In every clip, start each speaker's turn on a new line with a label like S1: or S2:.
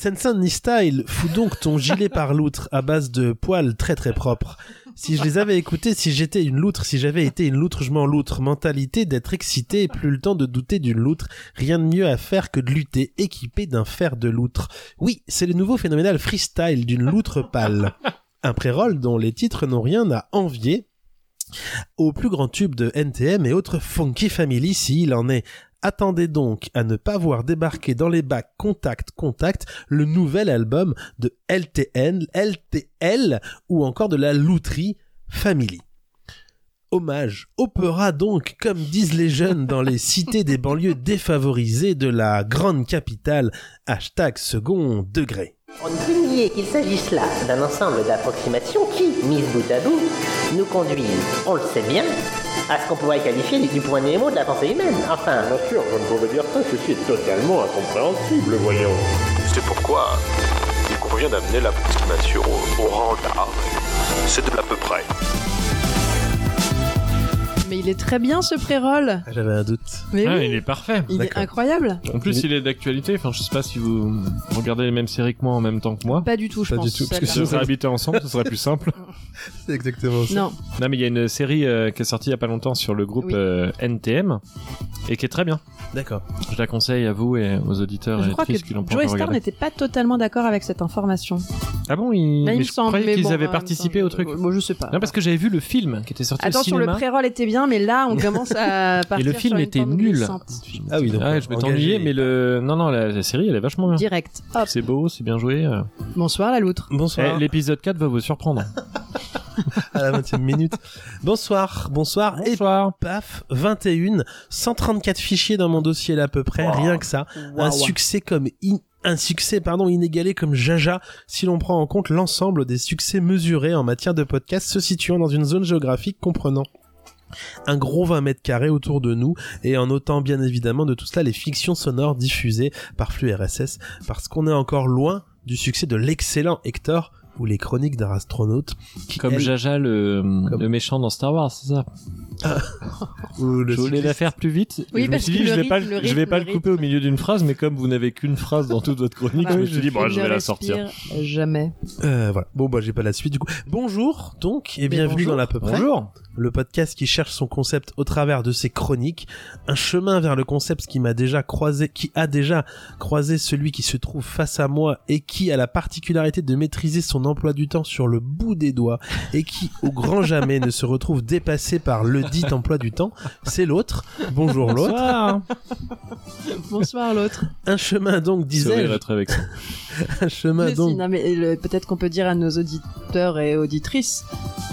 S1: Sensen Style, fous donc ton gilet par loutre à base de poils très très propres. Si je les avais écoutés, si j'étais une loutre, si j'avais été une loutre, je m'en loutre. Mentalité d'être excité et plus le temps de douter d'une loutre. Rien de mieux à faire que de lutter équipé d'un fer de loutre. Oui, c'est le nouveau phénoménal freestyle d'une loutre pâle. Un pré-roll dont les titres n'ont rien à envier au plus grand tube de NTM et autres Funky Family s'il en est. Attendez donc à ne pas voir débarquer dans les bacs Contact Contact le nouvel album de LTN, LTL ou encore de la louterie Family. Hommage, opéra donc, comme disent les jeunes dans les cités des banlieues défavorisées de la grande capitale, hashtag second degré.
S2: On ne peut nier qu'il s'agisse là d'un ensemble d'approximations qui, mises bout à bout, nous conduisent, on le sait bien, à ce qu'on pourrait qualifier du premier mot de la pensée humaine. Enfin,
S3: Bien sûr, je ne pouvais dire ça, ceci est totalement incompréhensible, voyons.
S4: C'est pourquoi il convient d'amener l'approximation au, au rang d'art. C'est de l'à peu près.
S5: Mais il est très bien ce pré-roll.
S1: Ah, J'avais un doute.
S5: Mais
S6: Ah,
S5: oui,
S6: il est parfait.
S5: il est
S1: d'accord.
S5: incroyable.
S6: En plus, il est d'actualité. Enfin, je sais pas si vous regardez les mêmes séries que moi en même temps que moi.
S5: Pas du tout, je
S1: Pas
S5: pense.
S1: du tout, parce
S5: ça,
S6: Parce que
S5: là.
S6: si vous habité ensemble, ce serait plus simple.
S1: C'est exactement
S5: Non,
S6: Non, mais il y a une série euh, qui est sortie il y a pas longtemps sur le groupe
S5: Oui.
S6: euh, NTM et qui est très bien.
S1: D'accord.
S6: Je la conseille à vous et aux auditeurs
S5: je
S6: et
S5: crois que
S6: actrices qui l'ont pas
S5: Joey
S6: encore
S5: Star
S6: regardé.
S5: n'était pas totalement d'accord avec cette information.
S6: Ah bon, ils...
S5: Là, il
S6: mais
S5: me
S6: je
S5: semble,
S6: croyais
S5: mais
S6: qu'ils
S5: bon,
S6: avaient
S5: euh,
S6: participé
S5: il me
S6: au
S5: semble-
S6: truc.
S5: euh, Bon, je sais pas.
S6: Non, parce que j'avais vu le film qui était sorti au
S5: Attention, le
S6: cinéma.
S5: pré-roll était bien, mais là, on commence à partir
S6: et le
S5: sur
S6: film
S5: une
S6: était
S5: pente
S6: nul.
S5: descente.
S1: Ah oui, donc,
S6: Ah, je vais
S1: engagé.
S6: t'ennuyer, mais le. Non, non, la, la série, elle est vachement bien.
S5: Direct. Hop.
S6: C'est beau, c'est bien joué. euh.
S5: Bonsoir, la loutre.
S1: Bonsoir.
S6: Eh, L'épisode 4 va vous surprendre.
S1: à la 20 e minute. Bonsoir, bonsoir, et
S6: Bonsoir.
S1: paf, 21, 134 fichiers dans mon dossier là à peu près, rien que ça. un succès comme in- un succès pardon inégalé comme Jaja si l'on prend en compte l'ensemble des succès mesurés en matière de podcast se situant dans une zone géographique comprenant un gros 20 mètres carrés autour de nous et en notant bien évidemment de tout cela les fictions sonores diffusées par flux RSS parce qu'on est encore loin du succès de l'excellent Hector ou les chroniques d'un astronaute qui
S6: Comme
S1: elle-
S6: Jaja, le, le méchant dans Star Wars, c'est ça
S1: ou le
S6: Je voulais la
S1: cycliste.
S6: faire plus vite.
S5: Oui,
S6: et je me
S5: parce
S6: suis
S5: que
S6: dit, je
S5: le
S6: vais pas,
S5: rythme, le
S6: je vais
S5: rythme, Ah
S6: pas
S5: le
S6: le couper au milieu d'une phrase, mais comme vous n'avez qu'une phrase dans toute votre chronique, je me suis dit, bon,
S5: Il
S6: je vais
S5: ne
S6: la sortir.
S5: respire Jamais.
S1: Euh, voilà bon bah j'ai pas la suite du coup bonjour donc et
S5: Mais
S1: bienvenue
S5: bonjour.
S1: dans l'à peu près
S6: Bonjour.
S1: le podcast qui cherche son concept au travers de ses chroniques, un chemin vers le concept qui m'a déjà croisé, qui a déjà croisé celui qui se trouve face à moi et qui a la particularité de maîtriser son emploi du temps sur le bout des doigts et qui, au grand jamais, ne se retrouve dépassé par le dit emploi du temps, c'est l'autre. Bonjour l'autre.
S6: Bonsoir.
S5: Bonsoir, l'autre.
S1: Un chemin donc,
S6: Sourire
S1: disais-je,
S6: être avec ça.
S1: un chemin
S6: Bah,
S5: Mais si,
S1: donc.
S5: non, mais euh, le- peut-être qu'on peut dire à nos auditeurs et auditrices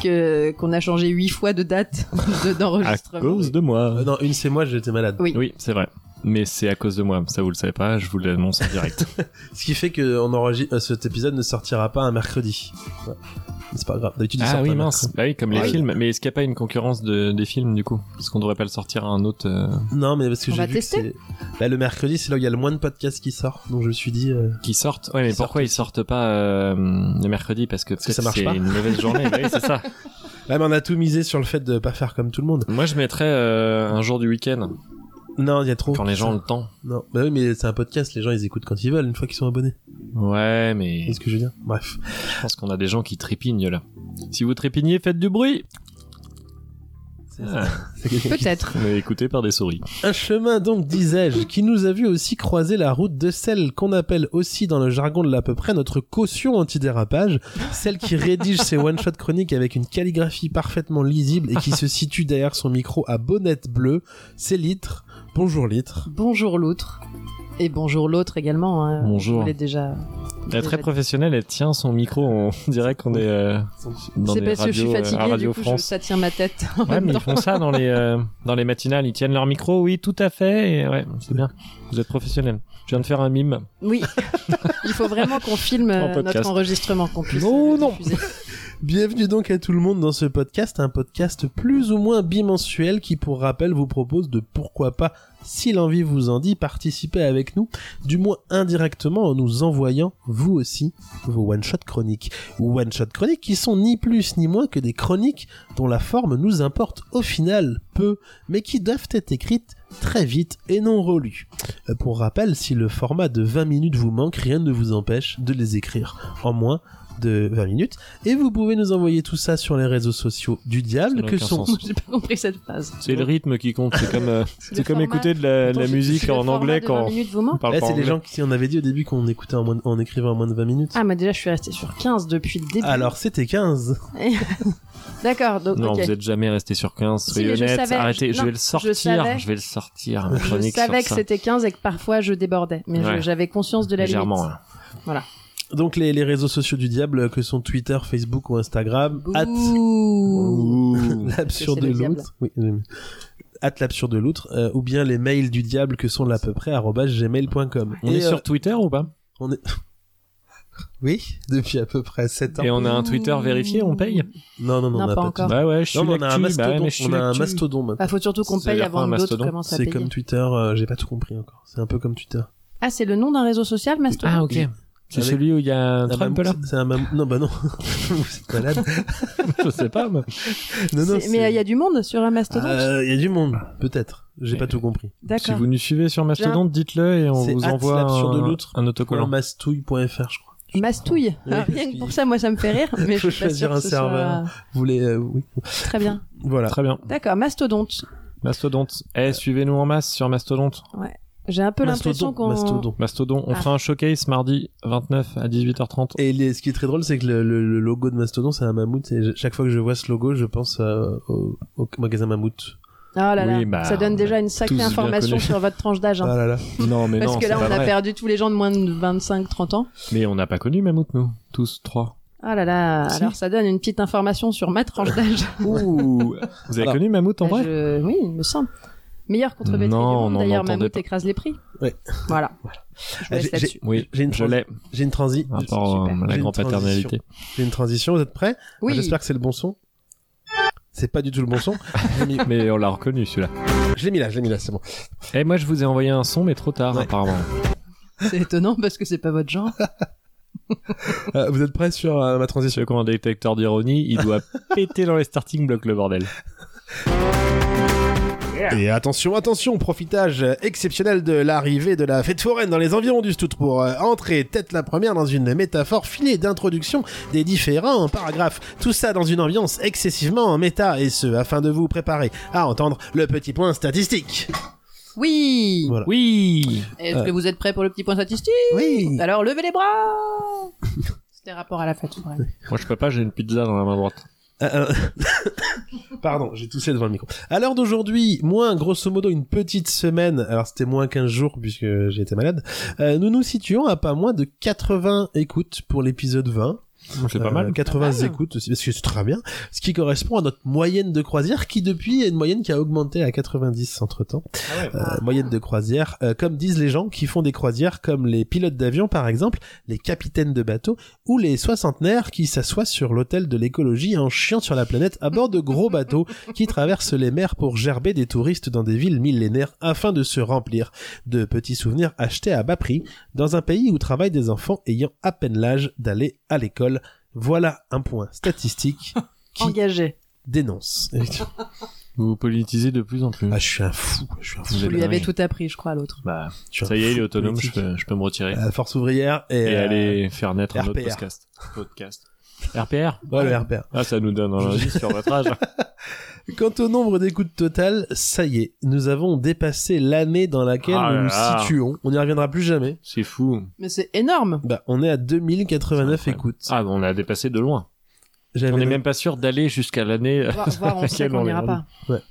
S5: que qu'on a changé huit fois de date de-
S6: À
S5: d'enregistrement.
S6: cause de moi.
S1: Euh, non, une c'est moi, j'étais malade.
S5: Oui.
S6: Oui, c'est vrai. Mais c'est à cause de moi. Ça, vous le savez pas. Je vous l'annonce en direct.
S1: Ce qui fait que on enregistre, euh, cet épisode ne sortira pas un mercredi. Ouais. C'est pas grave. D'habitude, il
S6: ah
S1: sort
S6: oui,
S1: un
S6: mince. Bah oui, comme les
S1: Ouais.
S6: films. Mais est-ce qu'il n'y a pas une concurrence de, des films, du coup Parce qu'on devrait pas le sortir à un autre. euh,
S1: Non, mais parce que
S5: On
S1: j'ai
S5: va
S1: vu que
S5: tester.
S1: c'est- Bah, le mercredi, c'est là où il y a le moins de podcasts qui sort. Donc je me suis dit. euh,
S6: Qui sortent. Ouais, mais
S1: Qui
S6: pourquoi ils sortent pas euh, le mercredi Parce que
S1: que ça
S6: peut-être
S1: marche
S6: c'est
S1: pas.
S6: une mauvaise journée. Bah oui, c'est ça.
S1: Là, Ah, mais on a tout misé sur le fait de pas faire comme tout le monde.
S6: Moi, je mettrais euh, un jour du week-end
S1: Non, il y a trop.
S6: quand les gens ont le temps.
S1: Non, bah oui, mais c'est un podcast. Les gens, ils écoutent quand ils veulent, une fois qu'ils sont abonnés.
S6: Ouais, mais
S1: C'est ce que je veux dire. Bref.
S6: je pense qu'on a des gens qui trépignent là. Si vous trépignez, faites du bruit. Ah,
S1: C'est quelqu'un qui-
S5: Peut-être.
S6: on est écouté par des souris.
S1: Un chemin donc, disais-je, qui nous a vu aussi croiser la route de celle qu'on appelle aussi dans le jargon de l'à peu près notre caution antidérapage, celle qui rédige ses one-shot chroniques avec une calligraphie parfaitement lisible et qui se situe derrière son micro à bonnette bleue, c'est Litre. Bonjour Litre.
S5: Bonjour l'autre et bonjour l'autre également. hein.
S6: Bonjour.
S5: Je l'ai déjà.
S6: Elle est
S5: déjà
S6: très
S5: dit.
S6: professionnelle, elle tient son micro, on dirait qu'on est euh, dans
S5: C'est
S6: des
S5: parce que je suis
S6: radios, euh,
S5: fatiguée,
S6: à Radio
S5: du coup, je,
S6: France.
S5: ça tient ma tête. en
S6: Ouais,
S5: même
S6: mais ils
S5: temps.
S6: font ça dans les, euh, dans les matinales, ils tiennent leur micro, oui, tout à fait, et ouais, c'est bien. Vous êtes professionnels. Je viens de faire un mime.
S5: Oui, il faut vraiment qu'on filme euh,
S6: En podcast.
S5: notre enregistrement, qu'on puisse.
S6: Non,
S5: euh, le
S6: non.
S5: diffuser.
S1: Bienvenue donc à tout le monde dans ce podcast, un podcast plus ou moins bimensuel qui pour rappel vous propose de pourquoi pas, si l'envie vous en dit, participer avec nous, du moins indirectement en nous envoyant vous aussi vos one-shot chroniques. Ou one-shot chroniques qui sont ni plus ni moins que des chroniques dont la forme nous importe au final peu, mais qui doivent être écrites très vite et non relus. Euh, Pour rappel, si le format de 20 minutes vous manque, rien ne vous empêche de les écrire en moins de 20 minutes. Et vous pouvez nous envoyer tout ça sur les réseaux sociaux du
S6: Ça
S1: diable,
S6: n'a
S1: que
S6: aucun
S1: sont Eh,
S6: sens.
S5: J'ai pas compris cette phrase.
S6: C'est le rythme qui compte. C'est comme, euh,
S5: le
S6: c'est comme
S5: format-
S6: écouter de la, la
S5: Attends,
S6: musique
S5: c'est le
S6: en
S5: format
S6: anglais
S5: de
S6: quand
S5: 20 minutes vous
S6: on
S5: manque
S6: parle
S1: Là,
S6: pas
S1: Eh, c'est les
S6: anglais.
S1: gens qui on avait dit au début qu'on écoutait en, moins- en écrivant en moins de 20 minutes.
S5: Ah, mais déjà, je suis restée sur 15 depuis le début.
S1: Alors c'était 15.
S5: D'accord, donc,
S6: Non,
S5: ok.
S6: vous êtes jamais resté sur 15,
S5: Si,
S6: soyez
S5: mais je
S6: honnête.
S5: savais- je-
S6: Arrêtez, je vais
S5: non,
S6: le
S5: je
S6: sortir.
S5: savais.
S6: Je vais le sortir. ma
S5: Je
S6: chronique sur
S5: savais que
S6: ça.
S5: c'était 15 et que parfois je débordais, mais je-
S6: Ouais.
S5: j'avais conscience de la
S6: Légèrement.
S5: limite.
S6: hein.
S1: Donc les, les réseaux sociaux du diable que sont Twitter, Facebook ou Instagram. at-
S5: Bouh.
S1: l'absurde
S5: Parce que c'est le
S1: loutre. Oui, euh, at l'absurde loutre, euh, ou bien les mails du diable que sont là à peu près arobase gmail.com.
S6: On
S1: Et,
S6: est
S1: euh,
S6: sur Twitter ou pas
S1: on est- Oui, depuis à peu près 7 ans.
S6: Et on a un Twitter vérifié, on paye
S1: Non, non, non,
S5: Non,
S1: on n'a
S5: pas
S1: pas,
S5: encore.
S1: tout.
S6: Bah ouais, je suis
S1: Non, mais on a un
S6: l'actu, bah ouais,
S1: mastodon.
S6: mais je suis
S1: on a un
S6: l'actu.
S1: mastodon maintenant.
S5: Bah, faut surtout qu'on
S6: Ça a
S5: paye
S6: l'air
S5: avant
S6: pas un
S5: que d'autres
S6: mastodonte.
S5: commencent à
S1: C'est
S5: payer.
S1: comme Twitter, euh, j'ai pas tout compris encore. C'est un peu comme Twitter.
S5: Ah, c'est le nom d'un réseau social, Mastodon
S6: Ah ok. C'est
S1: Avec-
S6: celui où il y a
S1: Un
S6: Trump
S1: mam-
S6: là
S1: C'est un mam- Non, bah non. Vous êtes malade.
S6: Je sais pas. moi.
S1: Non, non.
S5: C'est- Mais il y a du monde sur un Mastodon
S1: Euh, il y a du monde, peut-être. J'ai pas tout compris.
S6: Ah, Si
S5: D'accord.
S6: vous nous suivez sur Mastodon, dites-le et on
S1: C'est
S6: vous
S1: at
S6: envoie
S1: l'absurde
S6: un,
S1: loutre.
S6: un
S1: Ou alors
S6: autocollant.
S1: mastouille.fr, je crois.
S5: Mastouille.
S1: Oui,
S5: Alors, rien
S1: parce
S5: que pour
S1: qu'il-
S5: ça, moi, ça me fait rire. Mais
S1: Faut
S5: je suis pas
S1: choisir
S5: sûre
S1: un
S5: que ce
S1: serveur.
S5: soit-
S1: Vous voulez. euh, oui.
S5: Très bien.
S1: Voilà.
S6: Très bien.
S5: D'accord, Mastodonte.
S6: Mastodonte. Eh,
S1: Euh.
S6: suivez-nous en masse sur Mastodonte.
S5: J'ai un peu l'impression
S1: Mastodon.
S5: qu'on.
S1: Mastodon.
S6: Mastodon, on
S5: Ah.
S6: fera un showcase mardi 29 à 18h30.
S1: Et les- ce qui est très drôle, c'est que le, le- le logo de Mastodon, c'est un mammouth. Et je- chaque fois que je vois ce logo, je pense euh, au, au magasin mammouth.
S5: Ah là là,
S6: Oui, bah,
S5: ça donne
S6: on
S5: déjà
S6: a
S5: une sacrée
S6: tous bien
S5: information
S6: connu.
S5: sur votre tranche d'âge. hein.
S1: Ah là là.
S6: Non, mais
S5: Parce
S6: non,
S5: que
S6: c'est
S5: là, on
S6: pas
S5: a
S6: vrai.
S5: perdu tous les gens de moins de 25-30 ans.
S6: Mais on n'a pas connu Mammouth, nous. Tous trois.
S5: Ah là là,
S6: Si.
S5: alors ça donne une petite information sur ma tranche d'âge.
S6: Ouh Vous avez
S1: Alors,
S6: connu Mammouth en
S5: Bah,
S6: vrai
S5: je- Oui, il me semble. Meilleur contre-batterie du
S6: Non, on
S5: monde.
S6: n'en
S5: D'ailleurs,
S6: entendait
S5: Mammouth
S6: pas.
S5: écrase les prix.
S1: Ouais.
S5: Voilà. Je vous
S1: Ah,
S5: laisse
S1: j'ai-
S5: là-dessus.
S6: Oui,
S1: J'ai une,
S6: je
S1: transi-
S6: l'ai.
S1: j'ai une transi.
S6: Par rapport
S5: Super.
S6: à euh, la
S1: J'ai une
S6: grand-paternalité.
S1: J'ai une transition. Vous êtes prêts
S5: Oui.
S1: Ah, J'espère que c'est le bon son. C'est pas du tout le bon son. Je l'ai mis-
S6: Mais on l'a reconnu, celui-là.
S1: je l'ai mis là, je l'ai mis là, c'est bon.
S6: Et moi, je vous ai envoyé un son, mais trop tard,
S1: Ouais.
S6: apparemment.
S5: C'est étonnant parce que c'est pas votre genre.
S1: Euh, vous êtes prêts sur euh, ma transition
S6: Ceux qui ont un détecteur d'ironie, il doit péter dans les starting blocks, le bordel.
S1: Et attention, attention, profitage euh, exceptionnel de l'arrivée de la fête foraine dans les environs du Stout pour euh, entrer tête la première dans une métaphore filée d'introduction des différents paragraphes. Tout ça dans une ambiance excessivement méta, et ce, afin de vous préparer à entendre le petit point statistique.
S5: Oui.
S1: Voilà.
S6: Oui
S5: Est-ce que vous êtes prêts pour le petit point statistique
S1: Oui
S5: Alors levez les bras. C'était rapport à la fête. ouais.
S6: Moi, je peux pas, j'ai une pizza dans la main droite.
S1: Euh, Pardon, j'ai toussé devant le micro. À l'heure d'aujourd'hui, moins grosso modo une petite semaine, alors c'était moins 15 jours puisque j'étais malade, euh, nous nous situons à pas moins de 80 écoutes pour l'épisode 20.
S6: C'est
S1: Euh,
S6: pas mal.
S1: 80
S5: Pas mal.
S1: écoutes aussi, parce que c'est très bien. Ce qui correspond à notre moyenne de croisière, qui depuis est une moyenne qui a augmenté à 90 entre temps.
S6: Ah
S1: moyenne de croisière, euh, comme disent les gens qui font des croisières comme les pilotes d'avion par exemple, les capitaines de bateaux ou les soixantenaires qui s'assoient sur l'hôtel de l'écologie en chiant sur la planète à bord de gros bateaux qui traversent les mers pour gerber des touristes dans des villes millénaires afin de se remplir de petits souvenirs achetés à bas prix dans un pays où travaillent des enfants ayant à peine l'âge d'aller à l'école. Voilà un point statistique qui
S5: Engagé.
S1: dénonce.
S6: Vous vous politisez de plus en plus.
S1: Ah, je suis un fou, je suis un fou.
S6: Vous
S5: Vous
S6: êtes
S5: lui avez
S6: dingue.
S5: tout appris, je crois, à l'autre.
S6: Bah,
S1: je suis un
S6: ça y est, il est
S1: fou
S6: autonome, je
S1: politique. Euh,
S6: peux, je peux me retirer.
S1: À la force ouvrière et,
S6: et
S1: euh,
S6: aller faire naître un autre
S1: RPR.
S6: podcast. podcast. RPR
S1: ouais, le RPR.
S6: Ah, ça nous donne un indice sur votre âge.
S1: Quant au nombre d'écoutes totales, ça y est, nous avons dépassé l'année dans laquelle
S6: Ah
S1: nous
S6: là
S1: nous
S6: là.
S1: situons. On n'y reviendra plus jamais.
S6: C'est fou.
S5: Mais c'est énorme.
S1: Bah, on est à 2089
S6: C'est incroyable.
S1: écoutes.
S6: Ah, on a dépassé de loin.
S1: J'avais-
S6: On n'est même pas sûr d'aller jusqu'à l'année.
S5: Voir, voir, on sait
S6: Quel
S5: qu'on n'ira
S6: emmerde.
S5: pas.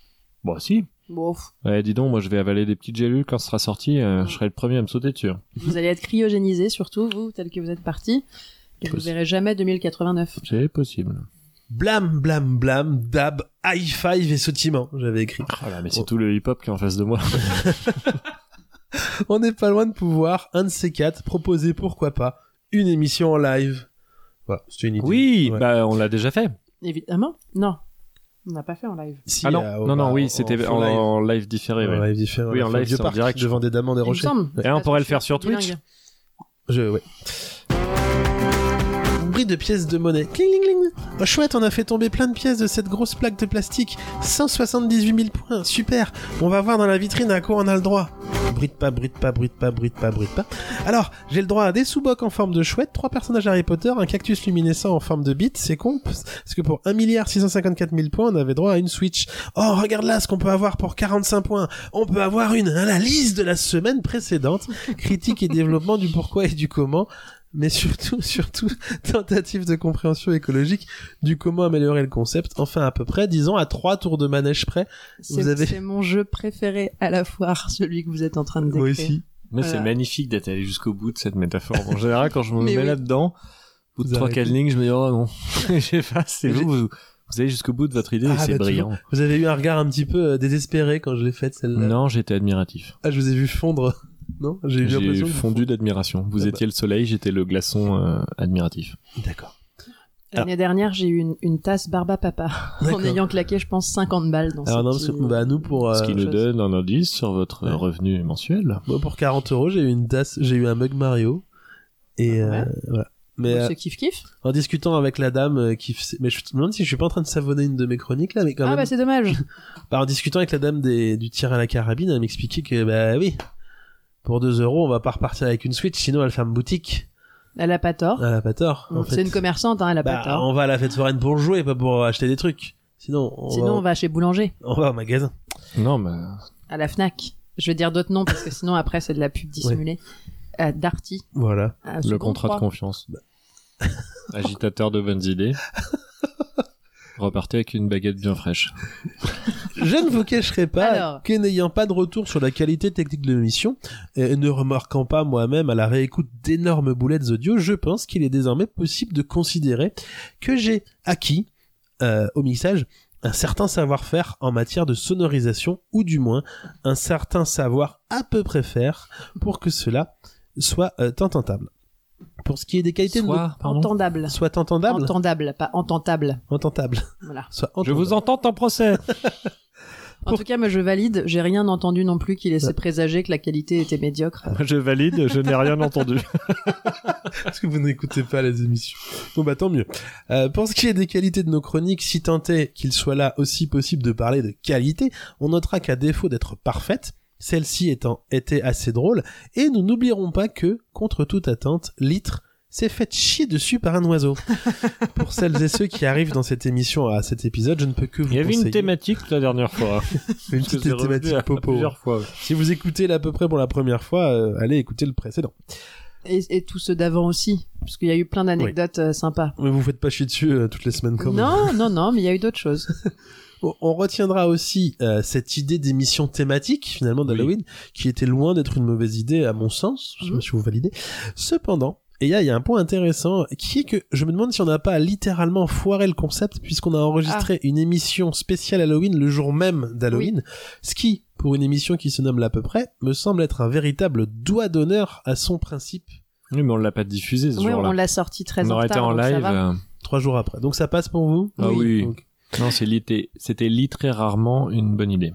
S6: Bon, Bah, si.
S5: Bon, pff,
S6: Ouais, dis donc, moi je vais avaler des petites gélules quand ce sera sorti. euh, je serai le premier à me sauter dessus. hein.
S5: vous allez être cryogénisé, surtout vous, tel que vous êtes parti. Et vous
S6: Possible.
S5: verrez jamais 2089.
S6: C'est possible.
S1: Blam, blam, blam, dab, high five et sautillement, j'avais écrit.
S6: Voilà, Ah, mais c'est tout le hip-hop qui est en face de moi.
S1: On n'est pas loin de pouvoir, un de ces quatre, proposer pourquoi pas une émission en live. Voilà, c'était une idée.
S6: Oui,
S1: Ouais.
S6: bah on l'a déjà fait.
S5: Évidemment. ah, Non. On n'a pas fait en live.
S1: Si,
S6: Ah non,
S1: euh,
S6: non,
S1: bah,
S6: non, oui, c'était
S1: full
S6: en,
S1: live.
S6: en live différé. ouais.
S1: En live différent.
S6: Oui, en
S1: Enfin,
S6: live,
S1: vieux
S6: c'est en
S1: parc
S6: direct, je
S1: devant des dames en des
S5: Il me
S1: rochers.
S5: semble.
S6: Et on pourrait le faire sur
S5: Parce que je
S6: Twitch.
S5: suis bilingue.
S1: Je, ouais. Bruit de pièces de monnaie. Cling, cling, cling. Oh, chouette, on a fait tomber plein de pièces de cette grosse plaque de plastique. 178 000 points, super. On va voir dans la vitrine à quoi on a le droit. Brute pas, brute pas, brute pas, brute pas, brute pas. Alors, j'ai le droit à des sous-bocs en forme de chouette, trois personnages Harry Potter, un cactus luminescent en forme de bite, c'est con, parce que pour 1 654 000 points, on avait droit à une Switch. Oh, regarde là ce qu'on peut avoir pour 45 points. On peut avoir une analyse de la semaine précédente, critique et développement du pourquoi et du comment mais surtout, surtout, tentative de compréhension écologique du comment améliorer le concept. Enfin, à peu près, disons, à trois tours de manège près.
S5: C'est
S1: Vous avez-
S5: c'est mon jeu préféré à la foire, celui que vous êtes en train de décrire.
S1: Moi aussi.
S6: Mais
S5: Voilà.
S6: c'est magnifique d'être allé jusqu'au bout de cette métaphore. En général, quand je me
S5: Mais
S6: mets
S5: oui.
S6: là-dedans, au bout de
S1: Vous
S6: trois
S1: arrêtez.
S6: quatre lignes, je me dis oh non, j'efface. C'est
S1: Mais
S6: vous, vous, vous allez jusqu'au bout de votre idée
S1: Ah,
S6: et c'est
S1: bah,
S6: brillant.
S1: Vous avez eu un regard un petit peu euh, désespéré quand je l'ai faite, celle-là.
S6: Non, j'étais admiratif.
S1: Ah, je vous ai vu fondre. Non, j'ai eu
S6: J'ai
S1: l'impression. que vous
S6: fondu d'admiration. Vous
S1: Ah
S6: étiez le soleil, j'étais le glaçon euh, admiratif.
S1: fondiez. D'accord.
S5: L'année dernière, j'ai eu une, une tasse Barba Papa, en
S1: D'accord.
S5: ayant claqué, je pense, 50 balles dans
S1: Alors
S5: ce
S1: non, parce
S5: petit-
S1: que bah, nous pour euh,
S6: Ce qui nous
S5: chose.
S6: donne un indice sur votre
S1: Ouais.
S6: revenu mensuel.
S1: moi pour 40 euros, j'ai eu une tasse, j'ai eu un mug Mario et euh,
S5: Ah Ouais.
S1: voilà. Mais euh,
S5: Ce kiff-kiff
S1: en discutant avec la dame euh, qui, fais- mais je me demande si je suis pas en train de savonner une de mes chroniques là, mais quand
S5: Ah
S1: même.
S5: bah c'est dommage
S1: Bah, en discutant avec la dame des- du tir à la carabine, elle m'expliquait que, bah oui, pour 2 euros, on va pas repartir avec une Switch, sinon elle ferme boutique. Ah,
S5: Elle a pas tort.
S1: Elle a pas tort. en fait.
S5: Mmh, C'est une commerçante, hein, elle a
S1: Bah,
S5: pas tort.
S1: on va à la fête foraine pour jouer, pas pour acheter des trucs. Sinon, on,
S5: Sinon, on
S1: va,
S5: va chez Boulanger,
S1: on va au magasin.
S6: Non, mais
S1: Ah,
S5: à la Fnac. Je vais dire d'autres noms parce que sinon, après, c'est de la pub dissimulée. À Darty.
S1: Voilà.
S5: à
S6: le
S5: Second
S6: contrat de
S5: Croix.
S6: confiance.
S1: Bah.
S6: Agitateur de bonnes idées. Repartez avec une baguette bien fraîche.
S1: Je ne vous cacherai pas
S5: Alors.
S1: que n'ayant pas de retour sur la qualité technique de l'émission, et ne remarquant pas moi-même à la réécoute d'énormes boulettes audio, je pense qu'il est désormais possible de considérer que j'ai acquis, euh, au mixage, un certain savoir-faire en matière de sonorisation, ou du moins un certain savoir à peu près faire pour que cela soit euh, entendable. Pour ce qui est des qualités de...
S6: Soit, pardon.
S5: Entendable.
S1: Soit entendable
S5: Entendable, pas ententable.
S1: Ententable.
S5: Voilà.
S1: Soit
S6: Je
S1: entendable.
S6: vous entends en procès.
S5: En tout cas, moi, je valide. J'ai rien entendu non plus qui laissait présager que la qualité était médiocre.
S6: Moi, Je valide, je n'ai rien entendu.
S1: Parce que vous n'écoutez pas les émissions. Bon bah tant mieux. Euh, pour ce qui est des qualités de nos chroniques, si tant est qu'il soit là aussi possible de parler de qualité, on notera qu'à défaut d'être parfaite, celle-ci étant était assez drôle, et nous n'oublierons pas que, contre toute attente, Litre s'est fait chier dessus par un oiseau. pour celles et ceux qui arrivent dans cette émission à cet épisode, je ne peux que vous
S6: Il y avait une
S1: conseiller-
S6: thématique la dernière fois.
S1: une
S6: Parce que
S1: petite
S6: c'est revenu
S1: thématique
S6: à- à
S1: popo.
S6: Plusieurs fois.
S1: Si vous écoutez là à peu près pour la première fois, euh, allez écouter le précédent.
S5: Et, et tous ceux d'avant aussi. Parce qu'il y a eu plein d'anecdotes euh, sympas.
S1: Mais vous faites pas chier dessus euh, toutes les semaines quand même.
S5: Non, non, non, mais il y a eu d'autres choses.
S1: On- On retiendra aussi euh, cette idée d'émission thématique finalement d'Halloween, qui était loin d'être une mauvaise idée à mon sens, je sais
S5: Mhm.
S1: pas si vous validez. Cependant, et là il y a un point intéressant qui est que je me demande si on n'a pas littéralement foiré le concept puisqu'on a enregistré une émission spéciale Halloween le jour même d'Halloween, ce qui, pour une émission qui se nomme l'à peu près, me semble être un véritable doigt d'honneur à son principe
S6: Oui, mais on l'a pas diffusé ce
S5: Oui, on
S6: jour-là.
S5: l'a sorti très
S6: On
S5: en
S6: aurait été
S5: retard.
S6: en
S5: donc ça
S6: live.
S5: va.
S6: euh,
S1: trois jours après. Donc ça passe pour vous
S6: Ah oui.
S1: Donc,
S6: Non, c'est lit- c'était lit très rarement une bonne idée.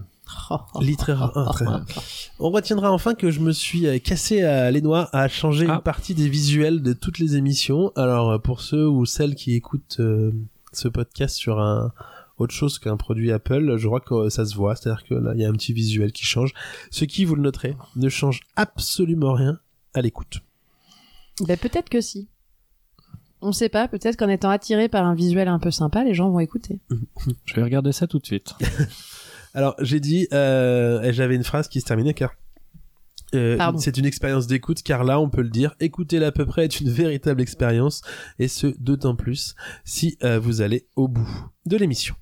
S5: Oh, oh,
S1: Littéraire.
S5: oh,
S1: Ah, très
S5: oh,
S1: bien.
S5: oh.
S1: On retiendra enfin que je me suis euh, cassé à les noix à changer
S6: Ah.
S1: une partie des visuels de toutes les émissions. Alors euh, pour ceux ou celles qui écoutent euh, ce podcast sur un autre chose qu'un produit Apple, je crois que euh, ça se voit, c'est-à-dire que là il y a un petit visuel qui change, ce qui vous le noterez ne change absolument rien à l'écoute.
S5: Ben, peut-être que si. On sait pas, peut-être qu'en étant attiré par un visuel un peu sympa, les gens vont écouter.
S6: Je vais regarder ça tout de suite.
S1: Alors j'ai dit euh, et j'avais une phrase qui se terminait car euh,
S5: Pardon.
S1: c'est une expérience d'écoute car là on peut le dire écouter à peu près est une véritable expérience et ce d'autant plus si euh, vous allez au bout de l'émission.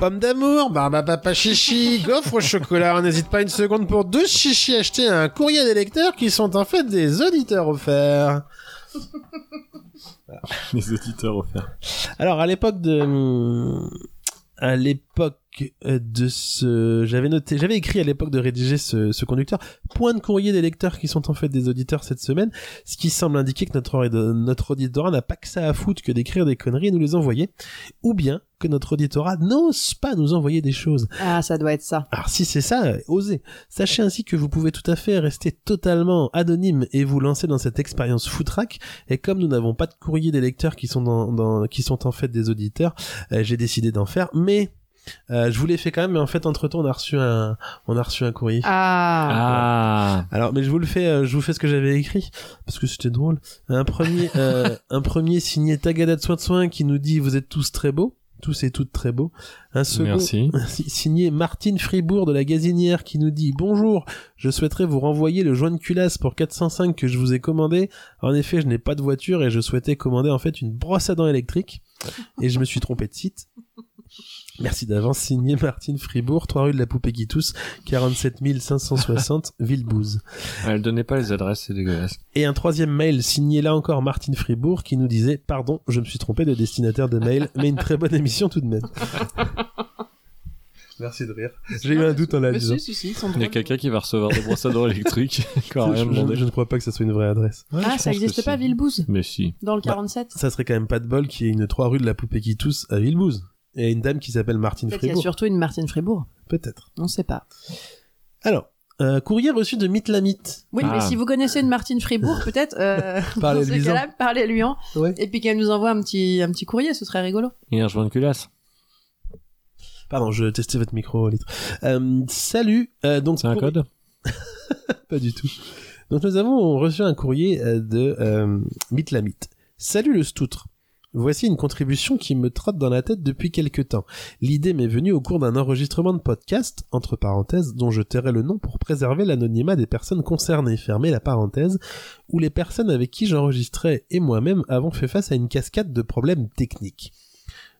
S1: Pomme d'amour, barbe à papa chichi, gaufre au chocolat, on n'hésite pas une seconde pour deux chichis achetés à un courrier des lecteurs qui sont en fait des auditeurs offerts.
S6: Les auditeurs offerts.
S1: hum, Alors à l'époque de à l'époque de ce... J'avais noté, j'avais écrit à l'époque de rédiger ce, ce conducteur, point de courrier des lecteurs qui sont en fait des auditeurs cette semaine, ce qui semble indiquer que notre, notre auditorat n'a pas que ça à foutre que d'écrire des conneries et nous les envoyer, ou bien que notre auditorat n'ose pas nous envoyer des choses.
S5: Ah, ça doit être ça.
S1: Alors si c'est ça, osez. Sachez ainsi que vous pouvez tout à fait rester totalement anonyme et vous lancer dans cette expérience foutraque. Et comme nous n'avons pas de courrier des lecteurs qui sont, dans, dans- qui sont en fait des auditeurs, euh, j'ai décidé d'en faire. Mais euh, je vous l'ai fait quand même. Mais en fait, entre temps, on a reçu un, on a reçu un courrier.
S5: Ah.
S6: Ah.
S1: Alors, mais je vous le fais, euh, je vous fais ce que j'avais écrit parce que c'était drôle. Un premier, euh, un premier signé Tagada de soin de soin qui nous dit vous êtes tous très beaux, tous et toutes très beaux. Un second,
S6: Merci.
S1: signé Martine Fribourg de la Gazinière qui nous dit Bonjour, je souhaiterais vous renvoyer le joint de culasse pour 405 que je vous ai commandé. En effet, je n'ai pas de voiture et je souhaitais commander en fait une brosse à dents électrique. Et je me suis trompé de site. Merci d'avance, signé Martine Fribourg, 3 rue de la Poupée qui tousse, 47 560, Villebouze.
S6: Elle donnait pas les adresses, c'est dégueulasse.
S1: Et un troisième mail signé là encore Martine Fribourg qui nous disait Pardon, je me suis trompé de destinataire de mail, mais une très bonne émission tout de même. Merci de rire. J'ai eu un doute en la
S5: Mais
S1: lisant.
S5: si, si, si, ils sont
S6: Il y a
S5: drôles.
S6: quelqu'un qui va recevoir des brosses à dents électriques. qui aura
S1: Je,
S6: rien
S1: je-
S6: demandé.
S1: je ne crois pas que ça soit une vraie adresse.
S5: Ah, ça
S6: pense que
S5: n'existe pas,
S6: si. Bah,
S5: Villebouze,
S6: Mais si.
S5: dans le 47
S1: Ça serait quand même pas de bol qu'il y ait une 3 rue de la poupée qui tousse à Villebouze. Et une dame qui s'appelle Martine
S5: Peut-être qu'il y a
S1: Fribourg.
S5: surtout une Martine Fribourg.
S1: Peut-être.
S5: On ne sait pas.
S1: Alors, euh, courrier reçu de Mitlamite.
S5: Oui,
S6: Ah.
S5: mais si vous connaissez une Martine Fribourg, peut-être, euh, dans
S1: Parlez-lui-en.
S5: ce cas-là, parlez-lui-en.
S1: Ouais.
S5: Et puis qu'elle nous envoie un petit, un petit courrier, ce serait rigolo.
S6: Et un joint de culasse.
S1: Pardon, je testais votre micro, litre. Euh, salut. euh, donc
S6: C'est un
S1: pour-
S6: code
S1: Pas du tout. Donc nous avons reçu un courrier euh, de euh, Mitlamite. Salut le Stoutre. Voici une contribution qui me trotte dans la tête depuis quelque temps. L'idée m'est venue au cours d'un enregistrement de podcast, entre parenthèses, dont je tairai le nom pour préserver l'anonymat des personnes concernées, fermez la parenthèse, où les personnes avec qui j'enregistrais et moi-même avons fait face à une cascade de problèmes techniques.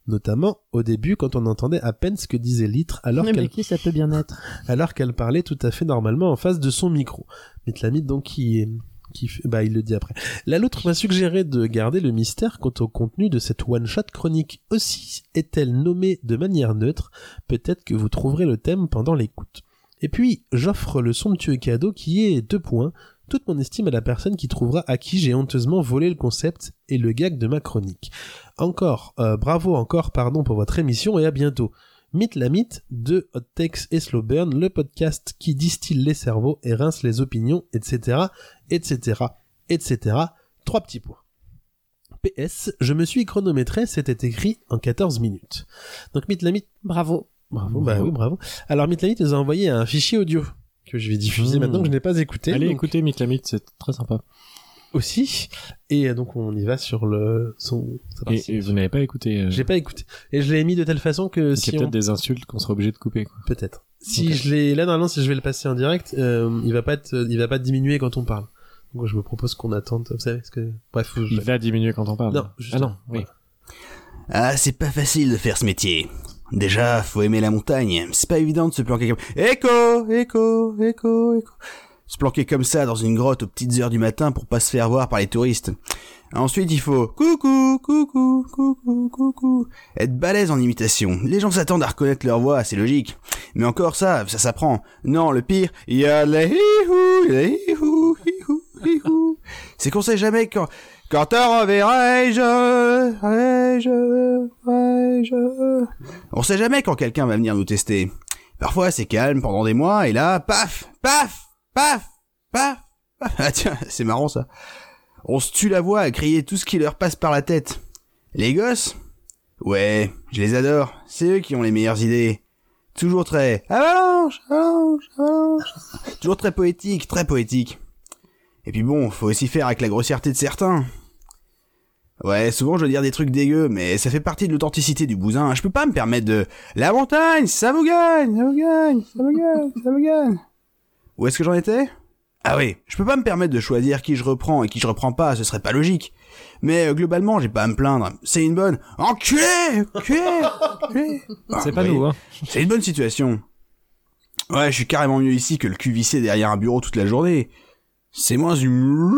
S1: Notamment au début quand on entendait à peine ce que disait Litre alors qu'elle
S5: qui ça peut bien être
S1: alors qu'elle parlait tout à fait normalement en face de son micro. Mitlamite donc qui qui fait- bah il le dit après. La loutre m'a suggéré de garder le mystère quant au contenu de cette one shot chronique. Aussi est-elle nommée de manière neutre. Peut-être que vous trouverez le thème pendant l'écoute. Et puis j'offre le somptueux cadeau qui est deux points. Toute mon estime à la personne qui trouvera à qui j'ai honteusement volé le concept et le gag de ma chronique. Encore, euh, bravo encore, pardon pour votre émission et à bientôt. Mythe la mythe de Hot Takes et Slow Burn, le podcast qui distille les cerveaux et rince les opinions, etc., etc., etc. Trois petits points. PS, je me suis chronométré, c'était écrit en 14 minutes. Donc Mythe la mythe,
S5: Bravo.
S1: bravo, bah oui, bravo. Alors Mythe la mythe nous a envoyé un fichier audio que je vais diffuser
S6: Mmh.
S1: maintenant que je n'ai pas écouté.
S6: Allez,
S1: donc,
S6: écoutez Mitlamite, c'est très sympa.
S1: Aussi. Et euh, donc on y va sur le son. sa
S6: Et,
S1: partie.
S6: et vous n'avez pas hein. écouté. euh,
S1: J'ai pas écouté. Et je l'ai mis de telle façon que
S6: Il y
S1: si
S6: a peut-être
S1: on
S6: des insultes qu'on sera obligé de couper. Quoi.
S1: Peut-être. Si
S6: Ok.
S1: je l'ai là normalement si je vais le passer en direct, euh, il va pas être, il va pas diminuer quand on parle. Donc je me propose qu'on attende. Vous savez parce que bref. faut que je-
S6: Il va diminuer quand on parle.
S1: Non, juste-
S6: ah non, oui.
S7: Ah, c'est pas facile de faire ce métier. Déjà, faut aimer la montagne. C'est pas évident de se planquer comme... Écho Écho Écho Écho Se planquer comme ça dans une grotte aux petites heures du matin pour pas se faire voir par les touristes. Ensuite, il faut... Coucou Coucou Coucou Coucou Être balèze en imitation. Les gens s'attendent à reconnaître leur voix, c'est logique. Mais encore ça, ça s'apprend. Non, le pire, il y a les hihou, les hihou, hihou, hihou. C'est qu'on sait jamais quand... Quand te reverrai-je Reverrai-je Reverrai-je On sait jamais quand quelqu'un va venir nous tester. Parfois c'est calme pendant des mois et là, paf Paf Paf Paf, paf. Ah tiens, c'est marrant ça. On se tue la voix à crier tout ce qui leur passe par la tête. Les gosses Ouais, je les adore. C'est eux qui ont les meilleures idées. Toujours très avalanche, avalanche, avalanche. Toujours très poétique, très poétique. Et puis bon, faut aussi faire avec la grossièreté de certains. Ouais, souvent je veux dire des trucs dégueux, mais ça fait partie de l'authenticité du bousin. Je peux pas me permettre de la montagne, ça vous gagne, ça vous gagne, ça vous gagne, ça vous gagne. Où est-ce que j'en étais Ah oui, je peux pas me permettre de choisir qui je reprends et qui je reprends pas, ce serait pas logique. Mais euh, globalement, j'ai pas à me plaindre. C'est une bonne enculé, enculé, enculé.
S6: C'est
S7: Ah,
S6: pas
S7: oui.
S6: nous, hein.
S7: C'est une bonne situation. Ouais, je suis carrément mieux ici que le cul vissé derrière un bureau toute la journée. C'est moins euh,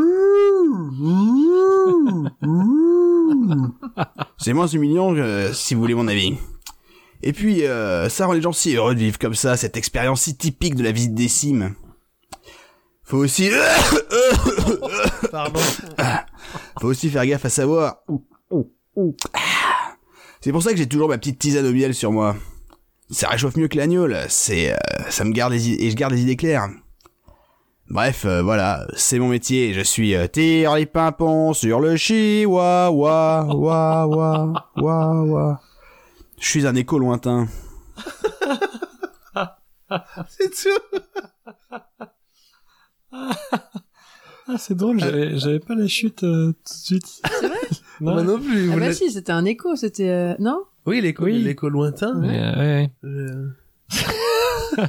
S7: hum- C'est moins humiliant que, si vous voulez mon avis. Et puis, euh, ça rend les gens si heureux de vivre comme ça, cette expérience si typique de la visite des cimes. Faut aussi... euh,
S1: Pardon.
S7: Faut aussi faire gaffe à savoir. Ah. C'est pour ça que j'ai toujours ma petite tisane au miel sur moi. Ça réchauffe mieux que l'agneau, là. C'est, euh, ça me garde les idées, et je garde les idées claires. Bref, euh, voilà, c'est mon métier. Je suis euh, tire les pimpons sur le chihuahua, wa wa wa wa. Je suis un écho lointain.
S1: C'est tout.
S6: Ah, c'est drôle, j'avais, j'avais pas la chute euh, tout de suite.
S5: C'est vrai
S6: Non,
S1: Moi non plus.
S5: Ah
S1: vous
S5: bah
S1: l'avez-
S5: si, c'était un écho, c'était... euh, Non
S1: Oui, l'écho
S6: Oui.
S1: l'écho lointain.
S6: mais, euh, ouais, ouais.
S1: Euh,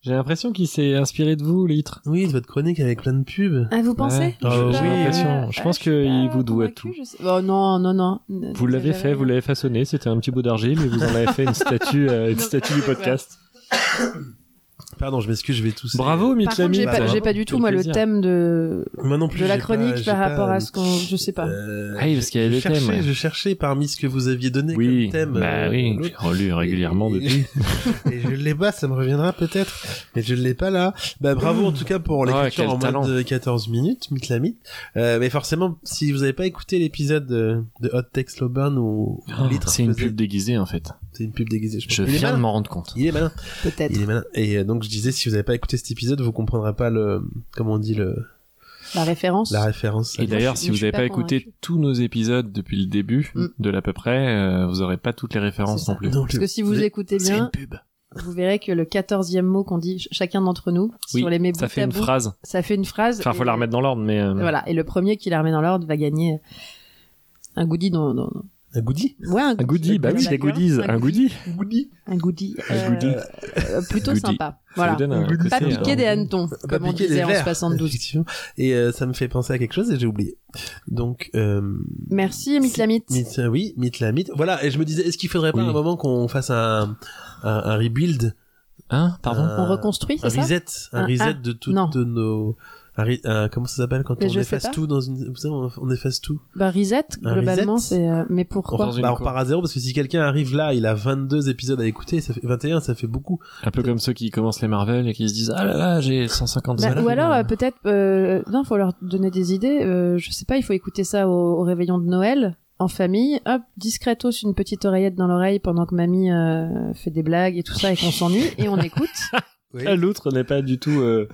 S6: J'ai l'impression qu'il s'est inspiré de vous, Litre.
S1: Oui, votre chronique avec plein de pubs.
S5: Ah, vous
S6: Ouais.
S5: pensez
S6: J'ai
S1: Ah, oui.
S5: Euh,
S6: l'impression. Je pense qu'il vous doit tout.
S5: Oh non, non, non.
S6: Vous l'avez fait, vous l'avez façonné, c'était un petit bout d'argile et vous en avez fait une statue, euh, une
S5: Non.
S6: statue du podcast.
S1: Pardon, je m'excuse, je vais tousser.
S6: Bravo,
S5: Par contre,
S6: Mitlami.
S5: j'ai pas,
S1: bah,
S5: j'ai pas du tout, moi, le
S6: plaisir.
S5: thème de,
S1: Moi non plus.
S5: de la
S1: j'ai pas-
S5: chronique
S1: j'ai
S5: par
S1: pas,
S5: rapport à
S1: euh,
S5: ce qu'on... Je sais pas.
S1: euh,
S6: Ah oui, parce qu'il y avait
S1: je
S6: des
S1: cherchais,
S6: thèmes, ouais.
S1: Je cherchais parmi ce que vous aviez donné
S6: Oui,
S1: comme thème.
S6: bah
S1: euh,
S6: oui,
S1: l'autre.
S6: j'ai relu régulièrement
S1: Et-
S6: depuis.
S1: Et je l'ai pas, ça me reviendra peut-être. Mais je l'ai pas là. Bah bravo en tout cas pour
S6: Ouais,
S1: l'écriture
S6: quel
S1: en
S6: talent.
S1: moins de 14 minutes, Mitlamit. Euh, mais forcément, si vous n'avez pas écouté l'épisode de, de Hot Text Loburn où
S6: Oh,
S1: Litre
S6: c'est une
S1: faisait-
S6: pub déguisée en fait.
S1: c'est une pub déguisée, je, pense.
S6: Je
S1: Il est
S6: viens de
S1: malin.
S6: m'en rendre compte.
S1: Il est malin.
S5: Peut-être.
S1: Il est malin. Et euh, donc je disais, si vous n'avez pas écouté cet épisode, vous comprendrez pas le, comment on dit le,
S5: La référence
S1: la référence.
S6: Et d'ailleurs,
S5: je-
S6: si
S5: je
S6: vous
S5: suis
S6: n'avez
S5: pas
S6: pas écouté
S5: convaincue.
S6: tous nos épisodes depuis le début
S5: Mm.
S6: de l'à peu près, euh, vous aurez pas toutes les références
S5: C'est
S6: non plus.
S1: Non,
S5: Parce
S1: le-
S5: que si vous
S1: le-
S5: écoutez
S1: c'est une
S5: bien,
S1: pub.
S5: vous verrez que le quatorzième mot qu'on dit ch- chacun d'entre nous
S6: Oui,
S5: sur les mets
S6: ça
S5: bout
S6: fait
S5: à
S6: une
S5: bout,
S6: phrase.
S5: ça fait une phrase.
S6: Enfin, faut
S5: et-
S6: la remettre dans l'ordre, mais euh,
S5: Voilà, et le premier qui la remet dans l'ordre va gagner euh, un goodie dans... dans- dans-
S1: Un goodie
S5: Ouais, un
S6: un goodie, bah oui,
S5: Voilà,
S6: des goodies, un goodie.
S1: Goodie
S5: Un goodie.
S6: Un
S5: euh,
S6: goodie.
S5: euh, plutôt
S6: Goodie.
S5: sympa.
S6: Ça
S5: Voilà.
S6: vous donne un
S1: Pas
S5: Pas
S6: côté,
S5: piquer
S6: euh,
S5: des hannetons, comme on
S1: piquer des
S5: disait en
S1: vers,
S5: 72.
S1: effectivement. Et euh, ça me fait penser à quelque chose et j'ai oublié. Donc, euh,
S5: Merci, Mitlamite.
S1: Myth, euh, oui, mythe la mythe. Voilà, et je me disais, est-ce qu'il faudrait pas
S6: Oui.
S1: un moment qu'on fasse un, un, un rebuild
S6: Hein, pardon.
S1: un-
S5: On reconstruit,
S1: Un
S5: c'est ça
S1: reset, un
S5: Un-
S1: reset
S5: ah,
S1: de toutes
S5: non.
S1: de nos... un re- un- comment ça s'appelle quand
S5: Mais
S1: on
S5: je sais
S1: efface
S5: pas.
S1: tout dans une... Vous savez, on on efface tout.
S5: Bah, reset,
S1: Un
S5: globalement,
S1: reset
S5: c'est. euh, Mais
S1: On,
S5: pourquoi
S6: Dans une
S1: bah, on
S6: co-
S1: repart à zéro parce que si quelqu'un arrive là, il a 22 épisodes à écouter, ça fait 21, ça fait beaucoup.
S6: Un peu comme ceux qui commencent les Marvel et qui se disent ah là là j'ai 150
S5: Bah,
S6: zéros.
S5: ou
S1: Ah,
S5: alors euh, peut-être euh, non faut leur donner des idées euh, je sais pas il faut écouter ça au, au réveillon de Noël en famille hop discretos une petite oreillette dans l'oreille pendant que mamie euh, fait des blagues et tout ça et qu'on s'ennuie et on écoute
S6: Ah, l'autre n'est pas du tout euh,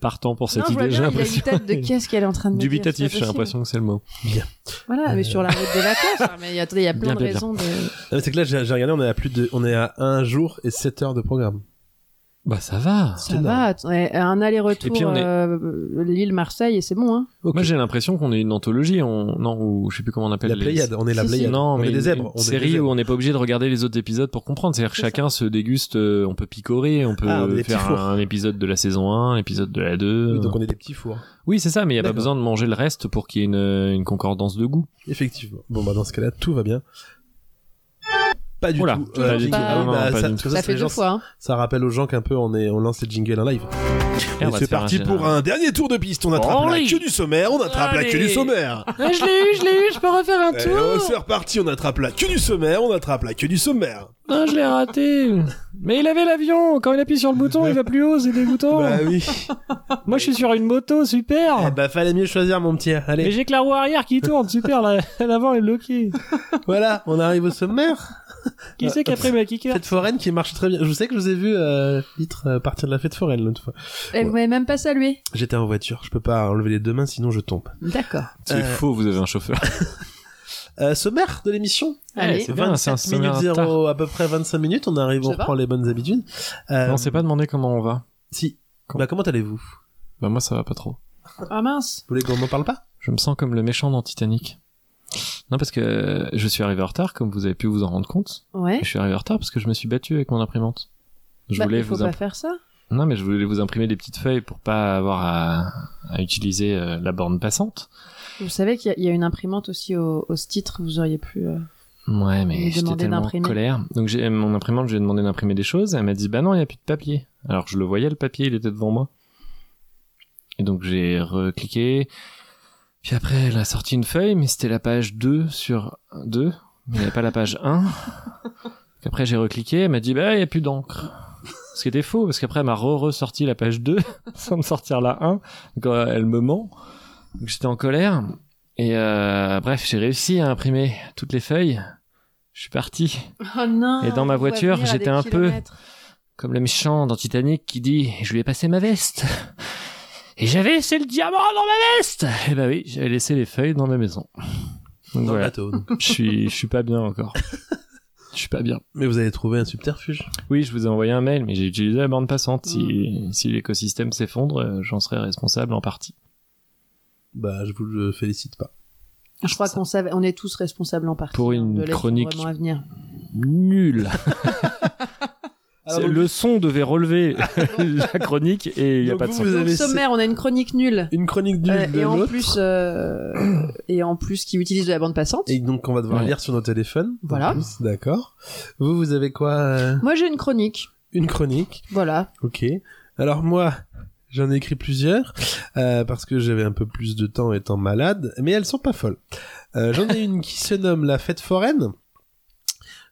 S6: partant pour cette
S5: non je vois
S6: idée. J'ai
S5: bien il a
S6: l'impression.
S5: une tête de qu'est-ce qu'elle est en train de me dire,
S6: Dubitatif,
S5: c'est
S6: j'ai
S5: pas
S6: l'impression que c'est le mot.
S5: possible. voilà mais sur la route des vacances hein, mais attendez il y a
S6: Bien,
S5: plein de
S6: bien, bien.
S5: raisons de
S1: Ah, mais C'est que là, j'ai j'ai regardé, on est à plus de... On est à un jour et 7 heures de programme.
S6: Bah ça va.
S1: C'est
S5: ça va
S1: énorme.
S5: attends, ouais, un aller-retour
S6: Et puis on est-
S5: euh, Lille Marseille et c'est bon hein
S6: Moi j'ai l'impression qu'on est une anthologie, on... non ou je sais plus comment on appelle.
S1: La
S6: les-
S1: Pléiade, on est la
S5: Si, si.
S1: Pléiade.
S6: Non,
S1: on
S6: mais
S1: est des
S6: une-
S1: zèbres.
S6: Une
S1: on est des
S6: série
S1: zèbres.
S6: où on n'est pas obligé de regarder les autres épisodes pour comprendre. C'est-à-dire que
S5: C'est
S6: chacun se déguste, euh, on peut picorer, on peut
S1: Ah, on est des petits
S6: faire
S1: fours.
S6: un, épisode de la saison 1, un épisode de la 2.
S1: Oui, donc on est des petits fours.
S6: Oui, c'est ça, mais il n'y a pas
S1: D'accord.
S6: besoin de manger le reste pour qu'il y ait une, une concordance de goût.
S1: Effectivement. Bon, bah, dans ce cas-là, tout va bien. Pas du
S6: Oula,
S1: tout.
S6: pas
S5: du tout.
S1: ah
S5: Non,
S1: oui,
S6: non,
S1: bah,
S6: pas
S1: ça, comme
S6: du tout.
S1: ça,
S5: ça
S1: c'est
S5: fait
S1: les
S5: deux
S1: gens-
S5: fois hein.
S1: Ça rappelle aux gens qu'un peu on, est, on lance les jingles en live.
S6: Et
S1: Et
S6: on va
S1: c'est
S6: se faire
S1: parti
S6: un-
S1: pour un dernier tour de piste. On attrape
S6: Allez.
S1: la queue du sommaire, on attrape la queue du
S6: Allez.
S1: sommaire.
S6: Ah,
S5: je l'ai eu je l'ai eu je peux refaire un
S1: Et oh, C'est reparti, on attrape la queue du sommaire, on attrape la queue du sommaire.
S6: Non, Ah, je l'ai raté Mais il avait l'avion Quand il appuie sur le bouton, il va plus haut, c'est dégoûtant
S1: Bah oui.
S6: Moi, je suis sur une moto,
S1: Ah
S6: super
S1: bah fallait mieux choisir mon petit.
S6: Mais
S1: Allez,
S6: j'ai que la roue arrière qui tourne, super la- L'avant est bloquée
S1: voilà, on arrive au sommaire.
S6: Qui c'est qui a pris ma kicker
S1: Fête foraine qui marche très bien. Je sais que je vous ai vu euh, Litre euh, partir de la fête foraine l'autre fois.
S5: hein. Et vous m'avez même pas salué
S1: J'étais en voiture, je peux pas enlever les deux mains sinon je tombe.
S5: d'accord
S1: Euh,
S6: faux, vous avez un chauffeur.
S1: Euh, sommaire de l'émission.
S5: Allez.
S6: c'est bien, c'est un
S1: 27 minutes
S6: sommaire en retard.
S1: 0, à peu près 25 minutes, on arrive, on
S5: Ça va
S1: reprend les bonnes habitudes. Euh,
S6: On s'est pas demandé comment on va.
S1: Si.
S6: Comment
S1: Bah comment allez-vous
S6: Bah moi, ça va pas trop.
S5: Ah mince
S1: Vous voulez qu'on m'en parle pas
S6: Je me sens comme le méchant dans Titanic. Non, parce que euh, je suis arrivé en retard, comme vous avez pu vous en rendre compte.
S5: Ouais.
S6: Je suis arrivé en retard parce que je me suis battu avec mon imprimante. Je
S5: Bah,
S6: voulais
S5: il faut
S6: vous
S5: pas
S6: impr-
S5: faire ça.
S6: non mais je voulais vous imprimer des petites feuilles pour pas avoir à, à utiliser euh, la borne passante.
S5: Vous savez qu'il y a- il y, a une imprimante aussi au, au titre, vous auriez pu. euh,
S6: Ouais
S5: Vous
S6: mais
S5: lui
S6: j'étais
S5: demandez
S6: tellement en
S5: d'imprimer.
S6: colère. Donc j'ai mon imprimante, je lui ai demandé d'imprimer des choses, elle m'a dit bah non il y a plus de papier. Alors je le voyais le papier, il était devant moi. Et donc j'ai recliqué. Puis après elle a sorti une feuille mais c'était la page 2 sur 2. Mais il n'y avait pas la page 1. Après, j'ai recliqué, elle m'a dit, bah, il n'y a plus d'encre. Ce qui était faux, parce qu'après, elle m'a re-ressorti la page 2, sans me sortir la 1. Donc, euh, elle me ment. Donc, j'étais en colère. Et euh, bref, j'ai réussi à imprimer toutes les feuilles. Je suis parti.
S5: Oh non.
S6: Et dans ma
S5: on voit
S6: voiture,
S5: venir à
S6: j'étais
S5: des
S6: un peu-
S5: kilomètres.
S6: Comme le méchant dans Titanic qui dit Je lui ai passé ma veste. Et j'avais laissé le diamant dans ma veste Eh ben oui, j'avais laissé les feuilles dans ma maison. Donc
S1: dans le
S6: voilà,
S1: bateau. donc.
S6: je suis, je suis pas bien encore. Je suis pas bien.
S1: Mais vous avez trouvé un subterfuge.
S6: Oui, je vous ai envoyé un mail, mais j'ai utilisé la bande passante.
S1: Hmm.
S6: Si, si l'écosystème s'effondre, euh, j'en serai responsable en partie.
S1: Bah, je vous le félicite pas.
S5: Je crois qu'on savait, on est tous responsables en partie.
S6: Pour
S5: hein,
S6: une
S5: de l'effondrement
S6: chronique.
S5: à venir.
S6: Nul C'est-
S1: donc-
S6: Le son devait relever la chronique et il n'y a
S1: Donc
S6: pas de
S1: vous,
S6: son.
S1: vous
S5: Au
S1: avez
S5: sommaire, on a une chronique nulle.
S1: une chronique du
S5: Euh,
S1: de
S5: et en
S1: l'autre.
S5: plus, euh, et en plus, qui utilise de la bande passante.
S1: Et donc on va devoir
S6: Ouais.
S1: lire sur nos téléphones. en
S5: Voilà.
S1: plus, D'accord. Vous, vous avez quoi euh,
S5: Moi, j'ai une chronique.
S1: Une chronique.
S5: Voilà.
S1: Ok. Alors moi, j'en ai écrit plusieurs euh, parce que j'avais un peu plus de temps étant malade, mais elles sont pas folles. Euh, j'en ai une qui se nomme la fête foraine.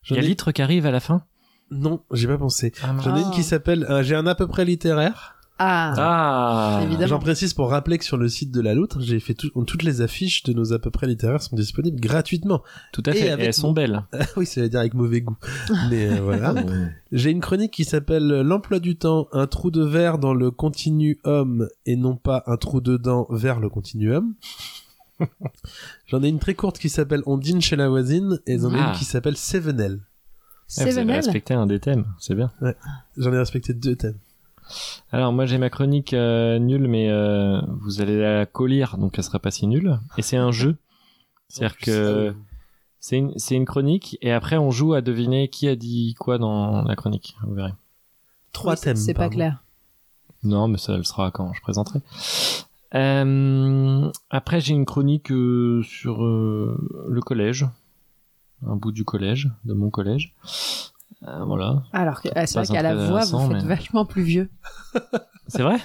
S1: J'en
S6: Il y a
S1: ai-
S6: l'itre qui arrive à la fin
S1: Non, j'ai pas pensé. J'en ai
S5: Ah.
S1: une qui s'appelle. euh, j'ai un à peu près littéraire.
S5: Ah.
S6: Ah
S5: Évidemment.
S1: J'en précise pour rappeler que sur le site de la Loutre, j'ai fait tout- toutes les affiches de nos à peu près littéraires sont disponibles gratuitement.
S6: Tout à
S1: Et
S6: fait, et
S1: avec
S6: elles sont
S1: mon-
S6: belles.
S5: Ah
S1: oui, ça veut dire avec mauvais goût. Mais euh, voilà. J'ai une chronique qui s'appelle euh, L'emploi du temps, un trou de verre dans le continuum et non pas un trou dedans vers le continuum. J'en ai une très courte qui s'appelle On dîne chez la voisine et j'en ai
S6: Ah.
S1: une qui s'appelle Sevenel.
S6: Eh, vous avez
S5: Sevenel.
S6: respecté un des thèmes, c'est bien.
S1: J'en ai respecté deux thèmes.
S6: Alors moi j'ai ma chronique euh, nulle, mais euh, vous allez la collir, donc elle sera pas si nulle. Et c'est un jeu, c'est-à-dire que c'est une, c'est une chronique, et après on joue à deviner qui a dit quoi dans la chronique. Vous verrez.
S1: Trois
S5: Oui, c'est-
S1: thèmes,
S5: C'est pas
S1: pardon.
S5: clair.
S6: Non, mais ça le sera quand je présenterai. Euh, après j'ai une chronique euh, sur euh, le collège, un bout du collège, de mon collège. Euh, voilà.
S5: Alors, que- ah, c'est
S6: Pas
S5: vrai qu'à la voix,
S6: intéressant,
S5: vous faites
S6: mais-
S5: vachement plus vieux.
S6: C'est vrai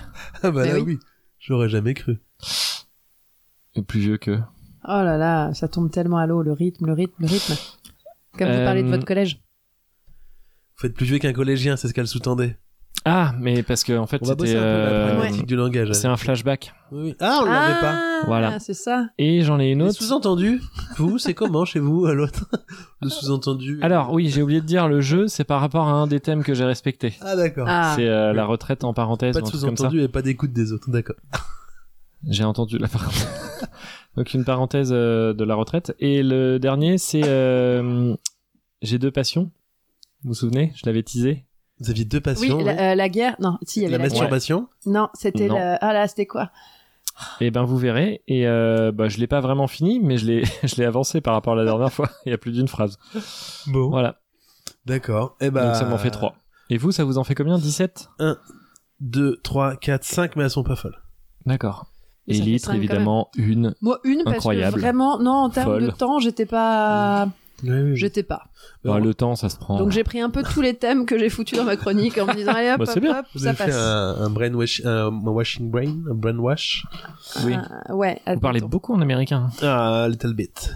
S1: Ah bah
S5: Mais
S1: là oui,
S5: Eh oui.
S1: j'aurais jamais cru.
S6: Plus vieux que.
S5: Oh là là, ça tombe tellement à l'eau, le rythme, le rythme, le rythme. Comme vous
S6: Euh,
S5: parlez de votre collège.
S1: Vous faites plus vieux qu'un collégien, c'est ce qu'elle sous-tendait.
S6: Ah, mais parce que en fait
S1: On va bosser
S6: c'était.
S1: un peu la
S6: euh,
S1: problématique du langage.
S6: C'est
S1: hein.
S6: un flashback.
S1: Oui, oui. Ah, on l'avait pas.
S6: Voilà.
S5: ah, C'est ça.
S6: Et j'en ai une
S1: Et
S6: autre.
S1: sous-entendu, vous, c'est comment chez vous à l'autre Le sous-entendu.
S6: Alors oui, j'ai oublié de dire le jeu, c'est par rapport à un des thèmes que j'ai respecté.
S1: Ah, d'accord.
S5: Ah.
S6: C'est euh, la retraite en parenthèse
S1: pas
S6: ou
S1: de
S6: un truc comme ça.
S1: sous-entendu et pas d'écoute des autres, d'accord.
S6: J'ai entendu la parenthèse. Donc une parenthèse euh, de la retraite. Et le dernier, c'est euh, j'ai deux passions. Vous vous souvenez Je l'avais teasé.
S1: Vous aviez deux
S5: Oui,
S1: passions. ouais.
S5: la, euh, la guerre. Non, si, il y avait
S1: la
S5: la, guerre.
S1: masturbation
S5: Non, c'était
S6: Non.
S5: le. Ah là, c'était quoi
S6: Et ben vous verrez. Et euh, bah, je l'ai pas vraiment fini, mais je l'ai je l'ai avancé par rapport à la dernière fois. Il y a plus d'une phrase.
S1: Bah, Bon.
S6: Voilà.
S1: D'accord. Eh ben,
S6: Donc ça m'en fait trois. Et vous, ça vous en fait combien 17
S1: 2, 3, 4, 5, mais elles sont pas folles.
S6: D'accord.
S5: Ça
S6: Et
S5: fait
S6: litre
S5: cinq, quand
S6: évidemment une.
S5: Moi, une, parce
S6: Incroyable.
S5: que vraiment, non, en termes de
S6: Folle.
S5: temps, j'étais pas.
S1: Je-
S5: J'étais pas.
S6: Bah, le temps, ça se prend.
S5: Donc j'ai pris un peu tous les thèmes que j'ai foutus dans ma chronique en me disant, allez hop,
S6: Bah, c'est
S5: hop,
S6: bien.
S5: hop,
S1: Vous
S5: ça
S1: avez fait euh,
S5: passe.
S1: un, un brainwash- un- un washing brain, un brainwash
S6: Oui.
S5: Ah, ouais.
S6: Vous parlez
S5: attends.
S6: beaucoup en américain.
S1: Ah, little bit.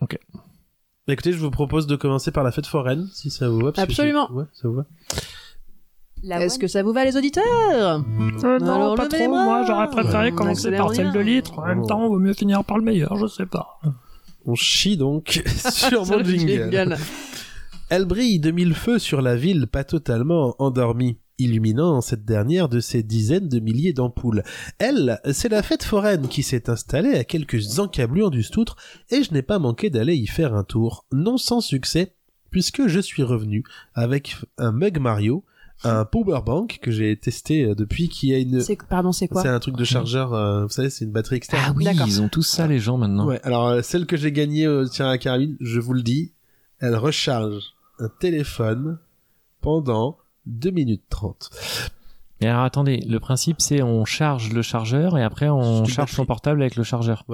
S6: Ok.
S1: Bah, Écoutez, je vous propose de commencer par la fête foraine, si ça vous va. parce que j'ai-
S5: Absolument.
S1: Ouais, ça vous va.
S5: Est-ce que ça vous va, les auditeurs non, Alors, pas levez les trop, bras. moi, j'aurais préféré Ouais, commencer par celle de litre.
S1: En même temps,
S6: vaut mieux finir par le meilleur, je sais pas.
S1: On chie donc sur mon
S5: le
S1: jingle. Elle brille de mille feux sur la ville pas totalement endormie, illuminant cette dernière de ses dizaines de milliers d'ampoules. Elle, c'est la fête foraine qui s'est installée à quelques encablures du Stoutre, et je n'ai pas manqué d'aller y faire un tour, non sans succès, puisque je suis revenu avec un mug Mario, un powerbank que j'ai testé euh, depuis, qui a une...
S5: C'est- Pardon, c'est quoi
S1: C'est un truc de chargeur, euh, vous savez, c'est une batterie externe.
S6: Ah oui,
S5: D'accord.
S6: ils ont tous ça, les gens, maintenant.
S1: Ouais, alors euh, celle que j'ai gagnée au tir à carabine, je vous le dis, elle recharge un téléphone pendant 2 minutes 30.
S6: Mais alors, attendez, le principe, c'est on charge le chargeur et après, on
S1: C'est une
S6: charge son
S1: batterie.
S6: portable avec le chargeur.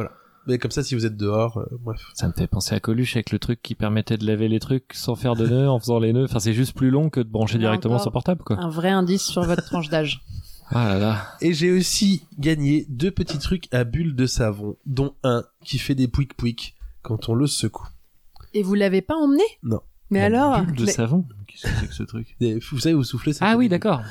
S1: Mais comme ça, si vous êtes dehors, euh, bref.
S6: Ça me fait penser à Coluche avec le truc qui permettait de laver les trucs sans faire de nœuds, en faisant les nœuds. Enfin, c'est juste plus long que de brancher
S5: Là
S6: directement
S5: encore. Ah.
S6: son portable, quoi.
S5: Un vrai indice sur votre tranche d'âge.
S6: Ah là là.
S1: Et j'ai aussi gagné deux petits trucs à bulles de savon, dont un qui fait des pouic pouic quand on le secoue.
S5: Et vous l'avez pas emmené Mais
S1: La
S5: alors
S6: Bulle de
S5: mais-
S6: savon Qu'est-ce que c'est que ce truc
S1: Des- Vous savez, vous soufflez. ça
S6: Ah
S1: fait
S6: oui,
S1: des-
S6: d'accord.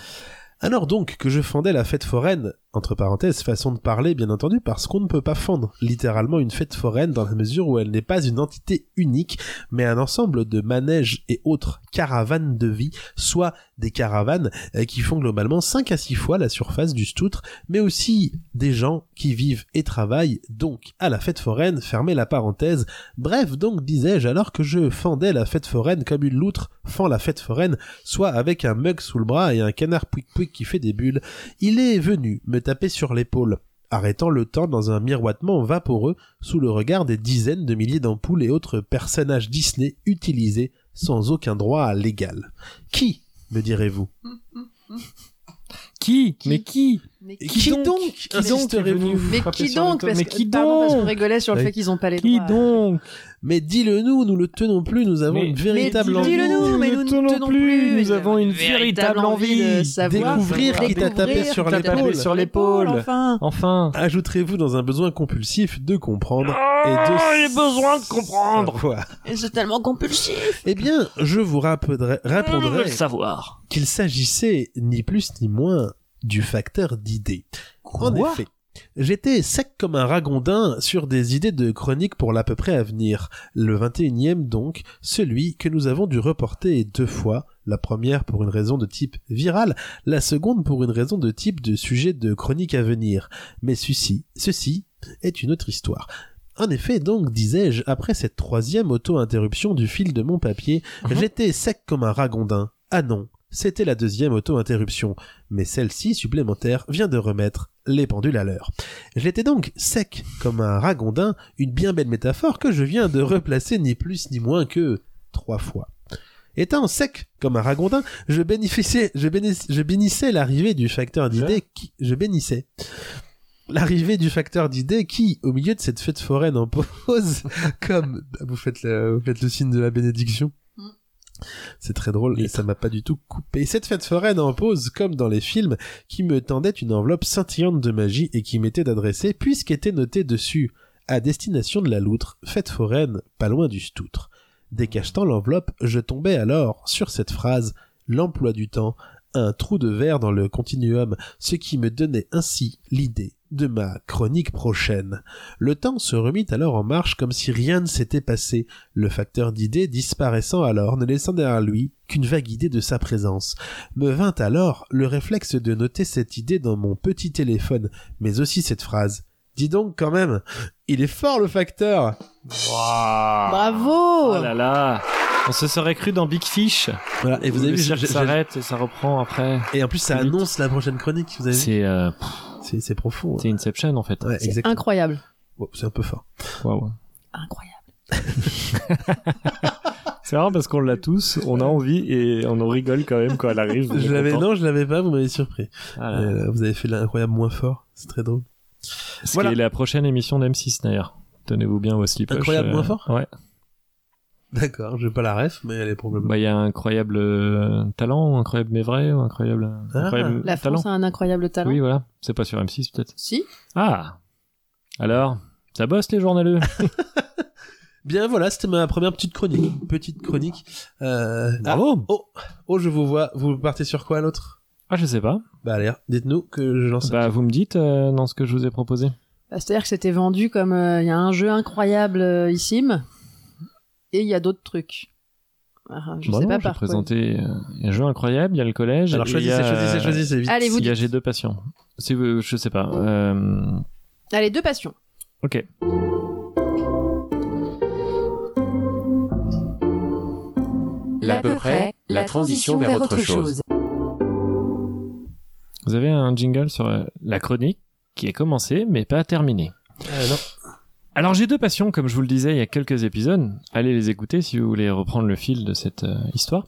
S1: Alors donc que je fendais la fête foraine, entre parenthèses, façon de parler bien entendu, parce qu'on ne peut pas fendre littéralement une fête foraine dans la mesure où elle n'est pas une entité unique, mais un ensemble de manèges et autres caravanes de vie, soit des caravanes euh, qui font globalement 5 à 6 fois la surface du stoutre, mais aussi des gens qui vivent et travaillent, donc à la fête foraine, fermez la parenthèse. Bref, donc disais-je, alors que je fendais la fête foraine comme une loutre fend la fête foraine, soit avec un mug sous le bras et un canard pouic-pouic qui fait des bulles, il est venu me taper sur l'épaule, arrêtant le temps dans un miroitement vaporeux sous le regard des dizaines de milliers d'ampoules et autres personnages Disney utilisés sans aucun droit légal. Qui me direz-vous
S6: Qui,
S5: Qui
S6: Mais qui
S5: Mais
S1: Et
S5: qui,
S1: qui donc
S6: Qui donc est venu
S1: insisterez-vous
S5: mais
S6: frapper
S5: qui
S6: sur le
S5: donc
S6: toit
S5: parce
S6: Mais
S5: que,
S6: qui
S5: pardon, parce qu'on
S6: donc
S5: rigolait sur le
S1: Oui.
S5: fait qu'ils ont pas les
S6: Qui
S5: droits.
S6: donc
S1: Mais dis-le nous, nous le tenons plus, nous avons
S6: Mais-
S1: une
S5: Mais
S1: véritable envie.
S5: dis-le nous, mais nous
S6: Nous ne
S5: ne tenons plus.
S6: nous avons une véritable envie
S5: de savoir,
S1: découvrir
S5: savoir
S1: qui t'a tapé
S5: découvrir,
S1: sur
S5: qui t'a tapé
S1: l'épaule.
S6: Sur l'épaule.
S5: Enfin.
S6: Enfin
S1: Ajouterez-vous dans un besoin compulsif de comprendre
S6: Ah,
S1: et de...
S6: j'ai besoin de comprendre.
S1: savoir.
S5: C'est tellement compulsif.
S1: Eh bien, je vous répondrai,
S6: Je veux
S1: répondrai
S6: le savoir.
S1: qu'il s'agissait ni plus ni moins du facteur d'idée. En
S6: Quoi
S1: effet, j'étais sec comme un ragondin sur des idées de chronique pour l'à peu près à venir, le 21e donc, celui que nous avons dû reporter deux fois, la première pour une raison de type viral, la seconde pour une raison de type de sujet de chronique à venir. Mais ceci, ceci est une autre histoire. En effet, donc, disais-je, après cette troisième auto-interruption du fil de mon papier,
S6: Mhm.
S1: j'étais sec comme un ragondin. Ah non, c'était la deuxième auto-interruption, mais celle-ci supplémentaire vient de remettre les pendules à l'heure. J'étais donc sec comme un ragondin, une bien belle métaphore que je viens de replacer ni plus ni moins que trois fois. Étant sec comme un ragondin, je bénéficiais, je bénissais, je bénissais l'arrivée du facteur d'idée qui, je bénissais l'arrivée du facteur d'idée qui, au milieu de cette fête foraine en pause, comme bah, vous faites le, vous faites le signe de la bénédiction.
S5: Mm.
S1: C'est très drôle et ça m'a pas du tout coupé. Et cette fête foraine en pause, comme dans les films, qui me tendait une enveloppe scintillante de magie et qui m'était adressée puisqu'était noté dessus à destination de la loutre, fête foraine, pas loin du stoutre. Décachetant l'enveloppe, je tombais alors sur cette phrase l'emploi du temps, un trou de verre dans le continuum, ce qui me donnait ainsi l'idée de ma chronique prochaine. Le temps se remit alors en marche comme si rien ne s'était passé, le facteur d'idée disparaissant alors, ne laissant derrière lui qu'une vague idée de sa présence. Me vint alors le réflexe de noter cette idée dans mon petit téléphone, mais aussi cette phrase. Dis donc quand même, il est fort le facteur
S5: Bravo.
S6: Oh là là On se serait cru dans Big Fish.
S1: Voilà, et vous avez
S6: le
S1: vu,
S6: cirque
S1: j'ai- j'ai-
S6: s'arrête et ça reprend après.
S1: et en plus ça
S6: Vite.
S1: annonce la prochaine chronique, vous avez vu
S6: C'est euh, pff,
S1: C'est c'est profond. hein.
S6: c'est Inception en fait.
S1: Ouais, exactement.
S5: Incroyable.
S1: Oh, C'est un peu fort.
S6: Waouh.
S5: Incroyable.
S6: C'est rare parce qu'on l'a tous, on a envie et on en rigole quand même quand elle arrive. on est
S1: Je l'avais,
S6: content.
S1: non, je l'avais pas, vous m'avez surpris.
S6: Ah là là.
S1: Euh, vous avez fait l'incroyable moins fort, c'est très drôle.
S6: Ce
S1: Voilà.
S6: qui est la prochaine émission d'M6 d'ailleurs. Tenez-vous bien au slip.
S1: Incroyable moins fort
S6: Ouais.
S1: D'accord, je vais pas la ref, mais elle est probablement.
S6: Bah, il y a un incroyable euh, talent, ou incroyable mais vrai, ou incroyable,
S1: Ah,
S6: Bah, incroyable
S5: La
S6: talent.
S5: France a un incroyable talent.
S6: Oui, voilà. C'est pas sur M6 peut-être.
S5: Si.
S6: Ah Alors Ça bosse les journaleux
S1: Bien, voilà, c'était ma première petite chronique. Petite chronique. Euh...
S6: Bravo
S1: ah, oh, oh, je vous vois. Vous partez sur quoi l'autre
S6: Ah, je sais pas.
S1: Bah, allez, dites-nous que je lance.
S6: Bah, vous me dites euh, dans ce que je vous ai proposé.
S5: Bah, C'est-à-dire que c'était vendu comme euh, il y a un jeu incroyable euh, issime et il y a d'autres trucs. Ah, je
S6: Bah
S5: sais
S6: non,
S5: pas
S6: j'ai
S5: par quoi.
S6: présenté euh, un jeu incroyable, il y a le collège.
S1: Alors
S6: et il y
S1: choisissez,
S6: a-
S1: choisissez, choisissez vite.
S5: Allez, vous
S6: Il euh, y a
S5: dites.
S6: J'ai deux patients. Si vous, je sais pas. euh,
S5: Allez, deux passions.
S6: ok.
S8: L'à peu près, la transition vers autre chose.
S6: Vous avez un jingle sur euh, la chronique qui est commencée mais pas terminée.
S1: Euh, non.
S6: Alors j'ai deux passions, comme je vous le disais il y a quelques épisodes. Allez les écouter si vous voulez reprendre le fil de cette euh, histoire.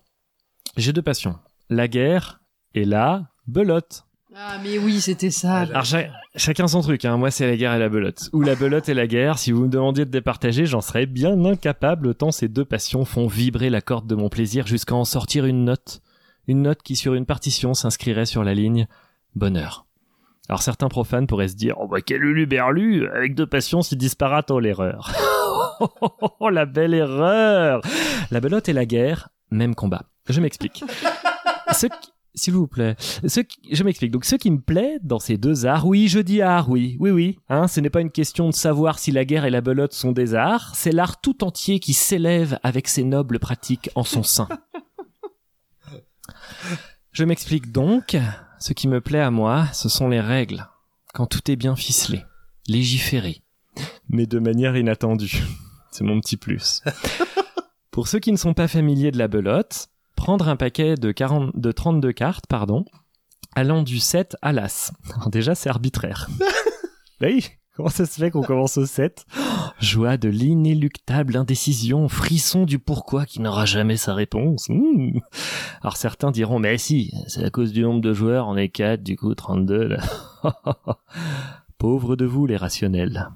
S6: J'ai deux passions. La guerre et la belote.
S5: Ah, mais oui, c'était ça.
S6: Alors cha- chacun son truc, hein. moi c'est la guerre et la belote. Ou la belote et la guerre, si vous me demandiez de départager, j'en serais bien incapable, tant ces deux passions font vibrer la corde de mon plaisir jusqu'à en sortir une note. Une note qui sur une partition s'inscrirait sur la ligne Bonheur. Alors certains profanes pourraient se dire, oh bah quel uluberlu, avec deux passions si disparates, oh l'erreur. Oh, la belle erreur La belote et la guerre, même combat. Je m'explique. Ce qui- S'il vous plaît. Ce qui- Je m'explique. Donc, ce qui me plaît dans ces deux arts, oui, je dis art, oui, oui, oui. Hein, ce n'est pas une question de savoir si la guerre et la belote sont des arts, c'est l'art tout entier qui s'élève avec ses nobles pratiques en son sein. Je m'explique donc. Ce qui me plaît à moi, ce sont les règles. Quand tout est bien ficelé, légiféré, mais de manière inattendue. C'est mon petit plus. Pour ceux qui ne sont pas familiers de la belote, prendre un paquet de, 40 de 32 cartes, pardon, allant du 7 à l'as. Alors déjà, c'est arbitraire. Bah oui, comment ça se fait qu'on commence au 7 Joie de l'inéluctable indécision, frisson du pourquoi qui n'aura jamais sa réponse. Hmm. Alors certains diront, mais si, c'est à cause du nombre de joueurs, on est 4, du coup 32. là. Pauvre de vous les rationnels.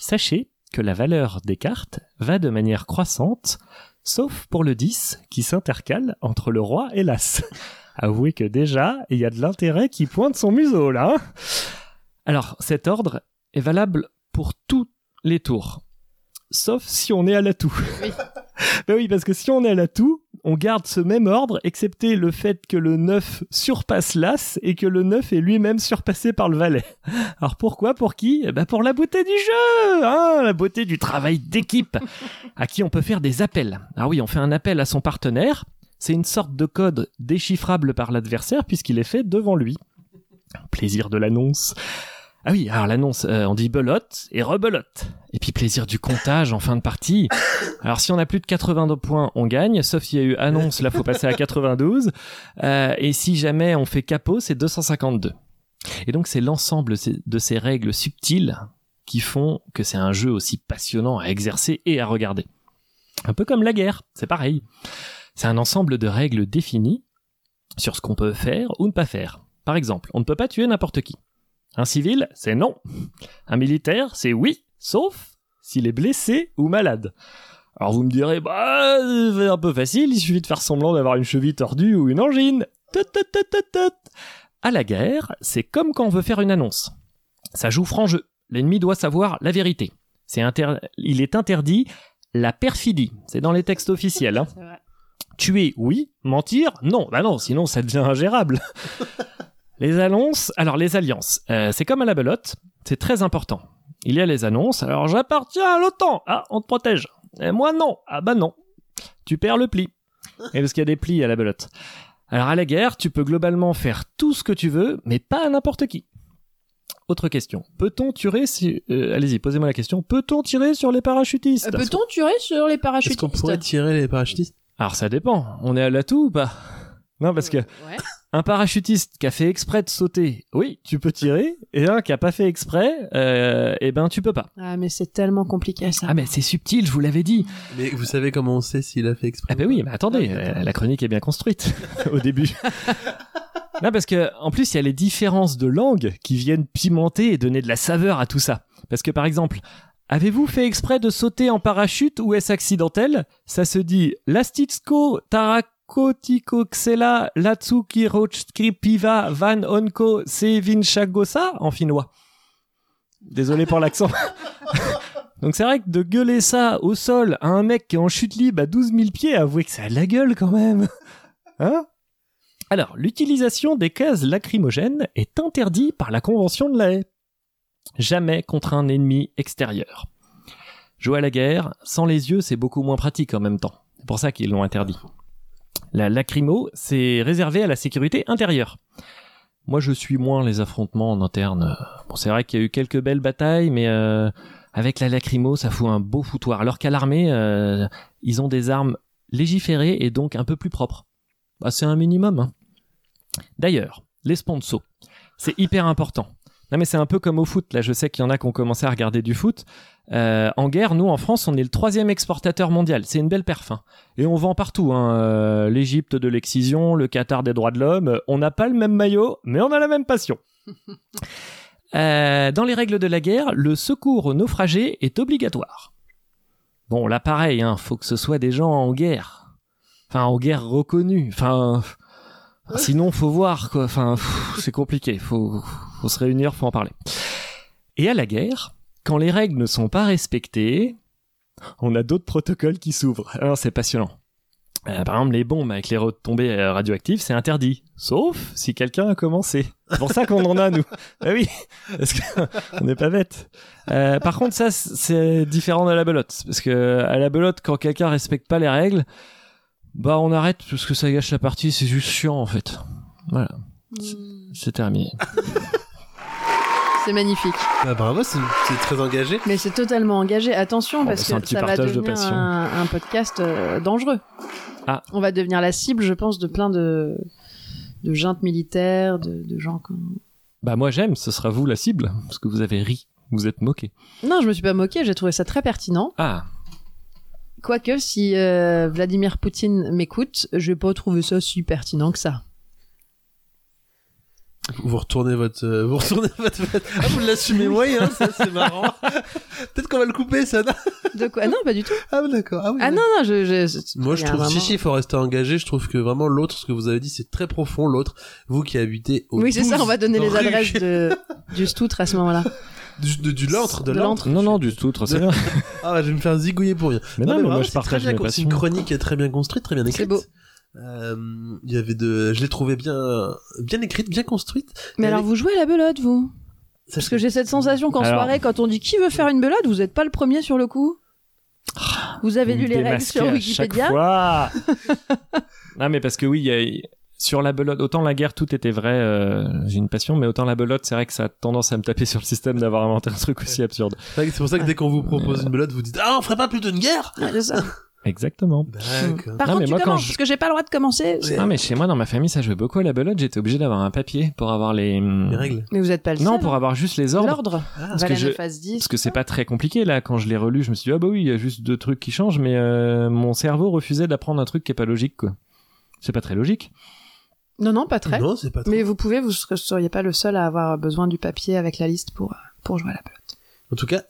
S6: Sachez que la valeur des cartes va de manière croissante, sauf pour le 10 qui s'intercale entre le roi et l'as. Avouez que déjà, il y a de l'intérêt qui pointe son museau là. hein. Alors cet ordre est valable pour tous les tours, sauf si on est à l'atout. ben oui, parce que si on est à l'atout, on garde ce même ordre, excepté le fait que le 9 surpasse l'as et que le 9 est lui-même surpassé par le valet. Alors pourquoi Pour qui Eh ben Pour la beauté du jeu hein, La beauté du travail d'équipe À qui on peut faire des appels. Ah oui, on fait un appel à son partenaire. C'est une sorte de code déchiffrable par l'adversaire puisqu'il est fait devant lui. Plaisir de l'annonce. Ah oui, alors l'annonce, euh, on dit belote et rebelote. Et puis plaisir du comptage en fin de partie. Alors si on a plus de 82 points, on gagne, sauf s'il y a eu annonce, là faut passer à 92. Euh, et si jamais on fait capot, c'est 252. Et donc c'est l'ensemble de ces règles subtiles qui font que c'est un jeu aussi passionnant à exercer et à regarder. Un peu comme la guerre, c'est pareil. C'est un ensemble de règles définies sur ce qu'on peut faire ou ne pas faire. Par exemple, on ne peut pas tuer n'importe qui. Un civil, c'est non. Un militaire, c'est oui, sauf s'il est blessé ou malade. Alors vous me direz, bah, c'est un peu facile, il suffit de faire semblant d'avoir une cheville tordue ou une angine. Tut, tut, tut, tut, tut. À la guerre, c'est comme quand on veut faire une annonce. Ça joue franc jeu. L'ennemi doit savoir la vérité. C'est inter- Il est interdit la perfidie. C'est dans les textes officiels. hein.
S5: C'est vrai.
S6: Tuer, oui. Mentir, non. Bah non, sinon ça devient ingérable. les annonces, alors les alliances, Euh, c'est comme à la belote, c'est très important. Il y a les annonces, alors j'appartiens à l'OTAN, ah, on te protège. Et moi non, ah bah non. Tu perds le pli. Et parce qu'il y a des plis à la belote. Alors à la guerre, tu peux globalement faire tout ce que tu veux, mais pas à n'importe qui. Autre question. Peut-on tirer si... euh, Allez-y, posez-moi la question. Peut-on tirer sur les parachutistes
S5: Euh, Peut-on tuer sur les
S1: Est-ce
S5: parachutistes
S1: qu'on pourrait tirer les parachutistes
S6: Alors ça dépend. On est à l'atout ou pas Non, parce que
S5: Ouais.
S6: un parachutiste qui a fait exprès de sauter, oui, tu peux tirer, et un qui a pas fait exprès, euh, eh ben tu peux pas.
S5: Ah, mais c'est tellement compliqué ça.
S6: Ah mais c'est subtil, je vous l'avais dit.
S1: Mais vous savez comment on sait s'il a fait exprès
S6: Ah ben oui, mais attendez, euh, la chronique est bien construite au début. Non, parce que en plus il y a les différences de langue qui viennent pimenter et donner de la saveur à tout ça. Parce que par exemple, avez-vous fait exprès de sauter en parachute ou est-ce accidentel Ça se dit Lastitsko Tarakotikoxela Latsukirotskripiva Van Onko Sevinchagosa en finnois. Désolé pour l'accent. Donc c'est vrai que de gueuler ça au sol à un mec qui est en chute libre à 12 000 pieds, avouez que ça a de la gueule quand même. Hein Alors, l'utilisation des cases lacrymogènes est interdite par la Convention de la haie. Jamais contre un ennemi extérieur. Jouer à la guerre, sans les yeux, c'est beaucoup moins pratique en même temps. C'est pour ça qu'ils l'ont interdit. La lacrymo, c'est réservé à la sécurité intérieure. Moi, je suis moins les affrontements en interne. Bon, c'est vrai qu'il y a eu quelques belles batailles, mais euh, avec la lacrymo, ça fout un beau foutoir. Alors qu'à l'armée, euh, ils ont des armes légiférées et donc un peu plus propres. Bah, c'est un minimum. hein. D'ailleurs, les sponsors, c'est hyper important. Non mais c'est un peu comme au foot. Là, je sais qu'il y en a qui ont commencé à regarder du foot. Euh, en guerre, nous en France, on est le troisième exportateur mondial. C'est une belle perf. hein. Et on vend partout. hein. Euh, L'Égypte de l'excision, le Qatar des droits de l'homme. Euh, On n'a pas le même maillot, mais on a la même passion. Euh, dans les règles de la guerre, le secours aux naufragés est obligatoire. Bon, là pareil, hein, faut que ce soit des gens en guerre. Enfin, en guerre reconnue. Enfin, euh, sinon, faut voir, quoi. Enfin, pff, c'est compliqué. Faut, faut se réunir, faut en parler. Et à la guerre, quand les règles ne sont pas respectées, on a d'autres protocoles qui s'ouvrent. Alors, c'est passionnant. Euh, par exemple, les bombes avec les retombées euh, radioactives, c'est interdit. Sauf si quelqu'un a commencé. C'est pour ça qu'on en a, nous. Ah oui, parce qu'on n'est pas bête. Euh, par contre, ça, c'est différent de la belote. Parce que à la belote, quand quelqu'un respecte pas les règles, bah on arrête parce que ça gâche la partie, c'est juste chiant, en fait. Voilà, c'est terminé.
S5: Hmm. C'est magnifique.
S1: Ah, bravo, c'est c'est très engagé.
S5: Mais c'est totalement engagé. Attention,
S6: Bon,
S5: parce
S6: c'est un
S5: que
S6: petit
S5: ça va
S6: partage de
S5: devenir
S6: passion.
S5: un, un podcast euh, dangereux.
S6: Ah.
S5: On va devenir la cible, je pense, de plein de de juntes militaires, de, de gens comme...
S6: Bah moi j'aime, ce sera vous la cible, parce que vous avez ri, vous êtes moqué.
S5: Non, je me suis pas moqué, j'ai trouvé ça très pertinent.
S6: Ah,
S5: Quoique, si euh, Vladimir Poutine m'écoute, je vais pas trouver ça si pertinent que ça.
S1: Vous retournez votre, euh, vous retournez votre, votre- ah, vous l'assumez moyen, ça c'est marrant. Peut-être qu'on va le couper, ça. non
S5: De quoi Non, pas du tout.
S1: Ah d'accord. Ah, oui,
S5: Ah non, non, je... je-
S1: Moi,
S5: il
S1: je
S5: y a un
S1: trouve, si,
S5: moment-
S1: si, il faut rester engagé. Je trouve que vraiment l'autre, ce que vous avez dit, c'est très profond. L'autre, vous qui habitez au
S5: Oui, c'est ça,
S1: 12
S5: on va donner les
S1: rue
S5: adresses de, du Stoutre à ce moment-là.
S1: Du, de- du lentre, de
S5: De
S1: lentre.
S6: non, non, du tout, c'est bien.
S1: Ah, ouais, je vais me faire zigouiller pour rien.
S6: Mais non, mais
S1: vraiment,
S6: moi je
S1: c'est très
S6: partage
S1: bien
S6: mes
S1: con- C'est
S6: passions.
S1: une chronique qui est très bien construite, très bien écrite.
S5: beau.
S1: Euh, il y avait de, je l'ai trouvée bien, bien écrite, bien construite.
S5: Mais
S1: Elle
S5: alors,
S1: est-
S5: vous jouez à la belote, vous
S1: ça,
S5: Parce
S1: c'est-
S5: que j'ai cette sensation qu'en
S6: Alors-
S5: soirée, quand on dit qui veut faire une belote, vous n'êtes pas le premier sur le coup. Vous avez lu les règles
S6: Démasqué
S5: sur
S6: Ah, à chaque
S5: Wikipédia.
S6: fois. non mais parce que oui, il y a- sur la belote, autant la guerre tout était vrai, euh, j'ai une passion, mais autant la belote, c'est vrai que ça a tendance à me taper sur le système d'avoir inventé un truc aussi absurde.
S1: C'est vrai que c'est pour ça que dès qu'on vous propose une belote, vous dites, ah, on ferait pas plutôt une guerre? Ben,
S5: Ouais, c'est ça.
S6: Exactement.
S1: D'accord.
S5: Par
S6: Non,
S5: contre,
S6: mais
S5: tu
S6: moi, quand
S5: commences,
S6: je-
S5: parce que j'ai pas le droit de commencer.
S1: Ouais.
S6: Non mais chez moi dans ma famille ça jouait beaucoup à la belote, j'étais obligé d'avoir un papier pour avoir les, hum,
S1: Les règles.
S5: Mais vous n'êtes pas le
S6: Non,
S5: seul.
S6: pour avoir juste les ordres.
S5: L'ordre.
S1: Ah,
S6: Parce que
S5: Valène
S6: je-
S5: phase 10.
S6: Parce que c'est pas très compliqué là. Quand je l'ai relu, je me suis dit ah bah oui, il y a juste deux trucs qui changent, mais euh, mon cerveau refusait d'apprendre un truc qui est pas logique quoi. C'est pas très logique.
S5: Non, non, pas très.
S1: Non, c'est pas trop.
S5: Mais vous pouvez, vous ne seriez pas le seul à avoir besoin du papier avec la liste pour, euh, pour jouer à la belote.
S1: En tout cas,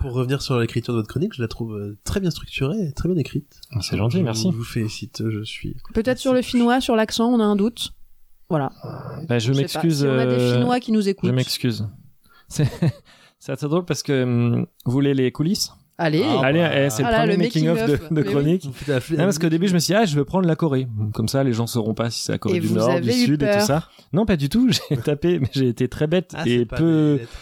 S1: pour revenir sur l'écriture de votre chronique, je la trouve euh, très bien structurée, et très bien écrite.
S6: C'est gentil,
S1: Je
S6: merci.
S1: vous félicite, je suis.
S5: Peut-être sur le finnois, sur l'accent, on a un doute. Voilà.
S6: Bah, je
S5: sais
S6: m'excuse.
S5: pas. Si on a des
S6: euh,
S5: finnois qui nous
S6: je
S5: écoutent.
S6: m'excuse. C'est c'est assez drôle parce que hum, vous voulez les coulisses.
S5: Allez.
S1: Ah,
S6: Allez,
S1: bah.
S6: eh, c'est
S5: Ah là,
S6: le premier
S5: le
S6: making of de,
S5: making of.
S6: de
S5: Mais oui.
S6: chronique. Non, parce
S1: parce
S6: qu'au début, je me suis dit, ah, je veux prendre la Corée. Comme ça, les gens sauront pas si c'est la Corée
S5: Et
S6: du
S5: vous
S6: Nord, du
S5: avez eu
S6: Sud et
S5: peur.
S6: tout ça. Non, pas du tout. J'ai tapé, mais j'ai été très bête et peu,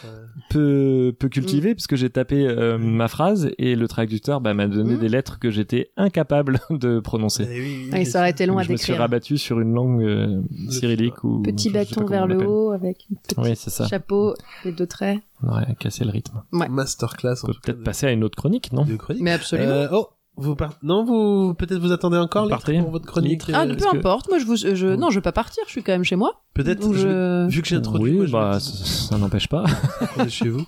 S6: euh, peu, peu
S5: Mm.
S6: cultivé, parce que j'ai tapé euh, ma phrase et le traducteur bah, m'a donné
S5: Mm.
S6: des lettres que j'étais incapable de prononcer.
S5: Ah, ça aurait été long
S6: Donc,
S5: à
S6: je me suis
S5: décrire.
S6: rabattu sur une langue euh, cyrillique ou.
S5: Petit
S6: je sais pas
S5: bâton
S6: comment
S5: vers
S6: on
S5: le
S6: l'appelle.
S5: haut avec un petit
S6: Oui, c'est ça.
S5: chapeau et deux traits.
S6: On aurait cassé le rythme.
S1: Masterclass, en
S6: On peut
S1: tout cas,
S6: peut-être
S1: de-
S6: passer à une autre chronique, non
S1: de chronique.
S5: Mais absolument.
S1: Euh, oh, vous partez. Non, vous. Peut-être vous attendez encore
S6: Vous
S1: les
S6: partez
S1: trucs pour votre chronique.
S6: Les
S5: ah,
S1: euh,
S5: peu
S6: est-ce que-
S5: importe. Moi, je vous, je, non, je vais pas partir. Je suis quand même chez moi.
S1: Peut-être.
S5: Donc,
S1: je-
S5: je-
S1: Vu que j'ai introduit. moi,
S6: Oui,
S1: je
S6: bah,
S1: me
S6: ça
S1: disais-
S6: ça n'empêche pas.
S1: On est chez vous.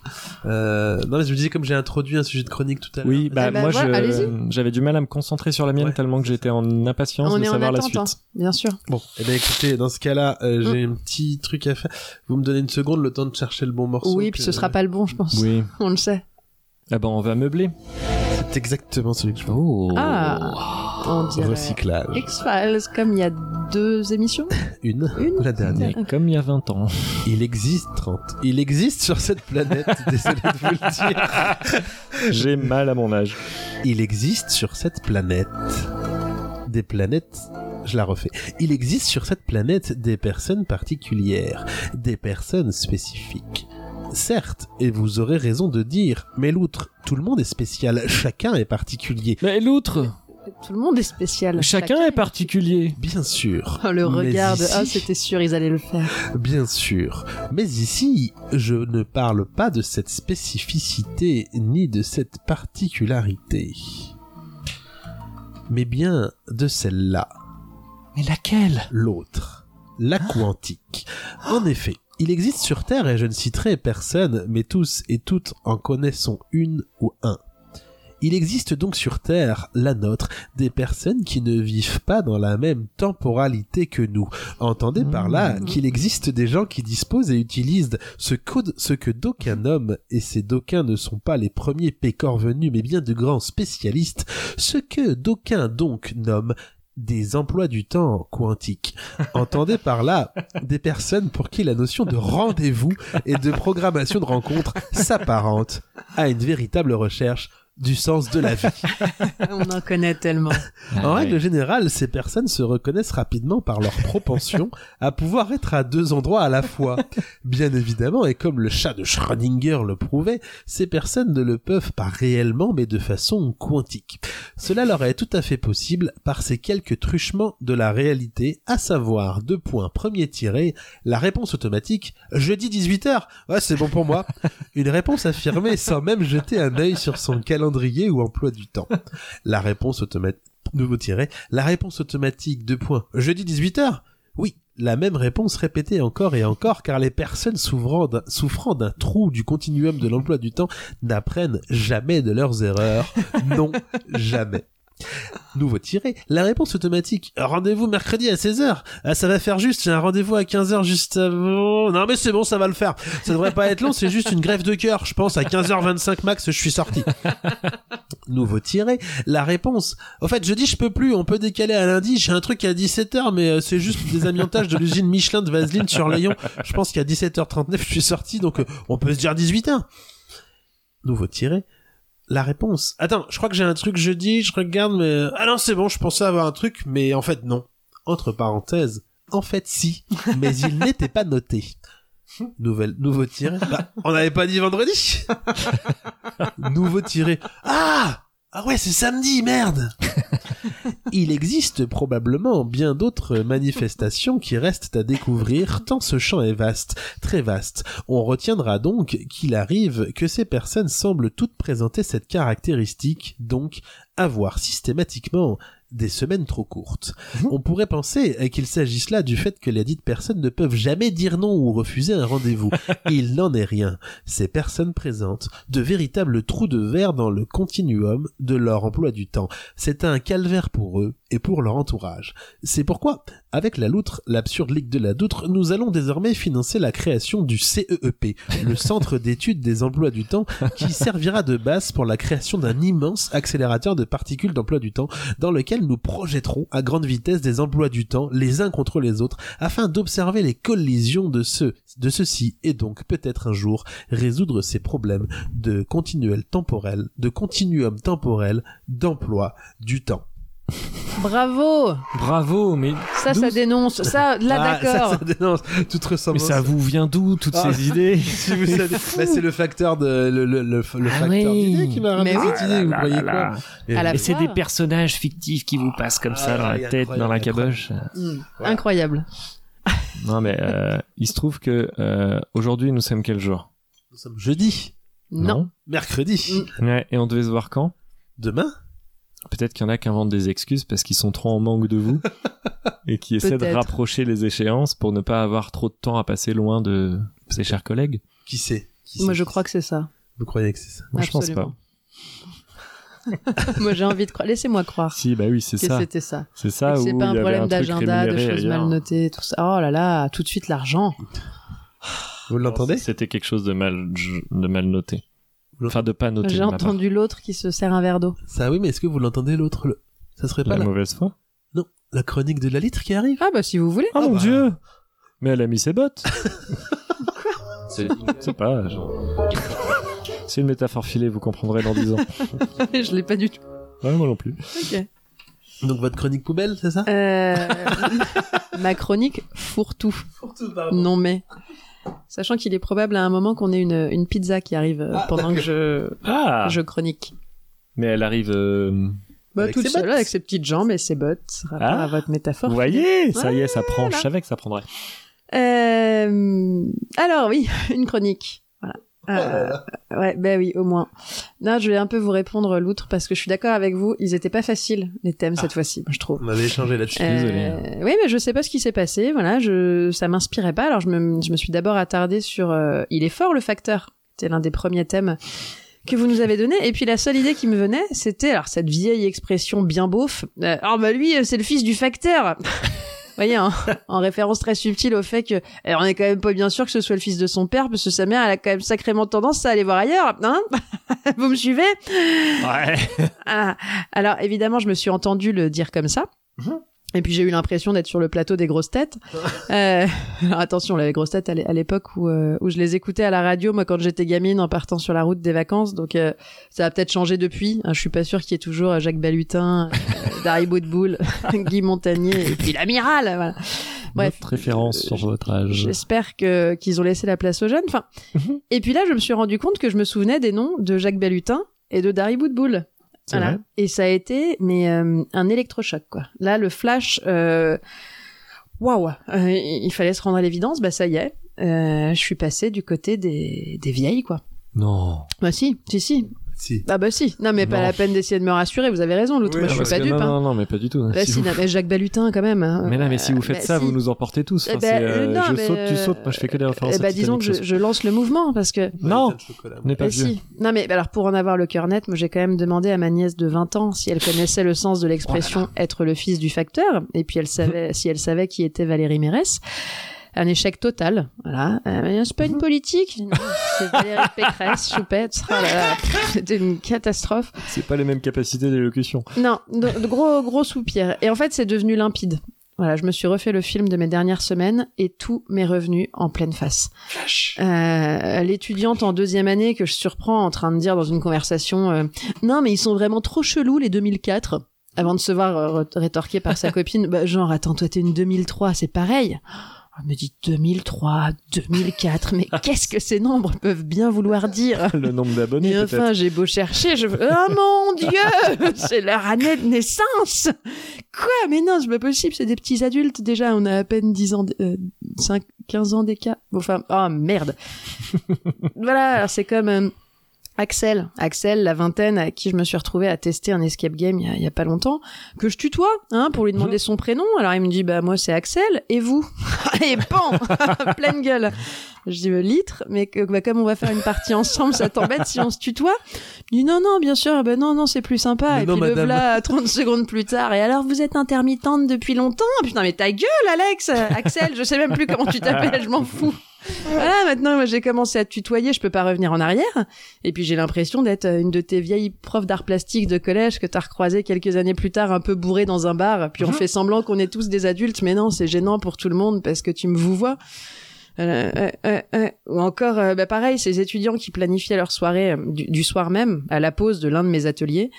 S1: Euh, non, mais je me disais, comme j'ai introduit un sujet de chronique tout à l'heure.
S6: Oui, bah,
S5: bah,
S6: moi,
S5: voilà,
S6: je-
S5: allez-y.
S6: j'avais du mal à me concentrer sur la mienne
S1: Ouais.
S6: tellement que j'étais en impatience
S5: on
S6: de
S5: est en
S6: savoir la
S5: attente,
S6: suite.
S5: hein. bien sûr.
S1: Bon, eh ben écoutez, dans ce cas-là,
S5: Mm.
S1: euh, j'ai un petit truc à faire. Vous me donnez une seconde, le temps de chercher le bon morceau.
S5: oui, puis
S1: que-
S5: ce sera pas le bon, hein, je pense.
S6: Oui.
S5: On le sait.
S6: Ah bah, on va meubler.
S1: C'est exactement celui que je veux.
S6: Oh.
S5: Ah, on dirait.
S1: Recyclage.
S5: X-Files, comme il y a deux émissions.
S1: Une.
S5: Une.
S1: La dernière.
S6: Mais comme il y a 20 ans.
S1: Il existe 30. Il existe sur cette planète, désolé de vous le dire.
S6: J'ai mal à mon âge.
S1: Il existe sur cette planète. Des planètes. Je la refais. Il existe sur cette planète des personnes particulières, des personnes spécifiques. Certes, et vous aurez raison de dire, mais l'outre, tout le monde est spécial, chacun est particulier.
S6: Mais l'outre,
S5: Tout le monde est spécial.
S6: chacun est particulier.
S1: Bien sûr.
S5: Oh, le
S1: Mais
S5: regard de.
S1: ici-
S5: Ah, c'était sûr, ils allaient le faire.
S1: Bien sûr. Mais ici, je ne parle pas de cette spécificité ni de cette particularité. Mais bien de celle-là,
S6: Mais laquelle Hein Ah
S1: l'autre, la quantique. En effet, il existe sur Terre, et je ne citerai personne, mais tous et toutes en connaissons une ou un. Il existe donc sur Terre, la nôtre, des personnes qui ne vivent pas dans la même temporalité que nous. Entendez par là qu'il existe des gens qui disposent et utilisent ce code, ce que d'aucun homme, et ces d'aucuns ne sont pas les premiers pécores venus, mais bien de grands spécialistes, ce que d'aucuns donc nomment des emplois du temps quantiques. Entendez par là des personnes pour qui la notion de rendez-vous et de programmation de rencontres s'apparente à une véritable recherche du sens de la vie.
S5: On en connaît tellement.
S6: Ah
S1: En règle générale, ces personnes se reconnaissent rapidement par leur propension à pouvoir être à deux endroits à la fois. Bien évidemment, et comme le chat de Schrödinger le prouvait, ces personnes ne le peuvent pas réellement mais de façon quantique. Cela leur est tout à fait possible par ces quelques truchements de la réalité, à savoir, deux points, premier tiré, la réponse automatique, jeudi 18h, ouais c'est bon pour moi, une réponse affirmée sans même jeter un œil sur son calendrier ou emploi du temps. La réponse automatique, nouveau tiré, la réponse automatique, deux points, jeudi 18h Oui, la même réponse répétée encore et encore car les personnes souffrant d'un- souffrant d'un trou du continuum de l'emploi du temps n'apprennent jamais de leurs erreurs. Non, jamais. Nouveau tiré, la réponse automatique, rendez-vous mercredi à 16h, ah, ça va faire juste, j'ai un rendez-vous à 15h juste avant, non mais c'est bon, ça va le faire, ça devrait pas être long, c'est juste une grève de cœur, je pense, à 15h25 max, je suis sorti. Nouveau tiré, la réponse, au fait, jeudi, je peux plus, on peut décaler à lundi, j'ai un truc à 17h, mais euh, c'est juste des amiantages de l'usine Michelin de Vaseline sur Lyon, je pense qu'à 17h39, je suis sorti, donc euh, on peut se dire 18h. Nouveau tiré, la réponse. Attends, je crois que j'ai un truc jeudi, je regarde, mais... Ah non, c'est bon, je pensais avoir un truc, mais en fait, non. Entre parenthèses, en fait, si, mais il n'était pas noté. Nouvelle, nouveau tiré. Bah, on n'avait pas dit vendredi Nouveau tiré. Ah Ah ouais, c'est samedi, merde Il existe probablement bien d'autres manifestations qui restent à découvrir, tant ce champ est vaste, très vaste. On retiendra donc qu'il arrive que ces personnes semblent toutes présenter cette caractéristique, donc avoir systématiquement des semaines trop courtes. On pourrait penser euh, qu'il s'agisse là du fait que les dites personnes ne peuvent jamais dire non ou refuser un rendez-vous. Il n'en est rien. Ces personnes présentent de véritables trous de verre dans le continuum de leur emploi du temps. C'est un calvaire pour eux et pour leur entourage. C'est pourquoi, avec la loutre, l'absurde ligue de la doutre, nous allons désormais financer la création du CEEP, le Centre d'études des emplois du temps, qui servira de base pour la création d'un immense accélérateur de particules d'emploi du temps, dans lequel nous projetterons à grande vitesse des emplois du temps les uns contre les autres, afin d'observer les collisions de ceux, de ceux-ci, et donc peut-être un jour résoudre ces problèmes de continuel temporel, de continuum temporel d'emploi du temps.
S5: Bravo
S6: Bravo, mais,
S5: Ça, ça
S6: Douze.
S5: dénonce. Ça, là,
S1: Ah, ça,
S5: d'accord.
S1: ça dénonce toute
S6: mais
S1: ressemblance.
S6: ça vous vient d'où toutes
S1: Ah.
S6: ces idées
S1: Si vous savez- Bah, c'est le facteur de le, le, le, le
S6: Ah
S1: facteur
S6: oui.
S1: d'idée qui m'a ramené
S5: Mais oui.
S1: cette idée. Vous
S6: Ah Là,
S1: croyez
S6: là, là.
S1: quoi Et-
S5: À la-
S6: Et c'est
S5: fois.
S6: des personnages fictifs qui vous passent comme ça
S1: Ah,
S6: dans
S1: il y
S6: la
S1: a
S6: tête,
S1: incroyable,
S6: dans la
S1: il y a
S6: caboche.
S5: Hmm. Incroyable.
S6: Non, mais euh, il se trouve que euh, aujourd'hui, nous sommes quel jour
S1: Nous sommes jeudi,
S5: Non.
S1: mercredi,
S5: Mm.
S6: Ouais, et on devait se voir quand
S1: demain.
S6: Peut-être qu'il y en a qui inventent des excuses parce qu'ils sont trop en manque de vous et qui essaient de
S5: Peut-être.
S6: rapprocher les échéances pour ne pas avoir trop de temps à passer loin de ses chers collègues.
S1: Qui sait Qui
S5: Moi,
S1: sait
S5: je crois que c'est ça.
S1: Vous croyez que c'est ça
S6: Moi, je pense
S5: Absolument.
S6: pas.
S5: Moi, j'ai envie de croire. Laissez-moi croire
S6: Si, bah oui, c'est
S5: que
S6: ça.
S5: c'était ça.
S6: C'est
S5: Et
S6: ça
S5: que
S6: où
S5: c'est pas
S6: il
S5: un
S6: y avait
S5: problème
S6: un truc
S5: d'agenda, de
S6: rémunéré
S5: choses
S6: ailleurs.
S5: mal notées, tout ça. Oh là là, tout de suite l'argent.
S1: Vous l'entendez
S6: C'était quelque chose de mal, de mal noté. Enfin, de pas noté.
S5: J'ai
S6: de ma part.
S5: entendu l'autre qui se sert un verre d'eau.
S1: Ça oui, mais est-ce que vous l'entendez l'autre le... Ça serait pas
S6: La
S1: la,
S6: mauvaise foi.
S1: la chronique de la litre qui arrive
S5: Ah bah si vous voulez.
S6: Oh mon
S1: bah.
S6: dieu Mais elle a mis ses bottes
S7: C'est-
S6: C'est pas. genre- C'est une métaphore filée, vous comprendrez dans 10 ans.
S5: je l'ai pas du tout.
S6: Ouais, moi non plus.
S5: Ok.
S1: Donc votre chronique poubelle, c'est ça
S5: Euh, ma chronique fourre-tout. Non mais. Sachant qu'il est probable à un moment qu'on ait une, une pizza qui arrive euh, pendant que je,
S6: Ah
S5: je chronique.
S6: Mais elle arrive. euh,
S5: Bah,
S1: Avec
S5: toute
S1: ses
S5: seule,
S1: bottes.
S5: avec ses petites jambes et ses bottes, rapport
S6: Ah.
S5: à votre métaphore.
S6: Vous voyez Ça y est, ça prend.
S5: Voilà.
S6: Je savais que ça prendrait.
S5: Euh, alors oui, une chronique. Voilà. Euh, ouais, ben oui, au moins. Non, je vais un peu vous répondre l'outre parce que je suis d'accord avec vous, ils étaient pas faciles les thèmes cette fois-ci, je trouve.
S1: On avait échangé là-dessus.
S6: suis désolé.
S5: Euh, oui, mais je sais pas ce qui s'est passé. Voilà, je, ça m'inspirait pas. Alors je me, je me suis d'abord attardée sur euh, Il est fort le facteur. C'était l'un des premiers thèmes que vous nous avez donné. Et puis la seule idée qui me venait, c'était alors cette vieille expression bien beauf. Euh, Ah bah lui, euh, c'est le fils du facteur. Vous voyez, hein, en référence très subtile au fait que euh, on est quand même pas bien sûr que ce soit le fils de son père, parce que sa mère, elle a quand même sacrément tendance à aller voir ailleurs. Hein vous me suivez
S6: Ouais Mhm.
S5: ah, alors évidemment, je me suis entendu le dire comme ça. Et puis j'ai eu l'impression d'être sur le plateau des grosses têtes. Euh, alors attention, les grosses têtes à l'é- à l'époque où, euh, où je les écoutais à la radio, moi quand j'étais gamine en partant sur la route des vacances, donc euh, ça a peut-être changé depuis. hein, je suis pas sûre qu'il y ait toujours euh, Jacques Balutin, euh, Dari Boudboul, Guy Montagnier et puis l'amiral. Voilà. Bref,
S6: Notre référence
S5: euh,
S6: sur votre âge. Mhm.
S5: J'espère que qu'ils ont laissé la place aux jeunes. Enfin, et puis là, je me suis rendu compte que je me souvenais des noms de Jacques Bellutin et de Dari Boudboul.
S1: C'est vrai.
S5: Et ça a été mais euh, un électrochoc quoi. Là, le flash. euh, Waouh Euh, Il fallait se rendre à l'évidence. Bah ça y est, euh, je suis passée du côté des, des vieilles quoi.
S6: Non.
S5: Bah si, si si.
S1: Si.
S5: Ah bah si. Non mais pas
S6: Non.
S5: la peine d'essayer de me rassurer. Vous avez raison. L'autre,
S1: Oui,
S5: moi, je
S1: ah,
S5: suis
S6: parce
S5: pas
S6: que
S5: dupe.
S6: Non,
S5: hein.
S6: non, non, mais pas du tout.
S5: Bah
S6: Si
S5: si,
S6: vous-
S5: non, mais Jacques Balutin quand même. hein.
S6: Mais là, mais si vous
S5: Euh,
S6: faites
S5: bah,
S6: ça,
S5: si.
S6: vous nous emportez tous.
S5: Eh
S6: Enfin,
S5: ben,
S6: c'est, euh,
S5: non,
S6: je
S5: mais,
S6: saute, tu
S5: euh,
S6: sautes. Moi, je fais que des références.
S5: Eh
S6: à
S5: bah,
S6: cette
S5: disons que
S6: émission.
S5: je, je lance le mouvement parce que
S6: Non.
S1: Pas de chocolat,
S6: On n'est
S1: moi.
S6: pas
S5: Eh
S6: vieux.
S5: si. Non mais alors pour en avoir le cœur net, moi j'ai quand même demandé à ma nièce de 20 ans si elle connaissait le sens de l'expression être le fils du facteur et puis elle savait si elle savait qui était Valérie Mérès. Un échec total, voilà. Euh, mais c'est pas une politique, Non, c'est Valérie Pécresse, Choupette, oh là là, c'était une catastrophe.
S6: C'est pas les mêmes capacités d'élocution.
S5: Non, de, de gros gros soupir. Et en fait, c'est devenu limpide. Voilà, je me suis refait le film de mes dernières semaines et tout m'est revenu en pleine face. Euh, L'étudiante en deuxième année que je surprends en train de dire dans une conversation euh, Non, mais ils sont vraiment trop chelous les 2004 !» avant de se voir euh, re- rétorquer par sa copine bah, Genre, attends, toi t'es une 2003, c'est pareil !» Elle me dit « 2003, 2004, mais qu'est-ce que ces nombres peuvent bien vouloir dire ?»
S6: Le nombre d'abonnés,
S5: Mais
S6: peut-être.
S5: enfin, j'ai beau chercher, je... Oh mon Dieu C'est leur année de naissance Quoi Mais non, c'est pas possible, c'est des petits adultes. Déjà, on a à peine 10 ans... d- euh, 5, 15 ans d'écart. Bon, enfin, oh merde Voilà, alors c'est comme... euh, Axel, Axel, la vingtaine, à qui je me suis retrouvée à tester un escape game il y a, il y a pas longtemps, que je tutoie, hein, pour lui demander
S1: Mhm.
S5: son prénom. Alors il me dit, bah moi c'est Axel, et vous Et pan Pleine gueule je dis le litre, mais que, bah, comme on va faire une partie ensemble, ça t'embête si on se tutoie Il dit non, non, bien sûr, bah, non, non, c'est plus sympa.
S1: Mais
S5: et
S1: non,
S5: puis le
S1: madame.
S5: voilà 30 secondes plus tard. Et alors, vous êtes intermittente depuis longtemps Ah, Putain, mais ta gueule, Alex Axel, je sais même plus comment tu t'appelles, je m'en fous. Voilà, maintenant, moi, j'ai commencé à te tutoyer, je peux pas revenir en arrière. Et puis, j'ai l'impression d'être euh, une de tes vieilles profs d'art plastique de collège que t'as recroisé quelques années plus tard, un peu bourré dans un bar. Puis, on fait semblant qu'on est tous des adultes, mais non, c'est gênant pour tout le monde parce que tu me vous vois. Euh, euh, euh, euh. Ou encore, euh, bah, pareil, ces étudiants qui planifiaient leur soirée euh, du, du soir même, à la pause de l'un de mes ateliers,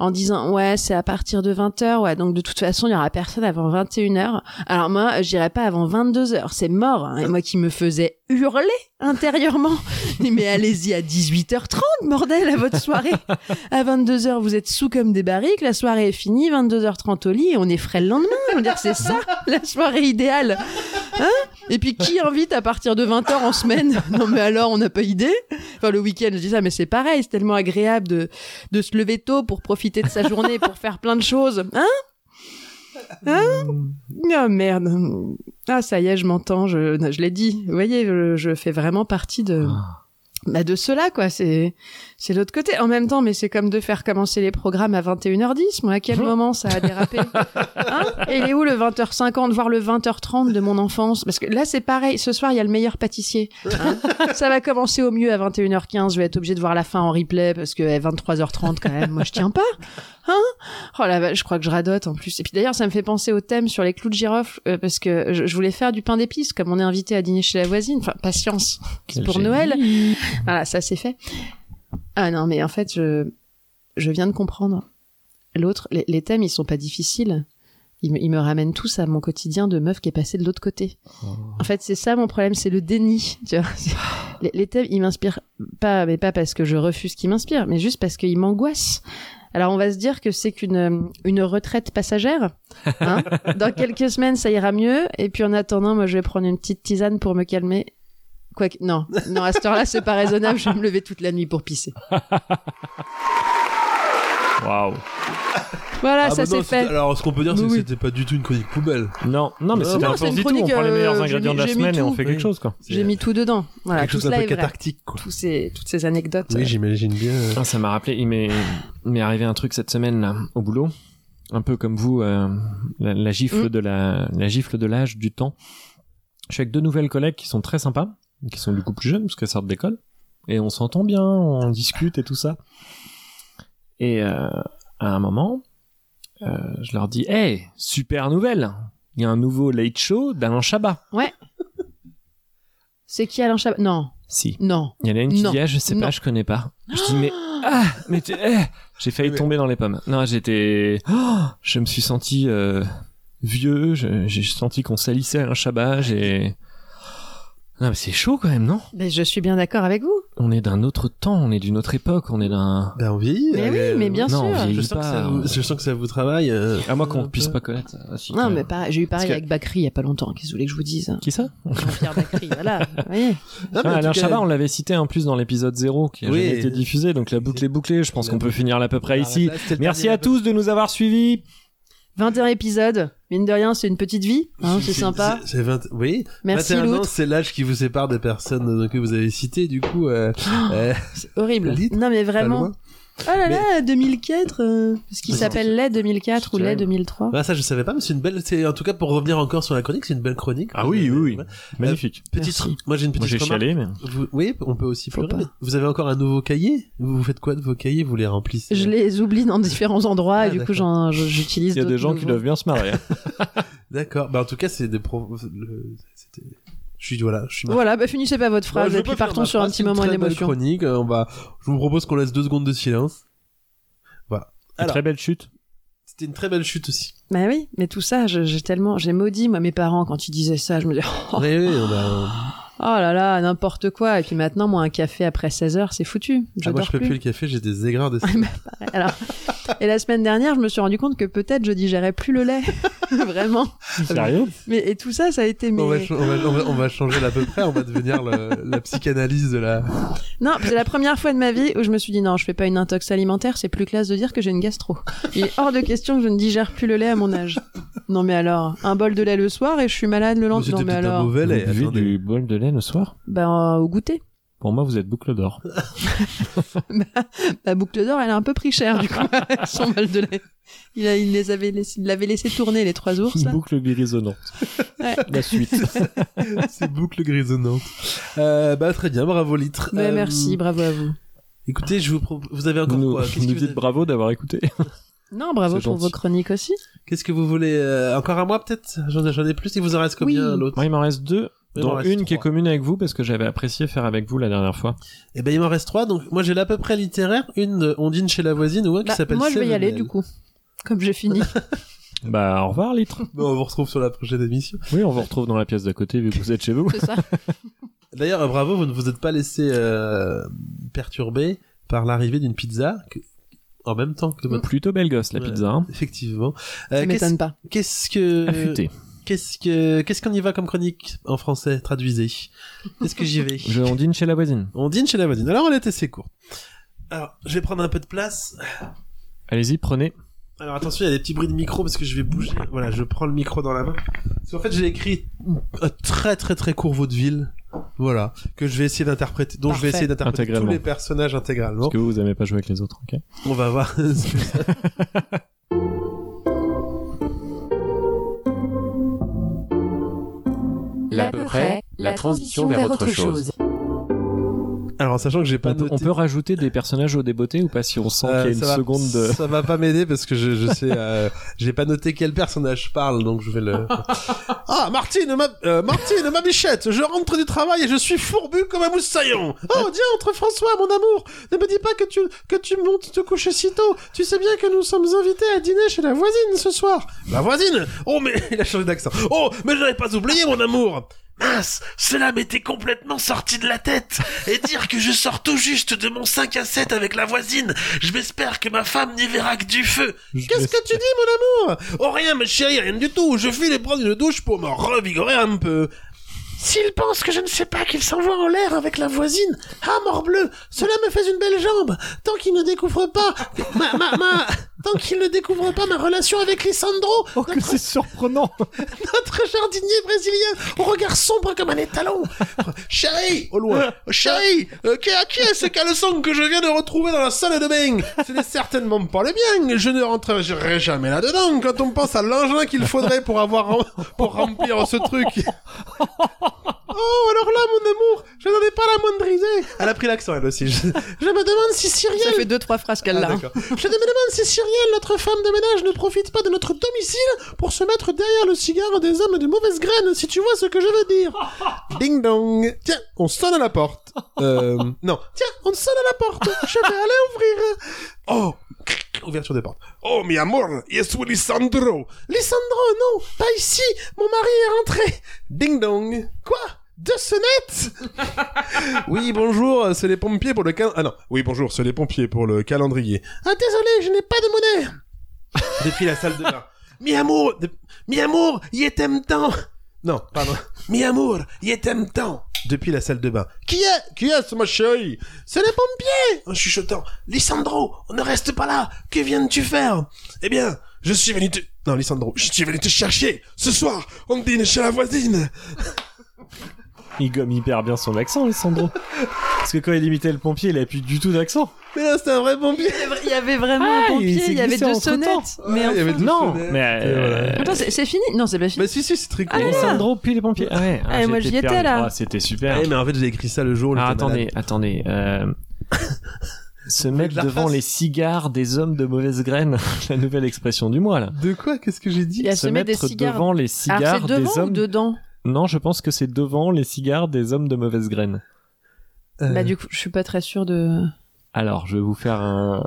S5: en disant ouais c'est à partir de 20h, ouais donc de toute façon il y aura personne avant 21h. Alors moi euh, j'irai pas avant 22h, c'est mort. hein. Et moi qui me faisais hurler intérieurement, Je dis, mais allez-y à 18h30 bordel à votre soirée. À 22h vous êtes sous comme des barriques, la soirée est finie, 22h30 au lit et on est frais le lendemain. Je veux dire c'est ça la soirée idéale. Hein Et puis qui invite à partir de 20h en semaine Non mais alors on n'a pas idée. Enfin le week-end je dis ça mais c'est pareil, c'est tellement agréable de, de se lever tôt pour profiter de sa journée, pour faire plein de choses. Hein Hein Ah merde. Ah ça y est je m'entends, je, je l'ai dit. Vous voyez je, je fais vraiment partie de... Bah de cela quoi, c'est c'est l'autre côté. En même temps, mais c'est comme de faire commencer les programmes à 21h10. Moi, à
S6: Mmh.
S5: quel moment ça a dérapé Hein Et il est où le 20h50 voire le 20h30 de mon enfance Parce que là c'est pareil, ce soir il y a le meilleur pâtissier. hein. ça va commencer au mieux à 21h15, je vais être obligé de voir la fin en replay parce que eh, 23h30 quand même, moi je tiens pas. Hein Oh la vache, je crois que je radote en plus. Et puis d'ailleurs, ça me fait penser au thème sur les clous de girofle euh, parce que je, je voulais faire du pain d'épices comme on est invité à dîner chez la voisine, enfin patience
S6: Quel
S5: pour
S6: génie.
S5: Noël. Voilà, ça c'est fait. Ah non, mais en fait, je, je viens de comprendre. L'autre, les, les thèmes, ils sont pas difficiles. Ils me, ils me ramènent tous à mon quotidien de meuf qui est passée de l'autre côté. En fait, c'est ça mon problème, c'est le déni. tu vois. C'est- les, les thèmes, ils m'inspirent pas, mais pas parce que je refuse qu'ils m'inspirent, mais juste parce qu'ils m'angoissent. Alors on va se dire que c'est qu'une euh, une retraite passagère. hein. Dans quelques semaines, ça ira mieux. Et puis en attendant, moi, je vais prendre une petite tisane pour me calmer Quoique, non, non, à cette heure-là, c'est pas raisonnable, je vais me lever toute la nuit pour pisser.
S6: Waouh.
S5: Voilà,
S9: Ah bah
S5: ça
S9: non,
S5: c'est
S9: c'était-
S5: fait.
S9: Alors, ce qu'on peut dire, c'est
S5: Oui,
S9: que
S5: oui.
S9: c'était pas du tout une chronique poubelle.
S6: Non, non,
S9: Non,
S5: non,
S6: mais c'est un
S5: c'est une
S6: sens du tout. On
S5: chronique,
S6: prend les meilleurs
S5: euh,
S6: ingrédients de la
S5: j'ai mis- j'ai
S6: semaine
S5: mis
S6: et on
S5: tout.
S6: fait quelque chose, quoi.
S5: J'ai mis tout dedans. Voilà,
S1: Quelque
S5: tout
S1: chose d'un
S5: cela
S1: peu
S5: est vrai.
S1: cathartique, quoi.
S5: Tous ces, toutes ces anecdotes.
S1: Oui, j'imagine bien. euh,
S6: Ah, ça m'a rappelé, il m'est il m'est arrivé un truc cette semaine là, au boulot, un peu comme vous, euh, la, la gifle
S5: Mm.
S6: de la, la gifle de l'âge, du temps. Je suis avec deux nouvelles collègues qui sont très sympas, qui sont du coup plus jeunes parce qu'elles sortent d'école, et on s'entend bien, on discute et tout ça. Et euh, à un moment, euh, je leur dis, hey, super nouvelle. Il y a un nouveau late show d'Alain Chabat.
S5: C'est qui Alain Chabat Non,
S6: Si.
S5: non.
S6: Il y en a une qui
S5: Non.
S6: dit, ah, je sais
S5: Non.
S6: pas, je connais pas. Je dis, mais, ah, mais tu- eh. j'ai failli tomber dans les pommes. Non, j'étais, oh, je me suis senti, euh, vieux, je- j'ai senti qu'on salissait Alain Chabat, j'ai, non, mais c'est chaud quand même, non?
S5: Mais je suis bien d'accord avec vous.
S6: On est d'un autre temps, on est d'une autre époque, on est d'un,
S1: Ben, on vieillit.
S5: Mais oui, mais bien
S6: non, on
S5: sûr.
S6: vieillit
S1: Je sens, que ça
S6: pas.
S1: vous, Euh, je sens que ça vous travaille. euh,
S6: Ah, À moi
S1: un
S6: qu'on
S1: peu.
S6: puisse pas connaître. ça. Ah, si, quand
S5: Non,
S1: euh,
S6: même.
S5: mais pareil, j'ai eu pareil
S6: que-
S5: avec Bakri il y a pas longtemps. Qu'est-ce que vous voulez que je vous dise hein?
S6: Qui ça
S5: Jean-Pierre Bakri, voilà. Vous voyez
S1: Non, mais en
S6: Ah,
S1: tout
S6: Alain
S1: cas,
S6: Chabat, on l'avait cité en plus dans l'épisode 0 qui a
S1: Oui.
S6: jamais été diffusé, donc la boucle est bouclée. Je pense
S1: La
S6: qu'on peut
S1: boucle.
S6: finir là à peu près
S1: alors,
S6: ici.
S1: là, c'était le
S6: Merci
S1: dernier
S6: à tous de nous avoir suivis.
S5: 21 épisodes, mine de rien, c'est une petite vie, hein, c'est sympa.
S1: C'est c'est 20... Oui,
S5: Merci
S1: 21 ans,
S5: l'autre,
S1: c'est l'âge qui vous sépare des personnes euh, que vous avez citées, du coup. euh, euh,
S5: c'est horrible.
S1: Litre,
S5: Non mais
S1: pas
S5: vraiment.
S1: loin.
S5: Oh là là, 2004, euh, ce qui
S1: Mais
S5: s'appelle lait 2004 ou
S6: c'est
S5: lait
S6: terrible.
S5: 2003.
S1: Ah, ça, je savais pas, mais c'est une belle. c'est- En tout cas, pour revenir encore sur la chronique, c'est une belle chronique.
S6: Ah oui, oui, oui.
S1: Ouais. Euh,
S6: Magnifique.
S1: Petite...
S5: Merci.
S1: Moi, j'ai une petite
S6: Moi j'ai
S1: remarque.
S6: chialé, mais
S1: Vous- Oui, on peut aussi
S5: Faut
S1: pleurer.
S5: pas.
S1: mais Vous avez encore un nouveau cahier Vous vous faites quoi de vos cahiers Vous les remplissez
S5: Je les oublie dans différents endroits
S1: Ah,
S5: et du coup
S1: d'accord.
S5: j'en- je-
S6: il
S5: j'utilise
S6: y a des
S5: d'autres
S6: gens qui
S5: nouveaux.
S6: doivent bien se marrer.
S1: D'accord. Bah, en tout cas, c'est des. Pro... le- c'était- Je suis voilà, je suis. marqué.
S5: Voilà, bah finissez pas votre
S1: Moi,
S5: phrase
S1: je veux
S5: et puis
S1: pas faire
S5: partons
S1: ma
S5: sur un
S1: phrase,
S5: petit
S1: c'est une
S5: moment
S1: très belle
S5: d'émotion.
S1: Chronique. euh, On va. Je vous propose qu'on laisse deux secondes de silence. Alors.
S6: Très belle chute.
S1: C'était une très belle chute aussi.
S5: Bah oui, mais tout ça, je- j'ai tellement, j'ai maudit moi mes parents quand ils disaient ça, je me disais oh,
S1: Oui, oui, on a-
S5: oh là là, n'importe quoi. Et puis maintenant, moi un café après 16 heures, c'est foutu. Je
S1: Ah, moi,
S5: dors bah,
S1: je peux plus le café. J'ai des aigreurs de.
S5: Alors, et la semaine dernière, je me suis rendu compte que peut-être je digérais plus le lait, vraiment.
S6: Sérieux
S5: Mais et tout ça, ça a été mes.
S1: On, va, cha- on, va, on va- on va changer là à peu près, on va devenir le- la psychanalyse de la...
S5: Non, c'est la première fois de ma vie où je me suis dit non, je fais pas une intox alimentaire, c'est plus classe de dire que j'ai une gastro. Il est hors de question que je ne digère plus le lait à mon âge. Non mais alors, un bol de lait le soir et je suis malade le lendemain.
S1: C'était
S5: Non mais
S1: peut-être un
S5: alors,
S1: mauvais lait,
S6: Vous buvez
S1: attendez.
S6: du bol de lait le soir
S5: ben euh, au goûter.
S6: Pour moi, vous êtes boucle d'or.
S5: La boucle d'or, elle a un peu pris cher du coup avec son bol de lait. Il, a- il les avait laissé, il l'avait laissé tourner les trois ours. là.
S6: boucle grisonnante.
S5: Ouais.
S6: La suite.
S1: Ces boucles grisonnantes. Euh, bah, très bien, bravo Litre.
S5: Mais
S1: Euh,
S5: Bah, merci, bravo à vous.
S1: Écoutez, je vous propose... Vous avez encore
S6: Nous,
S1: quoi Qu'est-ce
S6: nous
S1: que, vous
S6: dites
S1: avez-
S6: bravo d'avoir écouté.
S5: Non, bravo
S6: C'est
S5: pour vos
S6: gentil.
S5: chroniques aussi.
S1: Qu'est-ce que vous voulez euh, Encore un mois peut-être J'en ai, j'en ai plus, il vous en reste
S5: Oui.
S1: combien l'autre
S6: Moi, il m'en reste deux,
S1: Il m'en
S6: dont
S1: reste
S6: une qui est
S1: trois.
S6: commune avec vous parce que j'avais apprécié faire avec vous la dernière fois.
S1: Eh ben il m'en reste trois, donc moi j'ai l'à peu près littéraire, une de On dîne chez la voisine ou un qui
S5: Bah,
S1: s'appelle
S5: moi, je vais y
S1: Seven
S5: aller
S1: Hell.
S5: du coup. Comme j'ai fini.
S6: Bah, au revoir, Litre.
S1: Bon, on vous retrouve sur la prochaine émission.
S6: Oui, on vous retrouve dans la pièce d'à côté vu que vous êtes chez vous.
S5: C'est ça.
S1: D'ailleurs, euh, bravo, vous ne vous êtes pas laissé euh, perturber par l'arrivée d'une pizza que- en même temps que votre...
S6: Plutôt belle gosse, la
S1: Ouais.
S6: pizza. hein.
S1: Effectivement. Euh,
S5: Mmh. Ça
S1: qu'est-ce-
S5: m'étonne pas.
S1: Qu'est-ce que...
S6: Affûtée.
S1: Qu'est-ce que qu'est-ce qu'on y va comme chronique en français traduisez Qu'est-ce que j'y vais
S6: Je, on dîne chez la voisine.
S1: On dîne chez la voisine. Alors on était assez court. Alors je vais prendre un peu de place.
S6: Allez-y, prenez.
S1: Alors attention, il y a des petits bruits de micro parce que je vais bouger. Voilà, je prends le micro dans la main. Parce qu'en fait j'ai écrit un très très très court vaudeville. Voilà, que je vais essayer d'interpréter, dont je vais
S5: Parfait.
S1: essayer d'interpréter tous
S6: Intégralement.
S1: les personnages intégralement.
S6: Parce que vous, vous aimez pas jouer avec les autres, ok
S1: On va voir. ce que ça-
S8: L'à peu près, la transition vers autre chose.
S1: Alors en sachant que j'ai pas
S6: on, peut-
S1: noté-
S6: on peut rajouter des personnages au débeauté ou pas si on sent
S1: Euh,
S6: qu'il y a une
S1: ça va-
S6: seconde de...
S1: Ça va pas m'aider parce que je, je sais, euh, j'ai pas noté quel personnage parle, donc je vais le. ah, Martine, ma, euh, Martine, ma bichette, je rentre du travail et je suis fourbu comme un moussaillon. Oh, dis entre François, mon amour, ne me dis pas que tu, que tu montes te coucher si tôt. Tu sais bien que nous sommes invités à dîner chez la voisine ce soir. La voisine Oh, mais il a changé d'accent. Oh, mais je n'avais pas oublié, mon amour.
S9: Mince, cela m'était complètement sorti de la tête. Et dire que je sors tout juste de mon 5 à 7 avec la voisine, je m'espère que ma femme n'y verra que du feu.
S1: Qu'est-ce que tu dis, mon amour
S9: Oh rien, ma chérie, rien du tout. Je file et prendre une douche pour me revigorer un peu. S'il pense que je ne sais pas qu'il s'envoie en l'air avec la voisine, ah morbleu, cela me fait une belle jambe. Tant qu'il ne découvre pas ma, ma, ma- tant qu'il ne découvre pas ma relation avec Lissandro,
S6: Oh, que c'est surprenant
S9: notre jardinier brésilien au regard sombre comme un étalon. Chérie,
S1: Au loin.
S9: euh, chérie,
S1: Euh, qui, à qui est ce caleçon que je viens de retrouver dans la salle de bain Ce n'est certainement pas le mien. Je ne rentrerai jamais là-dedans quand on pense à l'engin qu'il faudrait pour avoir rem- pour remplir ce truc.
S9: Oh, alors là, mon amour, je n'en ai pas la moindre idée.
S1: Elle a pris l'accent, elle aussi. Je-
S9: Je me demande si
S10: Ça
S9: Cyrielle
S10: fait deux, trois phrases qu'elle l'a.
S1: Ah, d'accord.
S9: Je me demande si Cyrielle, notre femme de ménage, ne profite pas de notre domicile pour se mettre derrière le cigare des hommes de mauvaise graine, si tu vois ce que je veux dire. Ding dong. Tiens, on sonne à la porte. Euh, non. Tiens, on sonne à la porte. Je vais aller ouvrir. Oh. cric, Ouverture des portes. Oh, mi amor, yes, with Lisandro. Lisandro, non, pas ici. Mon mari est rentré. Ding dong. Quoi? Deux sonnettes Oui, bonjour, euh, c'est les pompiers pour le cal... Ah non, oui, bonjour, c'est les pompiers pour le calendrier. Ah, désolé, je n'ai pas de monnaie Depuis la salle de bain. Mi amour, de- mi amour, y est en temps Non, pardon. Mi amour, y est en temps Depuis la salle de bain. Qui est Qui est, ma chérie C'est les pompiers En chuchotant. Lisandro, ne reste pas là Que viens-tu faire Eh bien, je suis venu te... Non, Lisandro, je suis venu te chercher Ce soir, on dîne chez la voisine
S6: Il gomme hyper bien son accent, Alessandro. Parce que quand il imitait le pompier, il a plus du tout d'accent.
S9: Mais là, c'est un vrai pompier
S10: Il y avait vraiment
S6: Ah,
S10: un pompier,
S6: il s'est
S10: il y avait
S6: glissé
S10: deux
S6: entre-temps.
S10: sonnettes. Mais
S9: Ouais, il y avait
S10: enfin-
S9: deux
S6: Non,
S9: sonnettes,
S6: mais,
S9: et voilà.
S6: euh,
S10: Attends, c'est c'est fini Non, c'est pas fini.
S9: Mais si, si, c'est très
S1: Ah.
S6: Ah,
S9: cool.
S6: Alessandro, puis les pompiers. Ah ouais,
S10: Eh, moi,
S6: j'étais
S10: j'y étais,
S6: perdu.
S10: là.
S6: Ah, C'était super.
S1: Eh, mais en fait, j'ai écrit ça le jour où j'étais
S6: Ah, attendez,
S1: malade.
S6: attendez. euh, Se
S1: que
S6: mettre
S1: je la
S6: devant
S1: refasse
S6: les cigares des hommes de mauvaise graine, la nouvelle expression du mois là.
S1: De quoi Qu'est-ce que j'ai dit
S5: Il y a
S6: se
S5: semé
S6: mettre
S5: des cigares.
S6: devant les
S5: Alors,
S6: cigares
S5: c'est devant
S6: des
S5: ou
S6: hommes.
S5: dedans
S6: Non, je pense que c'est devant les cigares des hommes de mauvaise graine.
S1: Euh,
S5: Bah, du coup, je suis pas très sûre de.
S6: Alors, je vais vous faire un,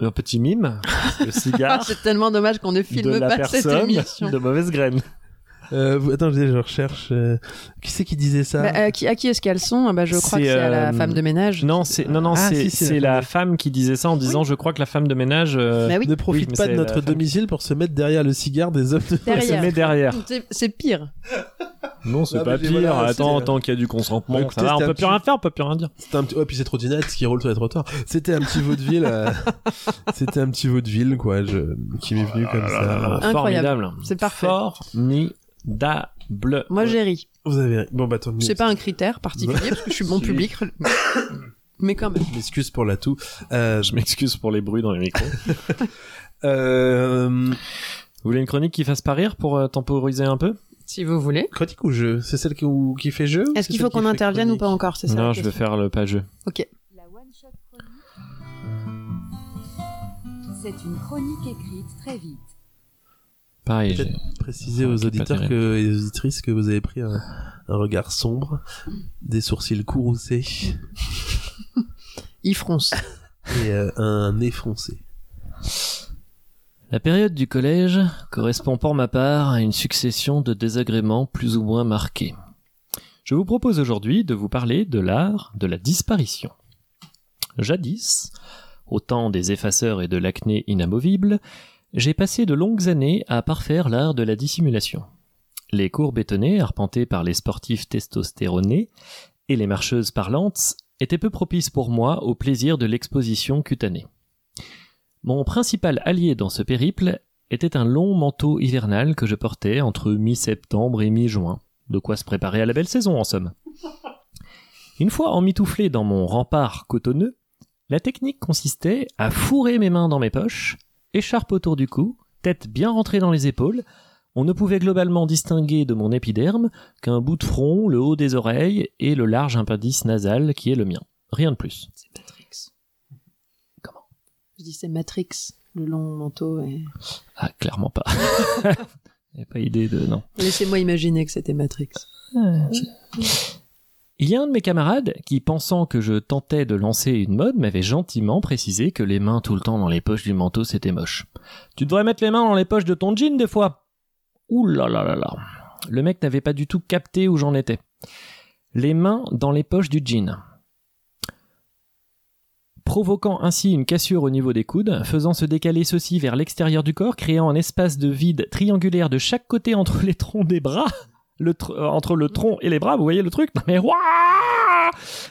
S6: un petit mime. Le
S10: Ah,
S6: cigare
S10: c'est tellement dommage qu'on ne
S6: de
S10: filme
S6: la
S10: pas cette
S6: personne
S10: émission.
S6: de mauvaise graine.
S1: euh, vous- attends, je je recherche. euh, Qui c'est qui disait ça
S5: Bah, euh, qui- à qui est-ce qu'elles sont Ah, Bah, je crois
S6: C'est,
S5: que c'est à la
S6: euh,
S5: femme de ménage.
S6: Non, c'est non non,
S1: Ah,
S6: c'est
S1: si, si,
S6: c'est
S1: la
S6: la femme qui disait ça en disant je crois que la femme de ménage euh,
S5: Bah oui,
S1: Ne profite
S6: Oui, mais
S1: pas
S6: c'est
S1: de
S6: la
S1: notre
S6: femme.
S1: domicile pour se mettre derrière le cigare des hommes de
S6: elle se
S5: derrière.
S6: met derrière.
S10: C'est- C'est pire.
S6: Non, c'est
S1: Ah,
S6: pas
S1: mais j'ai-
S6: pire.
S1: voilà,
S6: Attends,
S1: c'est-
S6: tant qu'il y a du consentement,
S1: Bah,
S6: ça
S1: écoutez,
S6: va, on
S1: c'était
S6: peut
S1: un
S6: plus
S1: petit-
S6: rien faire, on peut plus rien dire.
S1: C'était un petit... Ouais, puis ces trottinettes qui roulent sur les trottoirs. C'était un petit vaudeville. euh, C'était un petit vaudeville, quoi, je... qui m'est
S6: Oh
S1: venu comme ça.
S5: Incroyable.
S6: Formidable.
S5: C'est parfait.
S6: Formidable.
S5: Moi, j'ai ri.
S1: Vous avez... Bon, bah tant mieux.
S10: C'est pas un critère particulier parce que je suis bon
S6: Si.
S10: public. Mais quand même.
S1: Je m'excuse pour l'atout. Euh,
S6: Je m'excuse pour les bruits dans les micros.
S1: euh...
S6: Vous voulez une chronique qui fasse pas rire pour euh, temporiser un peu
S10: Si vous voulez.
S1: Critique ou jeu C'est celle qui, ou- qui fait jeu ou
S5: Est-ce
S1: c'est
S5: qu'il faut
S1: celle qui
S5: qu'on
S1: fait
S5: intervienne ou
S1: chronique
S5: pas encore C'est ça la
S6: Non, je vais
S5: question.
S6: faire le pas jeu.
S8: La One Shot Chronique. C'est une chronique écrite très vite.
S6: Pareil.
S1: Peut-être
S6: j'ai-
S1: préciser
S6: Ok,
S1: aux
S6: pas
S1: auditeurs
S6: terrible.
S1: que, et aux auditrices que vous avez pris un, un regard sombre, des sourcils courroucés
S5: Il fronce.
S1: et euh, un nez foncé.
S6: La période du collège correspond pour ma part à une succession de désagréments plus ou moins marqués. Je vous propose aujourd'hui de vous parler de l'art de la disparition. Jadis, au temps des effaceurs et de l'acné inamovible, j'ai passé de longues années à parfaire l'art de la dissimulation. Les cours bétonnés, arpentés par les sportifs testostéronés et les marcheuses parlantes, étaient peu propices pour moi au plaisir de l'exposition cutanée. Mon principal allié dans ce périple était un long manteau hivernal que je portais entre mi-septembre et mi-juin. De quoi se préparer à la belle saison, en somme. Une fois emmitouflé dans mon rempart cotonneux, la technique consistait à fourrer mes mains dans mes poches, écharpe autour du cou, tête bien rentrée dans les épaules. On ne pouvait globalement distinguer de mon épiderme qu'un bout de front, le haut des oreilles et le large impendice nasal qui est le mien. Rien de plus.
S5: C'est Matrix.
S6: Comment
S5: Je dis c'est Matrix, le long manteau. et-
S6: Ah, clairement pas. J'ai pas idée de. Non.
S5: Laissez-moi imaginer que c'était Matrix.
S6: Il y a un de mes camarades qui, pensant que je tentais de lancer une mode, m'avait gentiment précisé que les mains tout le temps dans les poches du manteau, c'était moche. Tu devrais mettre les mains dans les poches de ton jean des fois. Ouh là là là là. Le mec n'avait pas du tout capté où j'en étais. Les mains dans les poches du jean. Provoquant ainsi une cassure au niveau des coudes, faisant se décaler ceux-ci vers l'extérieur du corps, créant un espace de vide triangulaire de chaque côté entre les troncs des bras le tr- euh, entre le tronc et les bras, vous voyez le truc Non mais ouah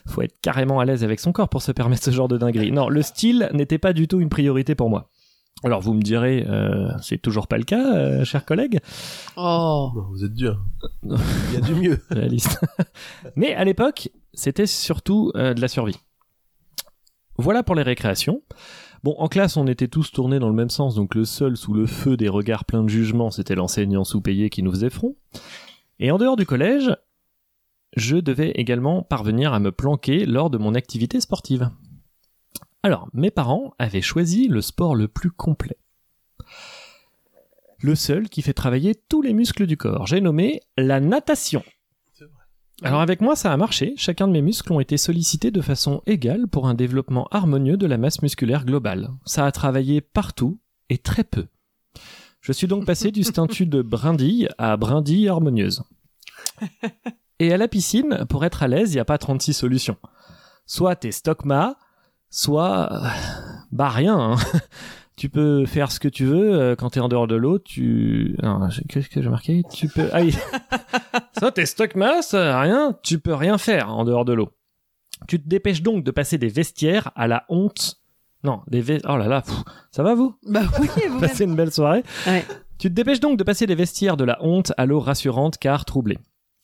S6: Faut être carrément à l'aise avec son corps pour se permettre ce genre de dinguerie. Non, le style n'était pas du tout une priorité pour moi. Alors vous me direz, euh, c'est toujours pas le cas, euh, cher collègue,
S10: Oh.
S1: Non, vous êtes dur.
S6: Non.
S1: Il y a du mieux.
S6: réaliste. mais à l'époque, c'était surtout euh, de la survie. Voilà pour les récréations. Bon, en classe, on était tous tournés dans le même sens, donc le seul sous le feu des regards pleins de jugement, c'était l'enseignant sous-payé qui nous faisait front. Et en dehors du collège, je devais également parvenir à me planquer lors de mon activité sportive. Alors, mes parents avaient choisi le sport le plus complet. Le seul qui fait travailler tous les muscles du corps. J'ai nommé la natation. Alors avec moi, ça a marché. Chacun de mes muscles ont été sollicités de façon égale pour un développement harmonieux de la masse musculaire globale. Ça a travaillé partout et très peu. Je suis donc passé du statut de brindille à brindille harmonieuse. Et à la piscine, pour être à l'aise, il n'y a pas 36 solutions. Soit t'es stockma, soit... euh, Bah rien. hein. Tu peux faire ce que tu veux euh, quand t'es en dehors de l'eau. Tu... Non, je- qu'est-ce que j'ai marqué Tu peux... Ah oui. Soit t'es stockma, soit rien. Tu peux rien faire en dehors de l'eau. Tu te dépêches donc de passer des vestiaires à la honte. Non, des vestiaires... Oh là là, pff, ça va vous
S10: Bah oui, vous
S6: Passez une belle soirée.
S10: Ouais.
S6: Tu te dépêches donc de passer des vestiaires de la honte à l'eau rassurante car troublée.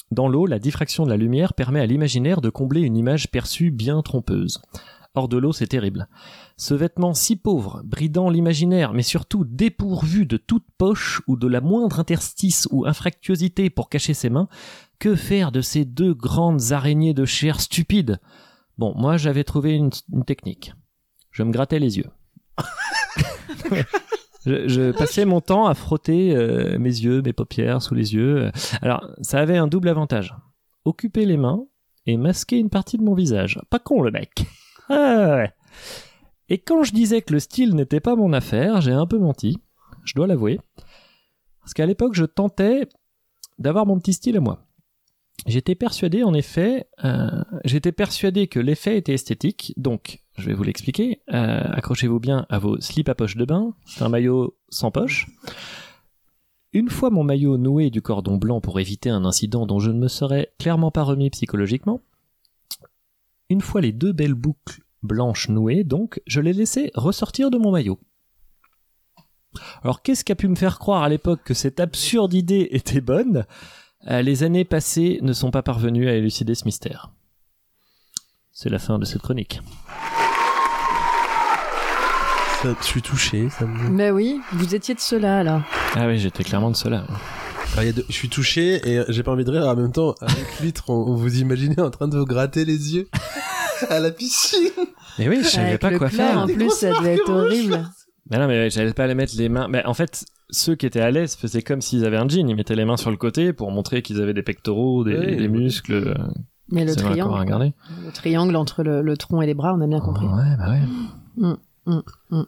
S6: Dans l'eau, la diffraction de la lumière permet à l'imaginaire de combler une image perçue bien trompeuse. Hors de l'eau, c'est terrible. Ce vêtement si pauvre, bridant l'imaginaire, mais surtout dépourvu de toute poche ou de la moindre interstice ou infractuosité pour cacher ses mains, que faire de ces deux grandes araignées de chair stupide Bon, moi j'avais trouvé une, une technique. Je me grattais les yeux. je, je passais mon temps à frotter euh, mes yeux, mes paupières sous les yeux. Alors, ça avait un double avantage. Occuper les mains et masquer une partie de mon visage. Pas con le mec. Ah ouais. Et quand je disais que le style n'était pas mon affaire, j'ai un peu menti. Je dois l'avouer. Parce qu'à l'époque, je tentais d'avoir mon petit style à moi. J'étais persuadé, en effet, euh, j'étais persuadé que l'effet était esthétique, donc je vais vous l'expliquer. Euh, Accrochez-vous bien à vos slips à poche de bain, c'est un maillot sans poche. Une fois mon maillot noué du cordon blanc pour éviter un incident dont je ne me serais clairement pas remis psychologiquement, une fois les deux belles boucles blanches nouées, donc, je les laissais ressortir de mon maillot. Alors qu'est-ce qui a pu me faire croire à l'époque que cette absurde idée était bonne euh, Les années passées ne sont pas parvenues à élucider ce mystère. C'est la fin de cette chronique.
S1: Ça, je suis touché. Ça me...
S5: Mais oui, vous étiez de cela alors.
S6: Ah oui, j'étais clairement de cela.
S1: Alors, il y a deux- Je suis touché et j'ai pas envie de rire. En même temps, avec l'huître, on, on vous imaginez en train de vous gratter les yeux à la piscine.
S6: Mais oui, je savais
S5: Avec
S6: pas
S5: le
S6: quoi
S5: chlore,
S6: faire.
S5: En
S1: Des
S5: plus,
S1: grosses
S5: ça devait
S1: marques
S5: être horrible.
S6: Mais non, mais j'allais pas les mettre les mains. Mais en fait, ceux qui étaient à l'aise faisaient comme s'ils avaient un jean. Ils mettaient les mains sur le côté pour montrer qu'ils avaient des pectoraux, des,
S1: Oui.
S6: des muscles. euh,
S5: Mais le
S6: c'est vrai qu'on va
S5: triangle,
S6: regarder.
S5: le triangle entre le, le tronc et les bras, on a bien compris.
S6: Ouais, bah ouais.
S5: Mm, mm, mm.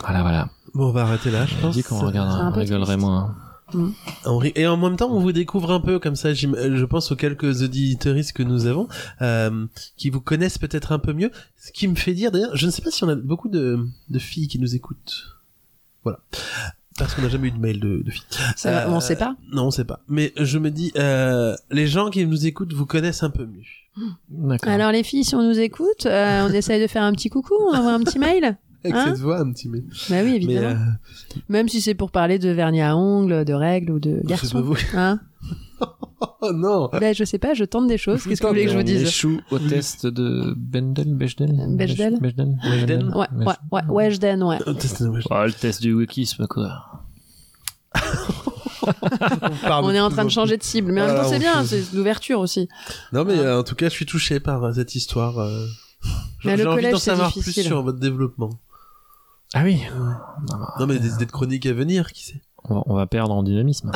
S6: Voilà, voilà.
S1: Bon, on va arrêter là, je
S6: On
S1: pense.
S6: dit qu'on
S5: c'est un
S6: regardera, on
S5: peu
S6: rigolerait
S5: triste.
S6: moins.
S1: On rit- Et en même temps, on vous découvre un peu comme ça. j'im- euh, Je pense aux quelques auditeuristes que nous avons euh, qui vous connaissent peut-être un peu mieux. Ce qui me fait dire, d'ailleurs, je ne sais pas si on a beaucoup de, de filles qui nous écoutent. Voilà. Parce qu'on n'a jamais eu de mail de, de filles.
S10: Ça va,
S1: Euh,
S10: on sait pas.
S1: Non, on sait pas. Mais je me dis, euh, les gens qui nous écoutent vous connaissent un peu mieux.
S6: D'accord.
S5: Alors les filles, si on nous écoute, euh, on essaye de faire un petit coucou, on envoie un petit mail.
S1: Avec
S5: Hein
S1: cette voix un petit peu.
S5: Bah oui,
S1: Mais
S5: évidemment.
S1: euh,
S5: Même si c'est pour parler de vernis à ongles, de règles ou de
S1: c'est pas
S5: garçons.
S1: vous.
S5: Hein
S1: Oh non.
S5: ben, je sais pas, je tente des choses. Qu'est-ce que vous voulez que je vous dise Euh,
S6: Échoue au test de Bendel, Bechdel.
S5: Bechdel
S6: Ah, Bechdel.
S1: Bechdel.
S5: Ouais, ouais, ouais, ouais, je donne, ouais.
S1: Oh, c'est dommage.
S6: Ah, le test du wikisme, quoi.
S1: parle
S5: On est en
S1: de
S5: train de
S1: plus en
S5: changer de cible, mais en même
S1: Voilà,
S5: temps, c'est
S1: on
S5: bien,
S1: change.
S5: c'est l'ouverture aussi.
S1: Non
S5: Hein.
S1: mais euh, en tout cas, je suis touché par euh, cette histoire. euh.
S5: Mais
S1: J'ai
S5: le
S1: envie
S5: collège,
S1: d'en
S5: c'est
S1: savoir plus
S5: difficile.
S1: sur votre développement.
S6: Ah oui.
S1: Non mais
S5: Ah.
S1: des idées de chroniques à venir, qui sait.
S6: On va, on va perdre en dynamisme.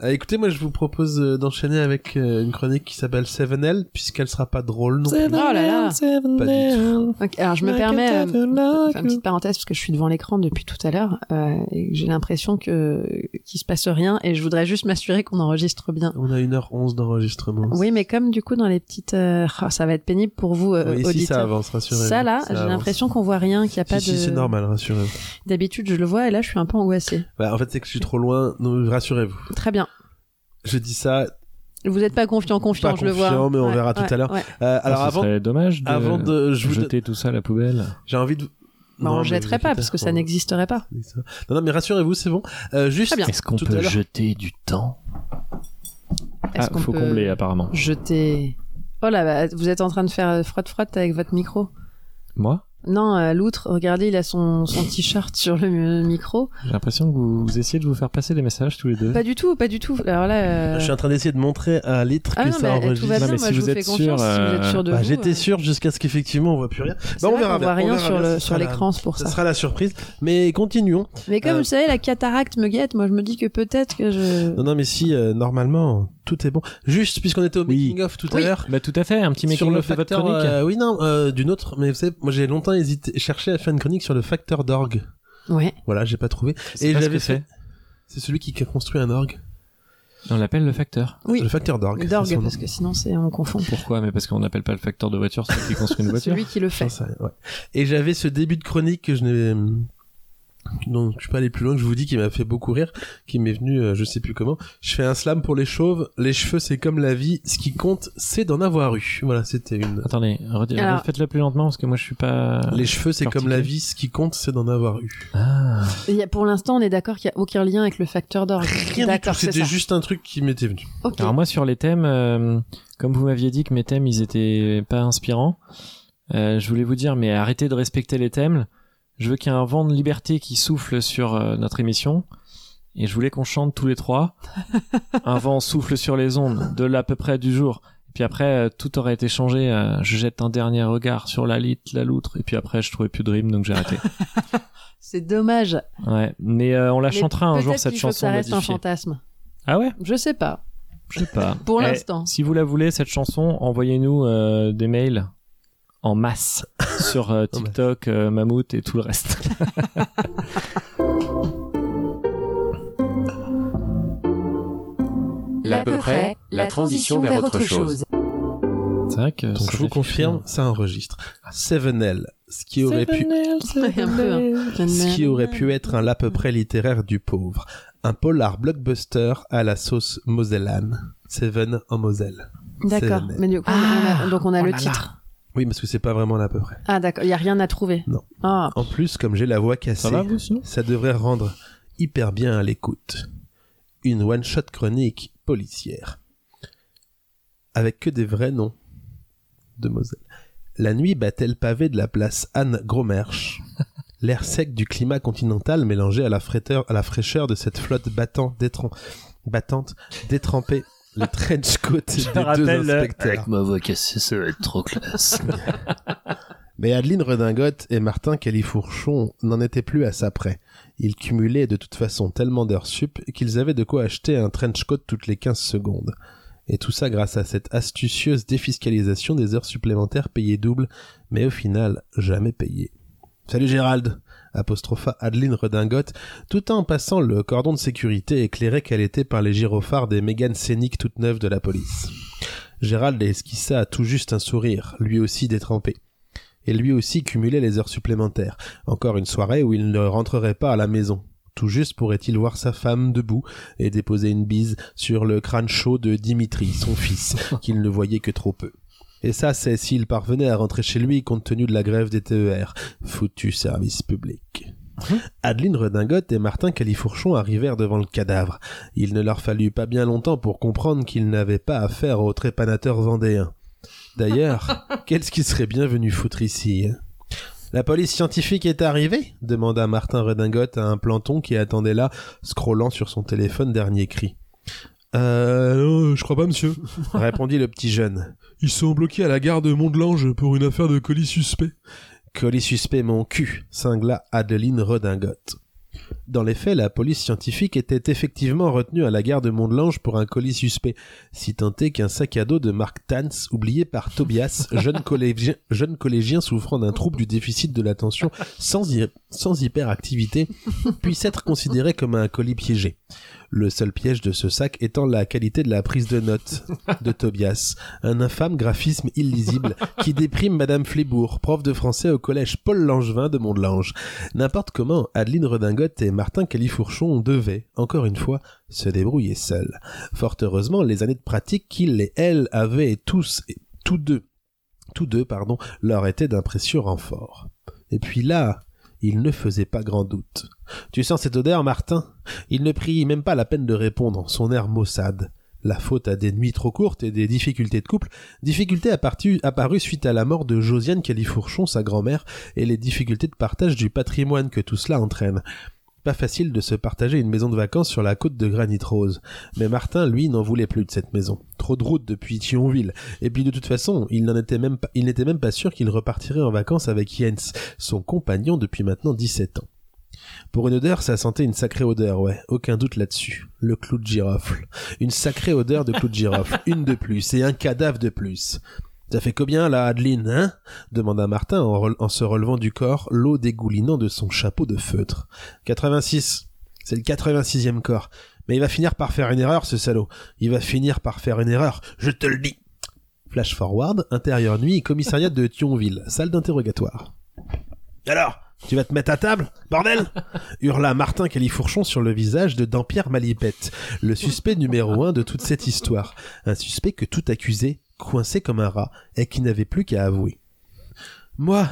S1: Ah, écoutez, moi je vous propose euh, d'enchaîner avec euh, une chronique qui s'appelle Sevenel, puisqu'elle sera pas drôle non plus.
S5: Oh là là.
S1: Pas du tout.
S5: Ok, alors, je me permets euh, de faire une petite parenthèse parce que je suis devant l'écran depuis tout à l'heure euh, et que j'ai l'impression que qu'il se passe rien et je voudrais juste m'assurer qu'on enregistre bien.
S1: On a 1h11 d'enregistrement.
S5: Oui, mais comme du coup dans les petites, euh, oh, ça va être pénible pour vous euh,
S1: Ah Oui, si, ça
S5: auditeurs.
S1: avance, rassurez-vous.
S5: Ça là,
S1: ça
S5: j'ai
S1: avance.
S5: l'impression qu'on voit rien, qu'il n'y a pas
S1: Si,
S5: de.
S1: si, c'est normal, rassurez-vous.
S5: D'habitude, je le vois et là, je suis un peu angoissée.
S1: Bah, en fait, c'est que je suis trop loin, donc rassurez-vous.
S5: Très bien.
S1: Je dis ça. Euh,
S5: Vous n'êtes pas confiant, confiant,
S1: Pas
S5: je le vois.
S1: confiant, mais on
S5: Ouais,
S1: verra
S5: ouais,
S1: tout à l'heure.
S5: ouais.
S1: Euh, alors
S6: Alors, Ah, ce
S1: avant,
S6: serait dommage de,
S1: avant de, je vous,
S6: jeter tout ça à la poubelle.
S1: j'ai envie de.
S5: Bah, on
S1: Non,
S5: ne
S1: mais
S5: jetterait
S1: vous
S5: pas
S1: inquiétez
S5: parce que
S1: pas.
S5: ça n'existerait pas.
S1: Non, non, mais rassurez-vous, c'est bon. Euh, juste.
S5: Très bien.
S6: Est-ce qu'on
S1: Tout
S6: peut
S1: à l'heure.
S6: jeter du temps
S5: Est-ce
S6: Ah,
S5: qu'on
S6: faut
S5: peut
S6: combler apparemment.
S5: euh, jeter Oh là, bah, vous êtes en train de faire frotte frotte avec votre micro.
S6: Moi
S5: Non, euh, l'outre, regardez, il a son, son t-shirt sur le euh, micro.
S6: J'ai l'impression que vous, vous essayez de vous faire passer des messages tous les deux.
S5: Pas du tout, pas du tout. Alors là, euh,
S1: Je suis en train d'essayer de montrer à l'être
S5: ah
S1: que
S5: non,
S1: ça
S5: mais euh,
S1: enregistre.
S5: tout va bien,
S6: Non, mais
S5: moi
S6: si
S5: je
S6: vous
S5: vous,
S6: êtes
S5: fais
S6: sûr,
S5: confiance si vous êtes
S6: euh,
S5: sûr de
S1: Bah,
S5: vous.
S1: j'étais
S5: euh,
S1: sûr jusqu'à ce qu'effectivement on voit plus rien.
S5: c'est
S1: Bah, on
S5: vrai
S1: verra
S5: qu'on
S1: bien.
S5: voit rien
S1: verra
S5: sur,
S1: bien,
S5: le,
S1: ce
S5: sur
S1: sera la-
S5: l'écran, c'est pour
S1: Ce
S5: ça.
S1: sera la surprise. Mais continuons.
S5: Mais comme
S1: Euh,
S5: vous savez, la cataracte me guette, moi je me dis que peut-être que je...
S1: Non, non, mais si, euh, normalement, tout est bon. Juste, puisqu'on était au
S6: Oui.
S1: making-of tout à
S6: Oui.
S1: l'heure.
S6: Bah, tout à fait, un petit
S1: Sur
S6: making
S1: le
S6: of de votre
S1: facteur,
S6: chronique.
S1: euh, oui non, euh, d'une autre, mais vous savez, moi j'ai longtemps hésité, cherché à faire une chronique sur le facteur d'orgue.
S5: Ouais.
S1: Voilà, j'ai pas trouvé.
S6: C'est pas ce que c'est.
S1: C'est celui qui a construit un orgue.
S6: On l'appelle le facteur.
S5: Oui.
S1: Le facteur d'orgue. c'est
S5: D'orgue,
S1: son
S5: parce
S1: nom.
S5: que sinon c'est on confond.
S6: Pourquoi Mais parce qu'on n'appelle pas le facteur de voiture celui qui construit une voiture.
S5: Celui qui le fait.
S1: J'en sais rien, ouais. Et j'avais ce début de chronique que je n'ai. Donc, je suis pas allé plus loin, que je vous dis, qui m'a fait beaucoup rire, qui m'est venu, euh, je sais plus comment. Je fais un slam pour les chauves, les cheveux c'est comme la vie, ce qui compte c'est d'en avoir eu. Voilà, c'était une.
S6: Attendez, redis-
S5: Alors-
S6: refaites-le plus lentement parce que moi je suis pas.
S1: Les cheveux c'est comme
S6: Articulé.
S1: la vie, ce qui compte c'est d'en avoir eu.
S6: Ah.
S5: Il y a- pour l'instant, on est d'accord qu'il n'y a aucun lien avec le facteur d'orgue.
S1: Rien du tout,
S5: D'accord, c'est
S1: c'était
S5: ça.
S1: juste un truc qui m'était venu.
S5: Ok.
S6: Alors moi sur les thèmes, euh, comme vous m'aviez dit que mes thèmes ils étaient pas inspirants, euh, je voulais vous dire mais arrêtez de respecter les thèmes. Je veux qu'il y ait un vent de liberté qui souffle sur euh, notre émission et je voulais qu'on chante tous les trois. un vent souffle sur les ondes de l'à peu près du jour. Et puis après euh, tout aurait été changé. euh, je jette un dernier regard sur la lite, la loutre et puis après je trouvais plus de rime donc j'ai arrêté.
S5: C'est dommage.
S6: ouais, mais euh, on la
S5: Mais
S6: chantera un jour
S5: peut-être
S6: cette
S5: qu'il faut que
S6: chanson
S5: ça reste un
S6: modifiée.
S5: fantasme.
S6: Ah ouais.
S5: Je sais pas.
S6: Je sais pas.
S5: Pour
S6: Eh,
S5: l'instant.
S6: Si vous la voulez, cette chanson, envoyez-nous euh, des mails en masse sur euh, TikTok, euh, Mammouth et tout le reste.
S8: L'à peu près, la transition vers autre chose.
S6: C'est vrai que.
S1: Donc je vous confirme, ça enregistre. 7L, ce qui aurait pu
S5: Un peu, hein.
S1: ce qui aurait pu être un l'à peu près littéraire du pauvre. Un polar blockbuster à la sauce mosellane. Seven en Moselle.
S5: D'accord.
S1: Seven.
S5: Mais du coup, on a- donc on
S6: Ah, oh
S5: a le titre.
S1: Oui, parce que c'est pas vraiment l'à peu près.
S5: Ah d'accord, il y a rien à trouver.
S1: Non.
S5: Ah.
S1: En plus, comme j'ai la voix cassée,
S6: Ça va vous sinon
S1: ça devrait rendre hyper bien à l'écoute. Une one-shot chronique policière. Avec que des vrais noms de Moselle. La nuit battait le pavé de la place Anne Gromerche. L'air sec du climat continental mélangé à la, fraiteur- à la fraîcheur de cette flotte battante, détran- battante détrempée. Le trench coat des deux inspecteurs.
S6: ma voix cassée, ça va être trop classe.
S1: Mais Adeline Redingote et Martin Califourchon n'en étaient plus à ça près. Ils cumulaient de toute façon tellement d'heures sup qu'ils avaient de quoi acheter un trench coat toutes les 15 secondes. Et tout ça grâce à cette astucieuse défiscalisation des heures supplémentaires payées double, mais au final jamais payées. Salut Gérald apostropha Adeline Redingote, tout en passant le cordon de sécurité éclairé qu'elle était par les gyrophares des méganes scéniques toutes neuves de la police. Gérald esquissa tout juste un sourire, lui aussi détrempé et lui aussi cumulait les heures supplémentaires. Encore une soirée où il ne rentrerait pas à la maison. Tout juste pourrait-il voir sa femme debout et déposer une bise sur le crâne chaud de Dimitri, son fils, qu'il ne voyait que trop peu. Et ça, c'est s'il parvenait à rentrer chez lui compte tenu de la grève des TER. Foutu service public. Adeline Redingote et Martin Califourchon arrivèrent devant le cadavre. Il ne leur fallut pas bien longtemps pour comprendre qu'ils n'avaient pas affaire au trépanateur vendéen. D'ailleurs, qu'est-ce qui serait bien venu foutre ici hein La police scientifique est arrivée demanda Martin Redingote à un planton qui attendait là, scrollant sur son téléphone dernier cri. Euh, non, je crois pas, monsieur, répondit le petit jeune. Ils sont bloqués à la gare de Mondelange pour une affaire de colis suspect. Colis suspect, mon cul, cingla Adeline Redingote. Dans les faits, la police scientifique était effectivement retenue à la gare de Mondelange pour un colis suspect si tant est qu'un sac à dos de Mark Tans, oublié par Tobias, jeune collégien, jeune collégien souffrant d'un trouble du déficit de l'attention sans, hy- sans hyperactivité, puisse être considéré comme un colis piégé. Le seul piège de ce sac étant la qualité de la prise de notes de Tobias, un infâme graphisme illisible qui déprime Madame Flébourg, prof de français au collège Paul Langevin de Mondelange. N'importe comment, Adeline Redingote et Martin Califourchon devaient, encore une fois, se débrouiller seuls. Fort heureusement, les années de pratique qu'ils et elles avaient tous et tous deux, tous deux, pardon, leur étaient d'un précieux renfort. Et puis là, il ne faisait pas grand doute. Tu sens cette odeur, Martin Il ne prit même pas la peine de répondre, son air maussade. la faute à des nuits trop courtes et des difficultés de couple, difficultés appartu- apparues suite à la mort de Josiane Califourchon, sa grand-mère, et les difficultés de partage du patrimoine que tout cela entraîne. Pas facile de se partager une maison de vacances sur la côte de Granit Rose. Mais Martin, lui, n'en voulait plus de cette maison. Trop de route depuis Thionville. Et puis de toute façon, il n'en était même pas, il n'était même pas sûr qu'il repartirait en vacances avec Jens, son compagnon depuis maintenant 17 ans. Pour une odeur, ça sentait une sacrée odeur, ouais. Aucun doute là-dessus. Le clou de girofle. Une sacrée odeur de clou de girofle. Une de plus et un cadavre de plus. Ça fait combien là, Adeline, hein demanda Martin en, rel- en se relevant du corps, l'eau dégoulinant de son chapeau de feutre. 86. C'est le 86e corps. Mais il va finir par faire une erreur, ce salaud. Il va finir par faire une erreur. Je te le dis. Flash forward, intérieur nuit, commissariat de Thionville, salle d'interrogatoire. Alors, tu vas te mettre à table, bordel hurla Martin Califourchon sur le visage de Dampierre Malipette, le suspect numéro un de toute cette histoire. Un suspect que tout accusé, coincé comme un rat, et qui n'avait plus qu'à avouer. Moi,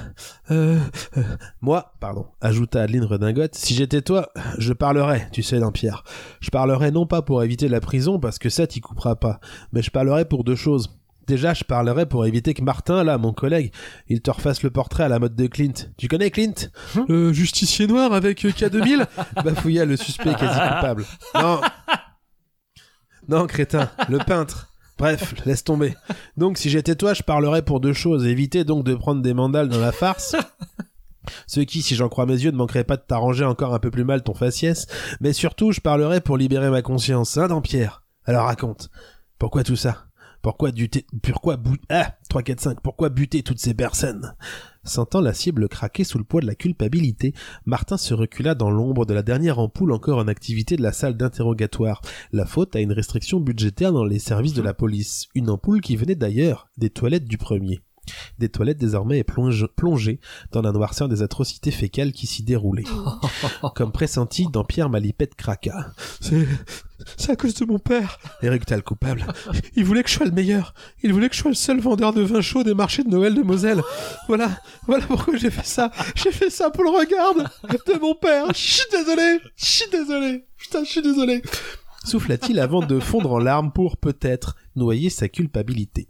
S1: euh, euh, moi, pardon, ajouta Adeline Redingote, si j'étais toi, je parlerais, tu sais, Dampierre. Je parlerais non pas pour éviter la prison, parce que ça t'y coupera pas, mais je parlerais pour deux choses. Déjà, je parlerais pour éviter que Martin, là, mon collègue, il te refasse le portrait à la mode de Clint. Tu connais Clint Le justicier noir avec euh, K2000 Bafouilla le suspect quasi coupable. Non Non, crétin, le peintre. Bref, laisse tomber. Donc, si j'étais toi, je parlerais pour deux choses. Éviter donc de prendre des mandales dans la farce. Ce qui, si j'en crois mes yeux, ne manquerait pas de t'arranger encore un peu plus mal ton faciès. Mais surtout, je parlerais pour libérer ma conscience, hein, Dampierre Alors raconte. Pourquoi tout ça pourquoi buter, pourquoi bu- ah, 3, 4, 5, pourquoi buter toutes ces personnes Sentant la cible craquer sous le poids de la culpabilité, Martin se recula dans l'ombre de la dernière ampoule encore en activité de la salle d'interrogatoire. La faute à une restriction budgétaire dans les services de la police. Une ampoule qui venait d'ailleurs des toilettes du premier. Des toilettes désormais plonge- plongées dans la noirceur des atrocités fécales qui s'y déroulaient. Comme pressenti, dans Pierre Malipette craqua. C'est, c'est à cause de mon père, éructa le coupable. Il voulait que je sois le meilleur. Il voulait que je sois le seul vendeur de vin chaud des marchés de Noël de Moselle. Voilà, voilà pourquoi j'ai fait ça. J'ai fait ça pour le regard de de mon père. Je suis désolé. Je suis désolé. Putain, je suis désolé. Souffla-t-il avant de fondre en larmes pour peut-être noyer sa culpabilité.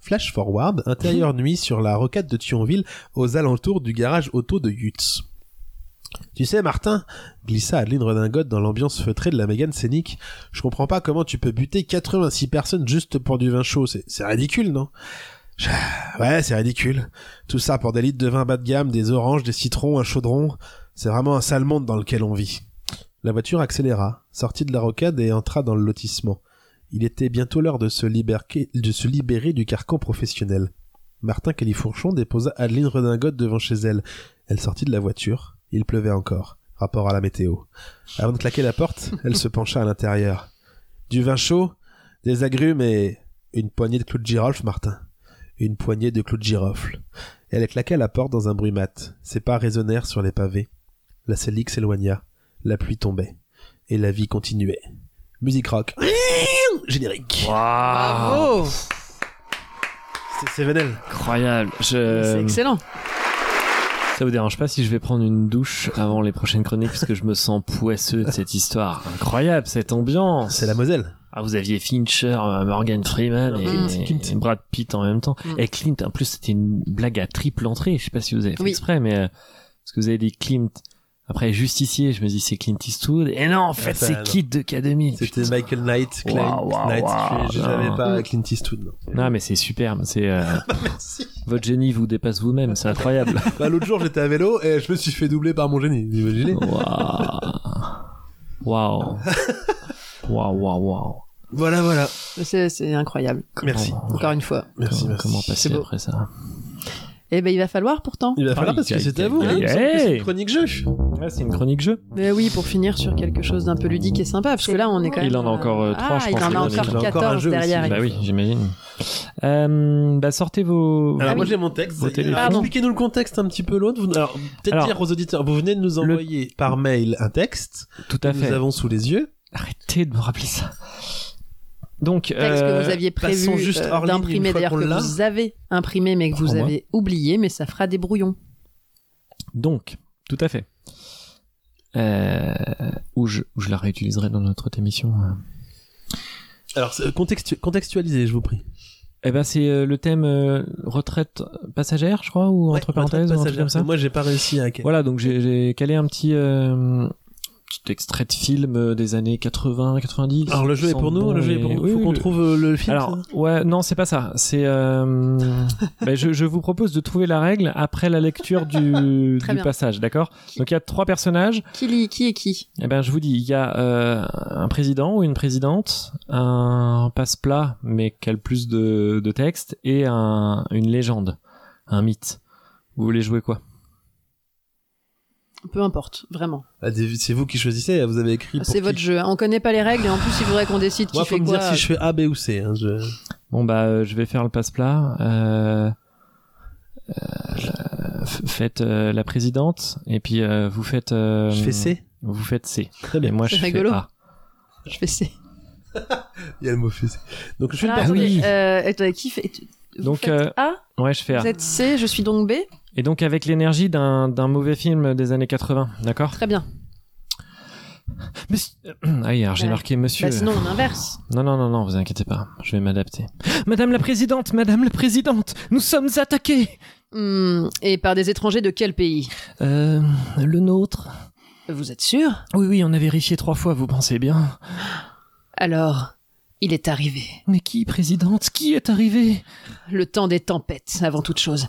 S1: Flash forward, intérieur nuit sur la rocade de Thionville aux alentours du garage auto de Yutz. Tu sais, Martin, glissa Adeline Redingote dans l'ambiance feutrée de la mégane scénique, je comprends pas comment tu peux buter 86 personnes juste pour du vin chaud. C'est, c'est ridicule, non Je- Ouais, c'est ridicule. Tout ça pour des litres de vin bas de gamme, des oranges, des citrons, un chaudron. C'est vraiment un sale monde dans lequel on vit. La voiture accéléra, sortit de la rocade et entra dans le lotissement. Il était bientôt l'heure de se, liberquer- de se libérer du carcan professionnel. Martin Califourchon déposa Adeline Redingote devant chez elle. Elle sortit de la voiture. Il pleuvait encore, rapport à la météo. Avant de claquer la porte, elle se pencha à l'intérieur. Du vin chaud, des agrumes et une poignée de clous de girofle, Martin. Une poignée de clous de girofle. Elle claqua la porte dans un bruit mat. Ses pas résonnèrent sur les pavés. La Célique s'éloigna. La pluie tombait. Et la vie continuait. Musique rock. Générique.
S10: Bravo
S1: C'est Sévenel.
S6: Incroyable. Je-
S10: C'est excellent.
S6: Ça vous dérange pas si je vais prendre une douche avant les prochaines chroniques parce que je me sens poisseux de cette histoire. Incroyable cette ambiance.
S1: C'est la Moselle.
S6: Ah, vous aviez Fincher, euh, Morgan Freeman et,
S10: Clint,
S6: et
S1: Clint.
S6: Brad Pitt en même temps.
S10: Mm.
S6: Et Clint, en plus, c'était une blague à triple entrée. Je sais pas si vous avez fait
S10: Oui.
S6: exprès, mais euh, parce que vous avez dit Clint. Après Justicier, je me dis c'est Clint Eastwood. Et non, en fait,
S1: ça,
S6: c'est
S1: alors.
S6: Kid de K2000.
S1: C'était
S6: putain.
S1: Michael Knight. Clint
S6: Waouh, waouh,
S1: Knight.
S6: waouh,
S1: je je savais
S6: non.
S1: pas Clint Eastwood. non.
S6: Non, mais c'est superbe. C'est euh, votre génie vous dépasse vous-même. C'est incroyable.
S1: Bah, L'autre jour, j'étais à vélo et je me suis fait doubler par mon génie. Vous imaginez
S6: Waouh. Waouh. Waouh, waouh, waouh.
S1: Voilà, voilà.
S10: C'est c'est incroyable.
S1: Merci.
S10: Encore une fois.
S1: Merci,
S6: Comment,
S1: merci.
S6: comment
S10: C'est
S6: passer
S10: beau.
S6: après ça
S10: Eh ben, il va falloir pourtant.
S1: Il va falloir
S6: Aïe,
S1: parce que
S6: aïe,
S1: c'était à
S6: aïe,
S1: vous. hein,
S6: aïe,
S1: il me semble que c'est
S6: aïe.
S1: une chronique jeu.
S6: Ouais, c'est une chronique jeu.
S10: Mais oui, pour finir sur quelque chose d'un peu ludique et sympa, parce que là, on est quand même.
S6: Il en a encore, euh, trois,
S10: ah,
S6: je
S10: il
S6: pense,
S10: en
S6: les
S10: a
S6: amis.
S10: encore
S1: Il en a encore un
S10: 14
S1: jeu aussi.
S10: derrière.
S1: Bah
S6: Bah oui, j'imagine. Euh, bah sortez vos.
S1: Alors
S10: Ah
S1: moi
S10: oui.
S1: j'ai mon texte.
S6: Vos téléphones.
S1: Alors, Expliquez-nous le contexte un petit peu l'autre. Vous- Alors peut-être
S6: Alors,
S1: dire aux auditeurs, vous venez de nous
S6: le-
S1: envoyer par mail un texte
S6: Tout
S1: que
S6: à
S1: nous
S6: fait.
S1: avons sous les yeux.
S6: Arrêtez de me rappeler ça. Donc,
S10: Texte
S6: euh,
S10: que vous aviez
S1: passons
S10: prévu
S1: juste
S10: euh,
S1: hors ligne une
S10: d'imprimer,
S1: fois
S10: d'ailleurs
S1: qu'on
S10: que
S1: l'a.
S10: vous avez imprimé, mais que vous
S6: Prends-moi.
S10: avez oublié, mais ça fera des brouillons.
S6: donc, tout à fait. Euh, ou, je, ou je la réutiliserai dans notre autre émission. euh.
S1: Alors, c'est- contextu- contextualisez, je vous prie.
S6: Eh ben, c'est euh, le thème euh, retraite passagère, je crois, ou entre
S1: Ouais, retraite
S6: parenthèses, ou un truc
S1: passagère.
S6: comme ça.
S1: Moi, j'ai pas réussi à.
S6: Voilà, donc j'ai- j'ai calé un petit, euh, petit extrait de film euh, des années 80, 90.
S1: Alors, le jeu est pour nous, le jeu est pour nous.
S6: Il
S1: Faut qu'on trouve euh, le film.
S6: Alors,
S1: ça
S6: ouais, non, c'est pas ça. C'est. euh, ben, je, je vous propose de trouver la règle après la lecture du,
S5: Très
S6: du
S5: bien.
S6: passage, d'accord Donc, il y a trois personnages.
S5: Qui, lit- qui est qui
S6: Eh ben, je vous dis, il y a euh, un président ou une présidente, un passe-plat, mais qui a le plus de, de texte, et un, une légende, un mythe. Vous voulez jouer quoi
S5: Peu importe, vraiment.
S1: Ah, des- C'est vous qui choisissez, vous avez écrit. pour
S5: C'est
S1: qui.
S5: votre jeu. hein. On connaît pas les règles et en plus il faudrait qu'on décide qui
S1: Moi, faut
S5: fait
S1: me
S5: quoi.
S1: dire si je fais A, B ou C. hein, je-
S6: Bon, bah, euh, je vais faire le passe-plat. Euh, euh, f- faites euh, la présidente, et puis euh, vous faites. euh,
S1: je fais C.
S6: Vous faites C.
S1: Très
S6: Et
S1: bien.
S6: moi,
S5: C'est
S6: je
S5: rigolo.
S6: fais A.
S5: Je fais C.
S1: Il y a le mot fessé. Donc je suis
S5: Alors,
S1: le personnage.
S5: attendez, euh, attendez, qui fait tu- vous
S6: Ah Donc,
S5: faites
S6: euh,
S5: A,
S6: Ouais, je fais A.
S5: vous êtes C, je suis donc B.
S6: Et donc, avec l'énergie d'un d'un mauvais film des années 80, d'accord
S5: Très bien.
S6: Monsieur- Ah oui, alors j'ai
S5: Ouais.
S6: marqué monsieur.
S5: Bah, sinon on inverse.
S6: Non, non, non, non, vous inquiétez pas, je vais m'adapter. Madame la Présidente, Madame la Présidente, nous sommes attaqués
S5: Hmm, et par des étrangers de quel pays
S6: Euh, le nôtre
S5: Vous êtes sûr
S6: Oui, oui, on a vérifié trois fois, vous pensez bien.
S5: Alors, il est arrivé.
S6: Mais qui, Présidente Qui est arrivé
S5: Le temps des tempêtes, avant toute chose.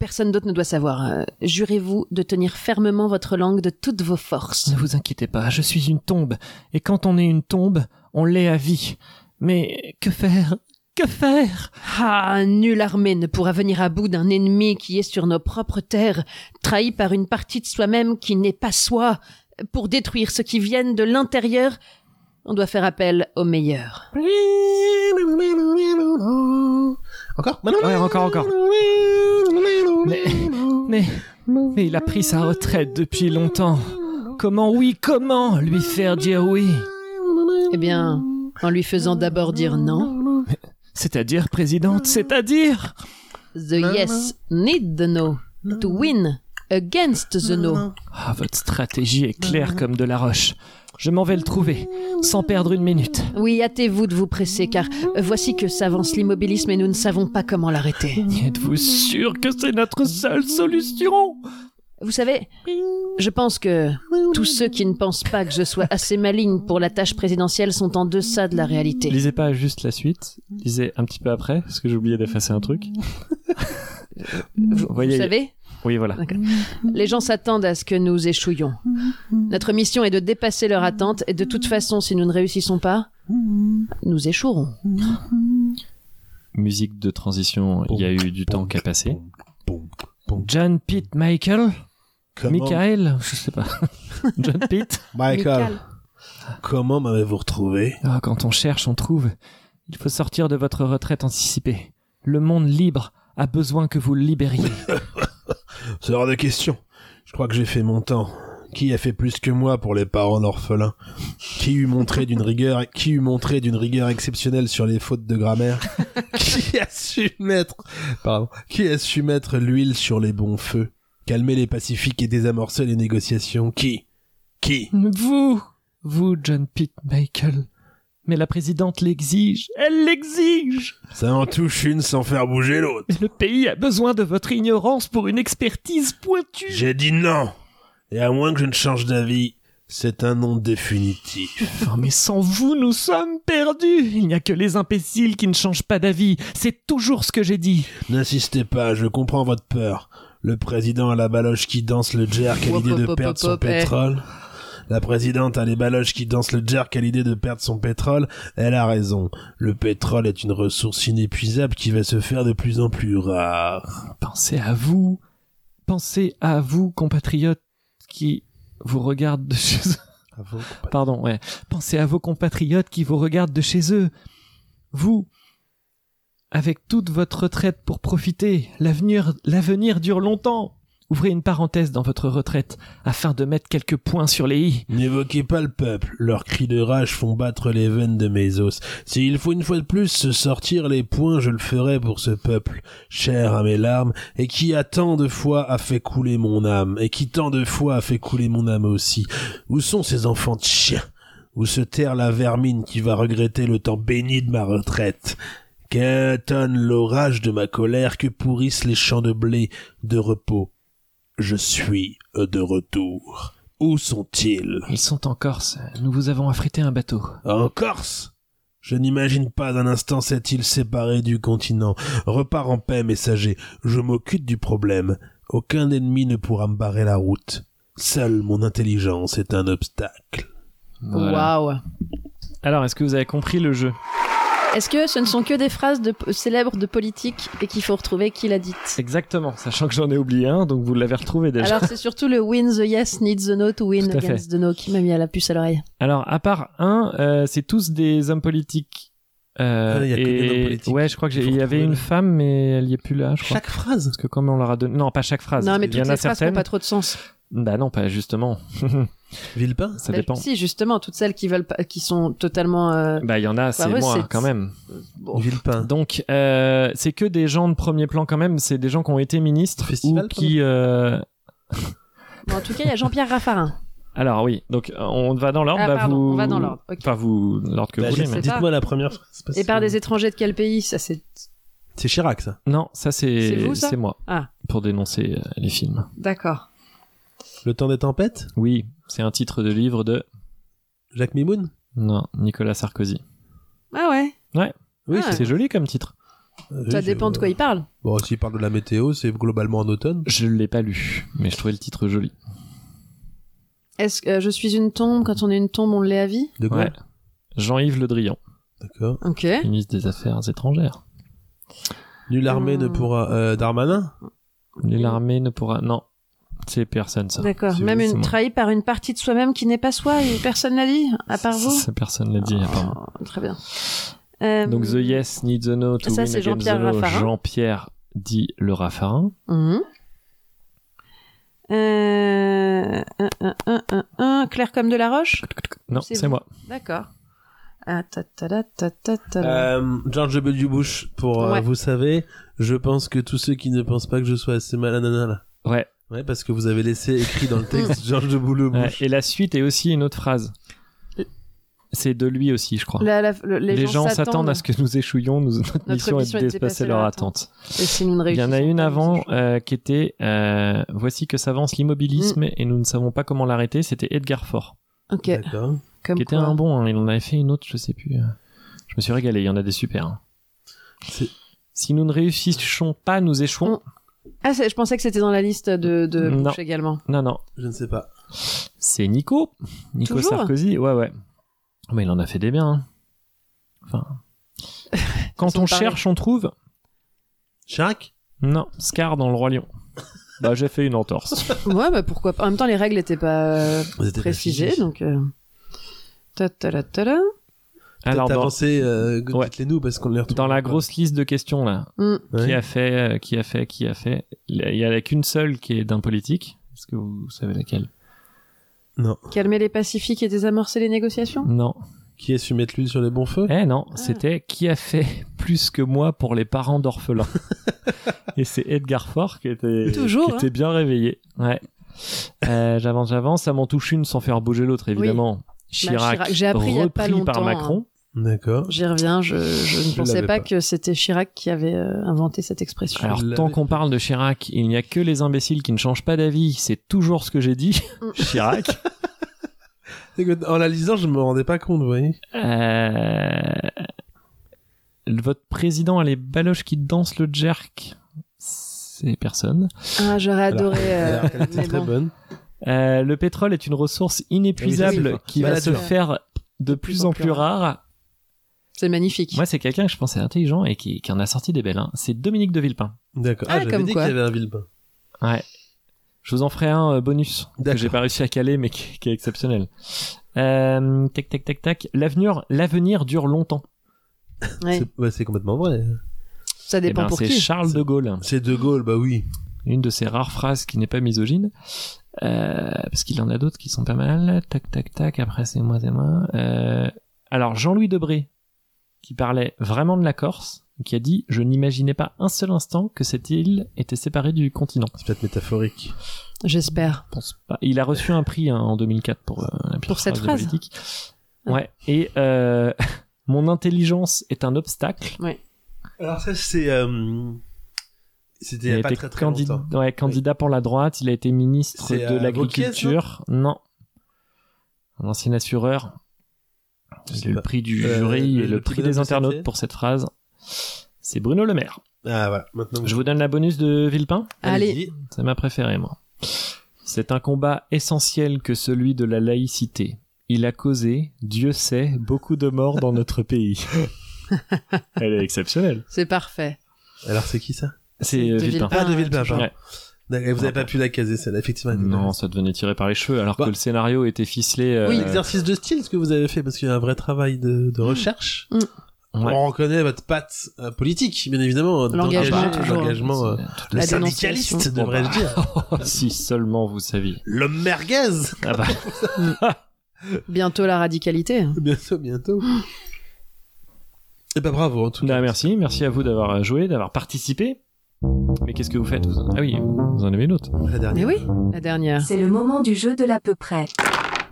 S5: Personne d'autre ne doit savoir. Euh, Jurez-vous de tenir fermement votre langue de toutes vos forces.
S6: Ne vous inquiétez pas, je suis une tombe, et quand on est une tombe, on l'est à vie. Mais que faire Que faire
S5: Ah, nulle armée ne pourra venir à bout d'un ennemi qui est sur nos propres terres, trahi par une partie de soi-même qui n'est pas soi. Pour détruire ce qui vient de l'intérieur, on doit faire appel au meilleur.
S1: Encore
S6: Ouais, encore, encore. Mais, mais, mais il a pris sa retraite depuis longtemps. Comment, oui, comment lui faire dire oui
S5: Eh bien, en lui faisant d'abord dire non,
S6: C'est-à-dire, présidente, c'est-à-dire
S5: the yes need the no to win against the no.
S6: Ah, votre stratégie est claire comme de la roche. Je m'en vais le trouver, sans perdre une minute.
S5: Oui, hâtez-vous de vous presser, car voici que s'avance l'immobilisme et nous ne savons pas comment l'arrêter.
S6: Êtes-vous sûr que c'est notre seule solution
S5: Vous savez, je pense que tous ceux qui ne pensent pas que je sois assez maligne pour la tâche présidentielle sont en deçà de la réalité.
S6: Lisez pas juste la suite, lisez un petit peu après, parce que j'ai oublié d'effacer un truc.
S5: Vous, vous
S6: voyez-
S5: savez,
S6: Oui, voilà.
S5: les gens s'attendent à ce que nous échouions. Notre mission est de dépasser leur attente, et de toute façon, si nous ne réussissons pas, nous échouerons.
S6: Musique de transition, il y a eu du temps qu'à passer.
S1: Bon, bon.
S6: John Pitt Michael
S1: Comment-
S6: Michael Je sais pas. John Pitt
S1: Michael. Comment m'avez-vous retrouvé
S6: Ah, Quand on cherche, on trouve. Il faut sortir de votre retraite anticipée. Le monde libre a besoin que vous le libériez.
S1: C'est hors de question. Je crois que j'ai fait mon temps. Qui a fait plus que moi pour les parents orphelins Qui eut montré d'une rigueur, qui eut montré d'une rigueur exceptionnelle sur les fautes de grammaire Qui a su mettre, pardon, qui a su mettre l'huile sur les bons feux, calmer les pacifiques et désamorcer les négociations Qui Qui
S6: Vous Vous, John Pitt Michael. Mais la présidente l'exige. Elle l'exige
S1: Ça en touche une sans faire bouger l'autre.
S6: Mais le pays a besoin de votre ignorance pour une expertise pointue.
S1: J'ai dit non. Et à moins que je ne change d'avis, c'est un non définitif.
S6: Enfin, mais sans vous, nous sommes perdus. Il n'y a que les imbéciles qui ne changent pas d'avis. C'est toujours ce que j'ai dit.
S1: N'insistez pas, je comprends votre peur. Le président a la baloche qui danse le jerk à
S5: Hop,
S1: l'idée de
S5: hop, hop,
S1: perdre son
S5: hop, eh.
S1: pétrole. La présidente a les baloches qui dansent le jerk à l'idée de perdre son pétrole. Elle a raison. Le pétrole est une ressource inépuisable qui va se faire de plus en plus rare.
S6: Pensez à vous. Pensez à vous, compatriotes, qui vous regardent de chez eux. Pardon, ouais. Pensez à vos compatriotes qui vous regardent de chez eux. Vous, avec toute votre retraite pour profiter, l'avenir, l'avenir dure longtemps. Ouvrez une parenthèse dans votre retraite afin de mettre quelques points sur les i.
S1: N'évoquez pas le peuple. Leurs cris de rage font battre les veines de mes os. S'il faut une fois de plus se sortir les poings, je le ferai pour ce peuple, cher à mes larmes, et qui a tant de fois a fait couler mon âme, et qui tant de fois a fait couler mon âme aussi. Où sont ces enfants de chiens où se terre la vermine qui va regretter le temps béni de ma retraite. Qu'intonne l'orage de ma colère, que pourrissent les champs de blé de repos. Je suis de retour. Où sont-ils
S6: Ils sont en Corse. Nous vous avons affrété un bateau.
S1: En Corse Je n'imagine pas un instant cette île séparée du continent. Repars en paix, messager. Je m'occupe du problème. Aucun ennemi ne pourra me barrer la route. Seule mon intelligence est un obstacle.
S6: Voilà.
S5: Waouh.
S6: Alors, est-ce que vous avez compris le jeu
S5: Est-ce que ce ne sont que des phrases de, célèbres de politique et qu'il faut retrouver qui l'a dite
S6: Exactement, sachant que j'en ai oublié un, donc vous l'avez retrouvé déjà.
S5: Alors c'est surtout le win the yes, need the no to win
S6: Tout à fait.
S5: against the no qui m'a mis à la puce à l'oreille.
S6: Alors, à part un, euh, c'est tous des hommes politiques. Euh,
S1: Ah, il y a que des
S6: et-
S1: hommes politiques.
S6: Ouais, je crois que j'ai-
S1: Faut
S6: il y avait
S1: retrouver
S6: une
S1: le-
S6: femme, mais elle y est plus là, je crois.
S1: Chaque phrase
S6: Parce que comme on leur a donné, non, pas chaque phrase.
S5: Non mais
S6: il y
S5: toutes
S6: en a
S5: les phrases n'ont
S6: certaines.
S5: pas trop de sens.
S6: Bah non, pas justement.
S1: Villepin
S6: Ça
S5: Bah,
S6: dépend.
S5: Si justement toutes celles qui veulent pas, qui sont totalement euh,
S6: Bah il y en a, c'est
S5: ouais,
S6: moi
S5: c'est-
S6: quand même.
S5: bon.
S1: Villepin.
S6: Donc, euh, c'est que des gens de premier plan quand même. C'est des gens qui ont été ministres
S1: Festival,
S6: ou qui. euh,
S5: Bon, en tout cas il y a Jean-Pierre Raffarin.
S6: Alors oui. Donc on va dans l'ordre.
S5: Ah,
S6: bah,
S5: pardon,
S6: vous...
S5: on va dans l'ordre, ok.
S6: Enfin vous l'ordre que
S1: Bah,
S6: vous
S1: je
S6: voulez.
S1: sais-
S6: mais-
S5: pas.
S1: Dites-moi la première phrase. parce
S5: Et par
S1: que-
S5: des étrangers de quel pays Ça c'est
S1: C'est Chirac, ça.
S6: Non, ça
S5: C'est
S6: c'est
S5: vous, ça
S6: c'est moi
S5: Ah.
S6: pour dénoncer euh, les films.
S5: d'accord.
S1: Le temps des tempêtes
S6: Oui, c'est un titre de livre de
S1: Jacques Mimoun
S6: non Nicolas Sarkozy.
S5: Ah ouais.
S1: Oui,
S5: Ah.
S6: C'est joli comme titre.
S1: Euh,
S5: Ça
S1: je-
S5: dépend de quoi il parle.
S1: Bon, s'il parle de la météo, c'est globalement en automne.
S6: Je l'ai pas lu, mais je trouvais le titre joli.
S5: Est-ce que euh, je suis une tombe Quand on est une tombe on l'est à vie.
S1: De quoi
S6: Ouais. Jean-Yves Le Drian,
S1: D'accord.
S5: Ok.
S6: ministre des Affaires étrangères.
S1: Nulle armée ne
S5: Hmm.
S1: pourra. euh, Darmanin
S6: L'armée ne pourra. Non, c'est personne ça.
S5: D'accord.
S6: C'est-
S5: Même
S6: c'est
S5: une
S6: moi.
S5: trahie par une partie de soi-même qui n'est pas soi et personne n'a dit à part
S6: Ça,
S5: vous.
S6: ça, personne l'a dit. à part moi.
S5: Oh, très bien. Euh,
S6: Donc the yes need the no to
S5: ça,
S6: win
S5: c'est
S6: against
S5: Jean-Pierre
S6: the no.
S5: Raffarin.
S6: Jean-Pierre dit le Raffarin.
S5: mhm. Euh, un, un, un, un, un, clair comme de la roche.
S6: Non,
S5: C'est
S6: c'est
S5: vous.
S6: moi.
S5: D'accord. Ah, ta, ta, ta, ta, ta, ta, ta.
S1: Euh, George W. Bush, pour euh,
S5: Ouais.
S1: vous savez, je pense que tous ceux qui ne pensent pas que je sois assez mal, nanana, là.
S6: Ouais.
S1: Ouais, parce que vous avez laissé écrit dans le texte George W.
S6: Ouais,
S1: Bush.
S6: Et la suite est aussi une autre phrase. C'est de lui aussi, je crois.
S5: La- la- le- les,
S6: gens s'attendent à ce que nous échouions, nous, notre, mission est de dépasser leur attente.
S5: Et si nous ne
S6: Il y en a
S5: réussissons
S6: une
S5: pas,
S6: avant
S5: nous échouons.
S6: euh, qui était euh, Voici que s'avance l'immobilisme
S5: Mm.
S6: et nous ne savons pas comment l'arrêter. C'était Edgar Faure,
S5: Ok.
S1: D'accord.
S5: Comme
S6: euh, qui était
S5: quoi.
S6: un bon. hein. Il en avait fait une autre, je sais plus. euh. Je me suis régalé. Il y en a des super. hein.
S1: C'est-
S6: Si nous ne réussissons pas, nous échouons.
S5: Ah, c'est- je pensais que c'était dans la liste de, de
S6: Non.
S5: Bush également.
S6: Non, non,
S1: Je ne sais pas.
S6: c'est Nico. Nico
S5: Toujours
S6: Sarkozy, ouais, ouais. Mais il en a fait des biens. hein. Enfin. Quand
S5: Façon
S6: on
S5: de parler.
S6: cherche, on trouve.
S1: Chirac
S6: Non, Scar dans Le Roi Lion. bah, j'ai fait une entorse.
S5: Ouais, bah pourquoi pas. En même temps, les règles n'étaient pas euh,
S1: Vous êtes
S5: précisées, donc. euh, ta, ta, la, ta, la.
S6: Alors, dans,
S1: avancé, euh,
S6: Ouais.
S1: les nous parce qu'on les retrouve.
S6: dans la
S1: pas.
S6: grosse liste de questions, là,
S5: Mm.
S1: Ouais.
S6: qui a fait, euh, qui a fait, qui a fait, il y en a qu'une seule qui est d'un politique. Est-ce que vous savez laquelle
S5: Calmer les pacifiques et désamorcer les négociations Bah,
S6: Non.
S1: Qui a su mettre l'huile sur les bons feux
S6: Eh non,
S5: Ah.
S6: c'était qui a fait plus que moi pour les parents d'orphelins. Et c'est Edgar Faure qui était,
S5: Toujours,
S6: qui
S5: hein.
S6: était bien réveillé. Ouais. Euh, j'avance, j'avance. Ça m'en touche une sans faire bouger l'autre, évidemment. Chirac,
S5: Bah, Chirac, j'ai appris il y a pas
S6: repris par
S5: longtemps, hein.
S6: Macron.
S1: D'accord.
S5: J'y reviens, je, je ne
S1: Je
S5: pensais
S1: l'avais
S5: pas,
S1: pas.
S5: que c'était Chirac qui avait euh, inventé cette expression.
S6: Alors,
S1: l'avais
S6: tant qu'on parle de Chirac, il n'y a que les imbéciles qui ne changent pas d'avis. C'est toujours ce que j'ai dit.
S5: Mm.
S6: Chirac.
S1: C'est que En la lisant, je me rendais pas compte, vous voyez.
S6: Euh, Votre président a les baloches qui dansent le jerk. C'est personne.
S5: Ah, j'aurais
S1: Alors,
S5: adoré. euh,
S1: Alors qu'elle était
S5: mais
S1: très
S5: bon.
S1: bonne.
S6: Euh, le pétrole est une ressource
S1: Ah oui, ça,
S6: inépuisable
S1: c'est
S6: qui
S1: fort.
S6: va
S1: Bah,
S6: se
S1: là,
S6: faire de plus en plus rare.
S5: C'est magnifique.
S6: Moi, c'est quelqu'un que je pensais intelligent et qui, qui en a sorti des belles. hein. C'est Dominique de Villepin.
S1: D'accord.
S5: Ah,
S1: Ah, j'avais
S5: comme
S1: dit qu'il
S5: quoi.
S1: y avait un Villepin.
S6: Je vous en ferai un euh, bonus que
S1: D'accord.
S6: j'ai pas réussi à caler, mais qui, qui est exceptionnel. Euh, tac, tac, tac, tac. L'avenir, l'avenir dure longtemps.
S5: Ouais.
S1: C'est ouais, c'est complètement vrai.
S5: Ça
S6: Eh
S5: dépend
S6: ben,
S5: pour
S6: c'est
S5: qui.
S6: Charles de Gaulle.
S1: C'est De Gaulle, bah oui.
S6: Une de ses rares phrases qui n'est pas misogyne. Euh, parce qu'il en a d'autres qui sont pas mal. Tac, tac, tac. Après, c'est moi, c'est moi. Euh, alors, Jean-Louis Debré, qui parlait vraiment de la Corse, qui a dit Je n'imaginais pas un seul instant que cette île était séparée du continent.
S1: C'est peut-être métaphorique.
S5: J'espère.
S6: Je pense pas. Il a reçu un prix hein, en 2004 pour euh, la pire
S5: Pour cette
S6: de
S5: phrase.
S6: politique. Ouais. Et euh, mon intelligence est un obstacle.
S1: Alors ça, c'est... euh, C'était il y a
S6: Il
S1: pas
S6: était
S1: très très
S6: candid-
S1: longtemps.
S6: ouais, candidat pour la droite. Il a été ministre
S1: C'est,
S6: de
S1: euh,
S6: l'agriculture. Non. Un ancien assureur.
S1: Je
S6: Il
S1: sais
S6: a eu le
S1: pas.
S6: prix du
S1: Euh,
S6: jury
S1: le-
S6: et le,
S1: le
S6: prix
S1: bonhomme
S6: des
S1: de
S6: internautes
S1: Saint-Pierre.
S6: pour cette phrase. C'est Bruno Le Maire.
S1: Ah voilà, maintenant...
S6: Je vous donne la bonus de Villepin.
S5: Allez.
S1: Allez-y.
S6: C'est ma préférée, moi. C'est un combat essentiel que celui de la laïcité. Il a causé, Dieu sait, beaucoup de morts dans notre pays. Elle est exceptionnelle.
S5: C'est parfait.
S1: Alors c'est qui ça
S6: C'est
S5: De
S6: euh, Villepin.
S5: Villepin.
S1: Ah, de Villepin, pardon.
S6: Ouais.
S1: D'accord, Vous n'avez pas pu la caser, celle-là, effectivement. elle était
S6: Non, ça devenait tiré par les cheveux, alors
S1: Bah.
S6: que le scénario était ficelé. euh,
S1: Oui, exercice de style, ce que vous avez fait, parce qu'il y a un vrai travail de, de recherche.
S5: Mm.
S6: Ouais.
S1: On reconnaît votre patte euh, politique, bien évidemment. euh,
S5: L'engagement,
S1: d'engagement,
S5: toujours.
S1: l'engagement, euh, le
S5: La
S1: syndicaliste,
S5: dénonciation.
S1: devrais-je dire.
S6: si seulement vous saviez.
S1: L'homme merguez.
S6: Ah bah.
S5: Bientôt la radicalité.
S1: Bientôt, bientôt.
S5: Hmm.
S1: Et bah bravo, en tout cas.
S6: Bah, merci, merci à vous d'avoir joué, d'avoir participé. Mais qu'est-ce que vous faites vous en- Ah oui, vous en avez une autre.
S1: La dernière.
S5: Mais oui, la dernière.
S10: C'est le moment du jeu de l'à peu près.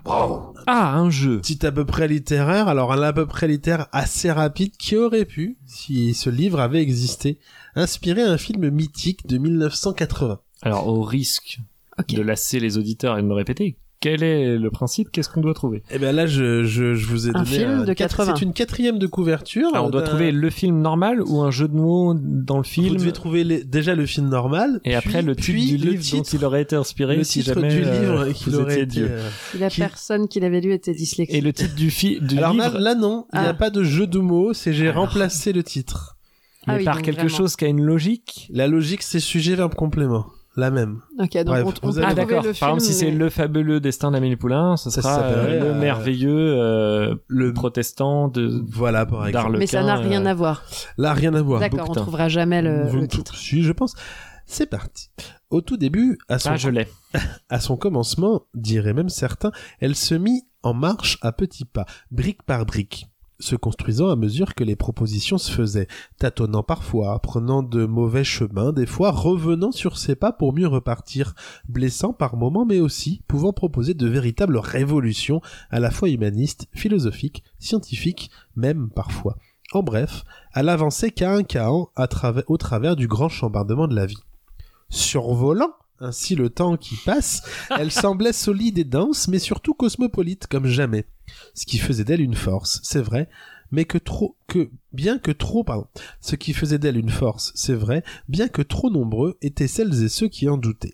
S4: Bravo
S6: Ah, un jeu.
S1: Petit à peu près littéraire, alors un à peu près littéraire assez rapide qui aurait pu, si ce livre avait existé, inspirer un film mythique de 1980.
S6: Alors, au risque
S5: Ok.
S6: de lasser les auditeurs et de me répéter, quel est le principe Qu'est-ce qu'on doit trouver
S1: Et ben là, je, je, je vous ai
S5: Un
S1: donné
S5: film de
S1: quatre-
S5: 80.
S1: C'est une quatrième de couverture.
S6: Alors, on doit
S1: d'un-
S6: trouver le film normal ou un jeu de mots dans le film
S1: bah, Vous devez trouver les- déjà le film normal.
S6: et après
S1: puis-
S6: le titre
S1: puis
S6: du
S1: le
S6: livre dont
S1: titre,
S6: il aurait été inspiré
S1: le
S6: si
S1: titre
S6: jamais
S1: du livre
S6: euh,
S1: qu'il
S6: vous
S1: aurait
S6: étiez
S1: été,
S6: Dieu.
S1: euh,
S5: Si la
S1: Qui-
S5: personne qui l'avait lu était dyslexique.
S6: Et le titre du, fi- du
S1: Alors là,
S6: livre
S1: là, non, il n'y
S5: Ah.
S1: a pas de jeu de mots, c'est j'ai
S6: Alors.
S1: remplacé le titre.
S5: Ah
S6: mais
S5: oui,
S6: par
S5: donc
S6: quelque
S5: vraiment.
S6: chose qui a une logique.
S1: La logique, c'est sujet, verbe, complément. La même.
S5: Ok, donc
S1: Bref,
S5: on,
S1: vous
S5: on peut
S1: avez-
S6: Ah
S5: trouver
S6: d'accord.
S5: le
S6: Par
S5: film,
S6: exemple, si c'est
S5: mais-
S6: le fabuleux destin d'Amélie Poulain, ce
S1: Ça
S6: sera euh,
S1: s'appellerait,
S6: le
S1: euh,
S6: merveilleux euh,
S1: Le
S6: protestant de
S1: Voilà, par exemple.
S6: d'Arlequin.
S5: Mais ça n'a rien
S6: euh,
S5: à voir.
S1: Là, rien à voir.
S5: D'accord, on
S6: Bouquetin.
S5: trouvera jamais le,
S1: Vous
S5: le
S1: me-
S5: titre.
S1: Si, je pense. C'est parti. Au tout début, à son,
S6: Ah, je l'ai.
S1: à son commencement, diraient même certains, elle se mit en marche à petits pas, brique par brique, se construisant à mesure que les propositions se faisaient, tâtonnant parfois, prenant de mauvais chemins, des fois revenant sur ses pas pour mieux repartir, blessant par moments mais aussi pouvant proposer de véritables révolutions, à la fois humanistes, philosophiques, scientifiques, même parfois. En bref, elle avançait qu'à un caen à travers- au travers du grand chambardement de la vie. Survolant ainsi le temps qui passe, elle semblait solide et dense, mais surtout cosmopolite comme jamais. Ce qui faisait d'elle une force, c'est vrai, mais que trop, que, bien que trop, pardon, ce qui faisait d'elle une force, c'est vrai, bien que trop nombreux étaient celles et ceux qui en doutaient.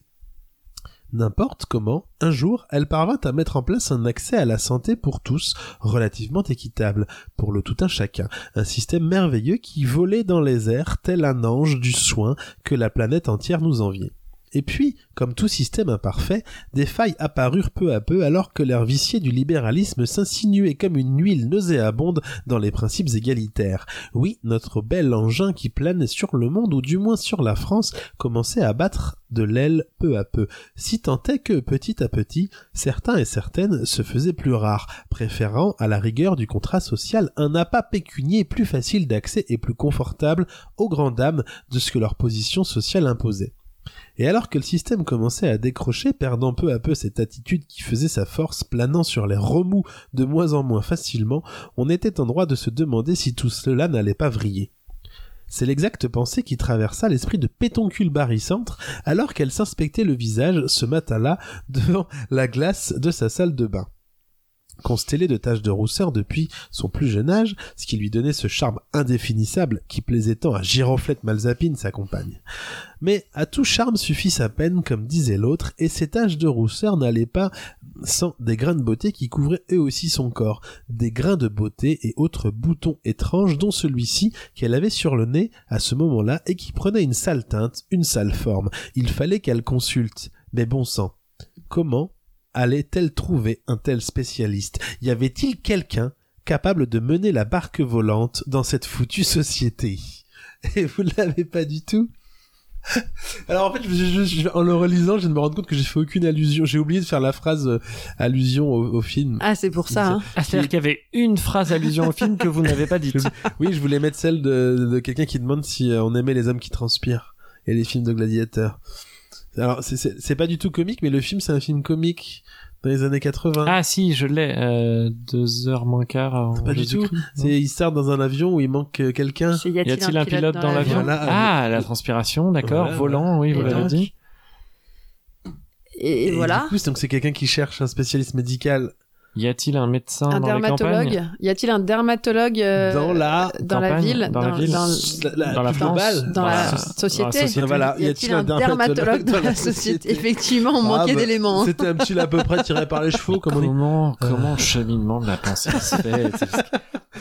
S1: N'importe comment, un jour, elle parvint à mettre en place un accès à la santé pour tous, relativement équitable, pour le tout un chacun, un système merveilleux qui volait dans les airs tel un ange du soin que la planète entière nous enviait. Et puis, comme tout système imparfait, des failles apparurent peu à peu alors que l'air vicié du libéralisme s'insinuait comme une huile nauséabonde dans les principes égalitaires. Oui, notre bel engin qui planait sur le monde, ou du moins sur la France, commençait à battre de l'aile peu à peu, si tant est que, petit à petit, certains et certaines se faisaient plus rares, préférant, à la rigueur du contrat social, un appât pécunier plus facile d'accès et plus confortable aux grandes dames de ce que leur position sociale imposait. Et alors que le système commençait à décrocher, perdant peu à peu cette attitude qui faisait sa force, planant sur les remous de moins en moins facilement, on était en droit de se demander si tout cela n'allait pas vriller. C'est l'exacte pensée qui traversa l'esprit de Pétoncule Barycentre alors qu'elle s'inspectait le visage ce matin-là devant la glace de sa salle de bain. Constellée de taches de rousseur depuis son plus jeune âge, ce qui lui donnait ce charme indéfinissable qui plaisait tant à Giroflette Malzapine, sa compagne. Mais à tout charme suffit sa peine, comme disait l'autre, et ces taches de rousseur n'allaient pas sans des grains de beauté qui couvraient eux aussi son corps, des grains de beauté et autres boutons étranges, dont celui-ci qu'elle avait sur le nez à ce moment-là et qui prenait une sale teinte, une sale forme. Il fallait qu'elle consulte. Mais bon sang, comment allait-elle trouver un tel spécialiste Y avait-il quelqu'un capable de mener la barque volante dans cette foutue société Et vous ne l'avez pas du tout alors en fait, je- je- je- en le relisant, je viens de me rendre compte que j'ai fait aucune allusion. J'ai oublié de faire la phrase euh, allusion au, au film.
S5: Ah, c'est pour ça. hein.
S6: Ah, c'est-à-dire qu'il y avait une phrase allusion au film que vous n'avez pas dite.
S1: Oui, je voulais mettre celle de, de quelqu'un qui demande si euh, on aimait les hommes qui transpirent et les films de gladiateurs. Alors c'est- c'est c'est pas du tout comique, mais le film c'est un film comique dans les années 80.
S6: Ah si, je l'ai. Euh, deux heures moins quart. avant
S1: Pas du tout.
S6: Jésus-Christ.
S1: C'est il sort dans un avion où il manque euh,
S5: hein.
S1: quelqu'un.
S10: C'est
S6: Y a-t-il un pilote dans l'avion
S1: l'avion
S6: Ah, la transpiration, d'accord.
S1: Voilà,
S6: Volant, oui, vous
S1: Et
S6: l'avez
S1: donc,
S6: dit.
S10: Et, et voilà.
S1: du coup, c'est- donc c'est quelqu'un qui cherche un spécialiste médical
S6: Y a-t-il un médecin
S5: Un
S6: dans les campagnes
S5: dermatologue Y a-t-il un dermatologue euh,
S1: dans la
S5: dans la
S6: campagne,
S5: ville
S6: dans la ville.
S1: la,
S6: dans la
S1: plus
S6: France,
S1: globale.
S5: dans la
S6: Dans la
S5: société.
S6: société.
S1: Voilà,
S5: Y a-t-il un dermatologue dans la société Effectivement, on
S1: Ah,
S5: manquait
S1: bah,
S5: d'éléments. hein.
S1: C'était un petit à peu près tiré par les chevaux, comme on dit.
S6: Comment, euh, comment le cheminement de la pensée se fait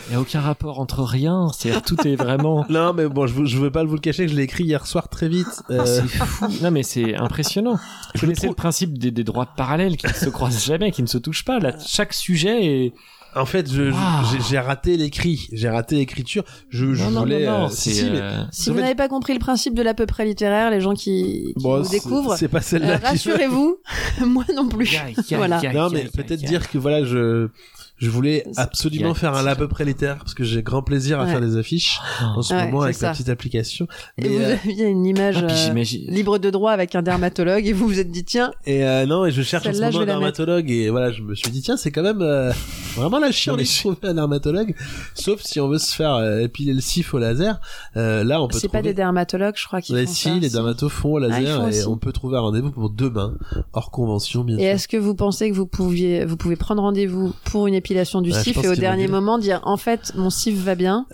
S6: Il n'y a aucun rapport entre rien, c'est-à-dire tout est vraiment...
S1: Non, mais bon, je, vous- je veux pas vous le cacher que je l'ai écrit hier soir très vite. Euh,
S6: Ah, C'est fou. Non mais c'est impressionnant. Vous
S1: le
S6: connaissez le
S1: trouve-
S6: principe des, des droits parallèles qui ne se croisent jamais, qui ne se touchent pas. Là, chaque sujet est...
S1: en fait, je- je-
S6: Ah.
S1: j'ai- j'ai raté l'écrit, j'ai raté l'écriture. Je, je
S6: non, non,
S1: voulais.
S6: non, non,
S1: euh,
S6: c'est...
S1: si, si, mais-
S6: euh,
S5: Si
S1: en
S5: vous
S1: fait-
S5: n'avez pas compris le principe de l'à peu près littéraire, les gens qui, qui
S1: Bon,
S5: nous
S1: c'est-
S5: découvrent,
S1: C'est pas
S5: euh,
S1: celle-là qui je-
S5: rassurez-vous, moi non plus.
S6: ya, ya,
S5: Voilà.
S6: ya,
S1: Non,
S6: ya,
S1: mais
S6: ya,
S1: peut-être
S6: ya.
S1: dire que voilà, je, je voulais
S5: C'est-
S1: absolument
S6: Yeah.
S1: faire un à peu près littéraire parce que j'ai grand plaisir à
S5: Ouais.
S1: faire des affiches en ce
S5: Ouais,
S1: moment
S5: c'est
S1: avec
S5: ça.
S1: la petite application.
S5: Et
S1: Mais,
S5: vous
S1: euh,
S5: aviez une image
S6: Ah, puis
S5: euh,
S6: j'imagine...
S5: libre de droit avec un dermatologue et vous vous êtes dit tiens,
S1: et euh, non, et je cherche en ce
S5: Celle-là,
S1: moment
S5: je
S1: un
S5: vais la
S1: dermatologue et voilà, je me suis dit tiens, c'est quand même euh, vraiment la chienne
S6: Non, mais
S1: de trouver un dermatologue. Sauf si on veut se faire euh, épiler le sif au laser, Euh, là on peut
S5: c'est pas
S1: trouver.
S5: des dermatologues, je crois qu'ils
S1: Ouais,
S5: font
S1: si,
S5: ça.
S1: les dermatos font au
S5: Ah, ils
S1: laser
S5: font
S1: et
S5: aussi.
S1: on peut trouver un rendez-vous pour demain hors convention bien
S5: Et
S1: sûr.
S5: est-ce que vous pensez que vous pouviez, vous pouvez prendre rendez-vous pour une épilation du
S1: Ouais, je
S5: cif
S1: pense
S5: et au
S1: qu'il vaut
S5: dernier
S1: mieux.
S5: moment dire en fait mon cif va bien.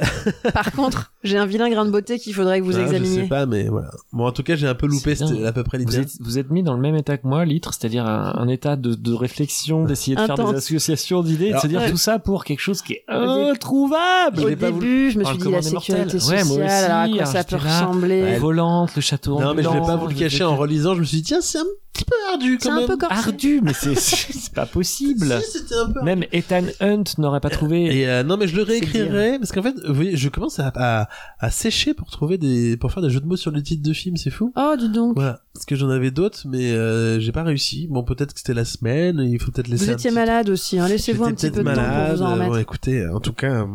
S5: Par contre, j'ai un vilain grain de beauté qu'il faudrait que vous
S1: Ah, Je
S5: examiniez.
S1: sais pas, mais voilà. Bon, en tout cas, j'ai un peu loupé
S6: C'est bien.
S1: c'était à peu près
S6: Vous
S1: l'idée.
S6: êtes, vous êtes mis dans le même état que moi, litre, c'est-à-dire un, un état de, de réflexion, d'essayer de faire
S5: Intense.
S6: des associations d'idées, et de
S1: Alors,
S6: se dire
S5: ouais.
S6: tout ça pour quelque chose qui est
S5: Au
S6: introuvable.
S5: Au début, je me
S6: Par
S5: suis
S6: le
S5: dit la
S6: commandement
S5: sécurité
S6: mortel. Ouais,
S5: sociale,
S6: moi aussi,
S5: alors à quoi
S6: alors
S5: ça
S6: j'étais
S5: peut
S6: là.
S5: ressembler.
S6: Ouais, volante, le château
S1: Non, mais je vais
S6: ambulant,
S1: pas vous le cacher en relisant, je me suis dit tiens, c'est un petit peu ardu
S5: C'est
S1: quand
S5: un
S1: même.
S5: peu corsé.
S6: ardu, mais c'est- c'est c'est pas possible.
S1: Si, c'était un peu
S6: Même Ethan Hunt n'aurait pas trouvé.
S1: Et euh, non, mais je le
S5: C'est
S1: réécrirai parce qu'en fait, vous voyez, je commence à, à, à sécher pour trouver des, pour faire des jeux de mots sur les titres de films, c'est fou.
S5: Oh, dis donc.
S1: Voilà, parce que j'en avais d'autres, mais euh, j'ai pas réussi. Bon, peut-être que c'était la semaine, il faut peut-être laisser.
S5: Vous
S1: un
S5: étiez
S1: petit-
S5: malade aussi, hein. laissez-vous un
S1: J'étais
S5: petit
S1: peut-être
S5: peu de temps pour
S1: malade.
S5: vous en
S1: euh,
S5: remettre.
S1: bon, écoutez, en tout cas, euh,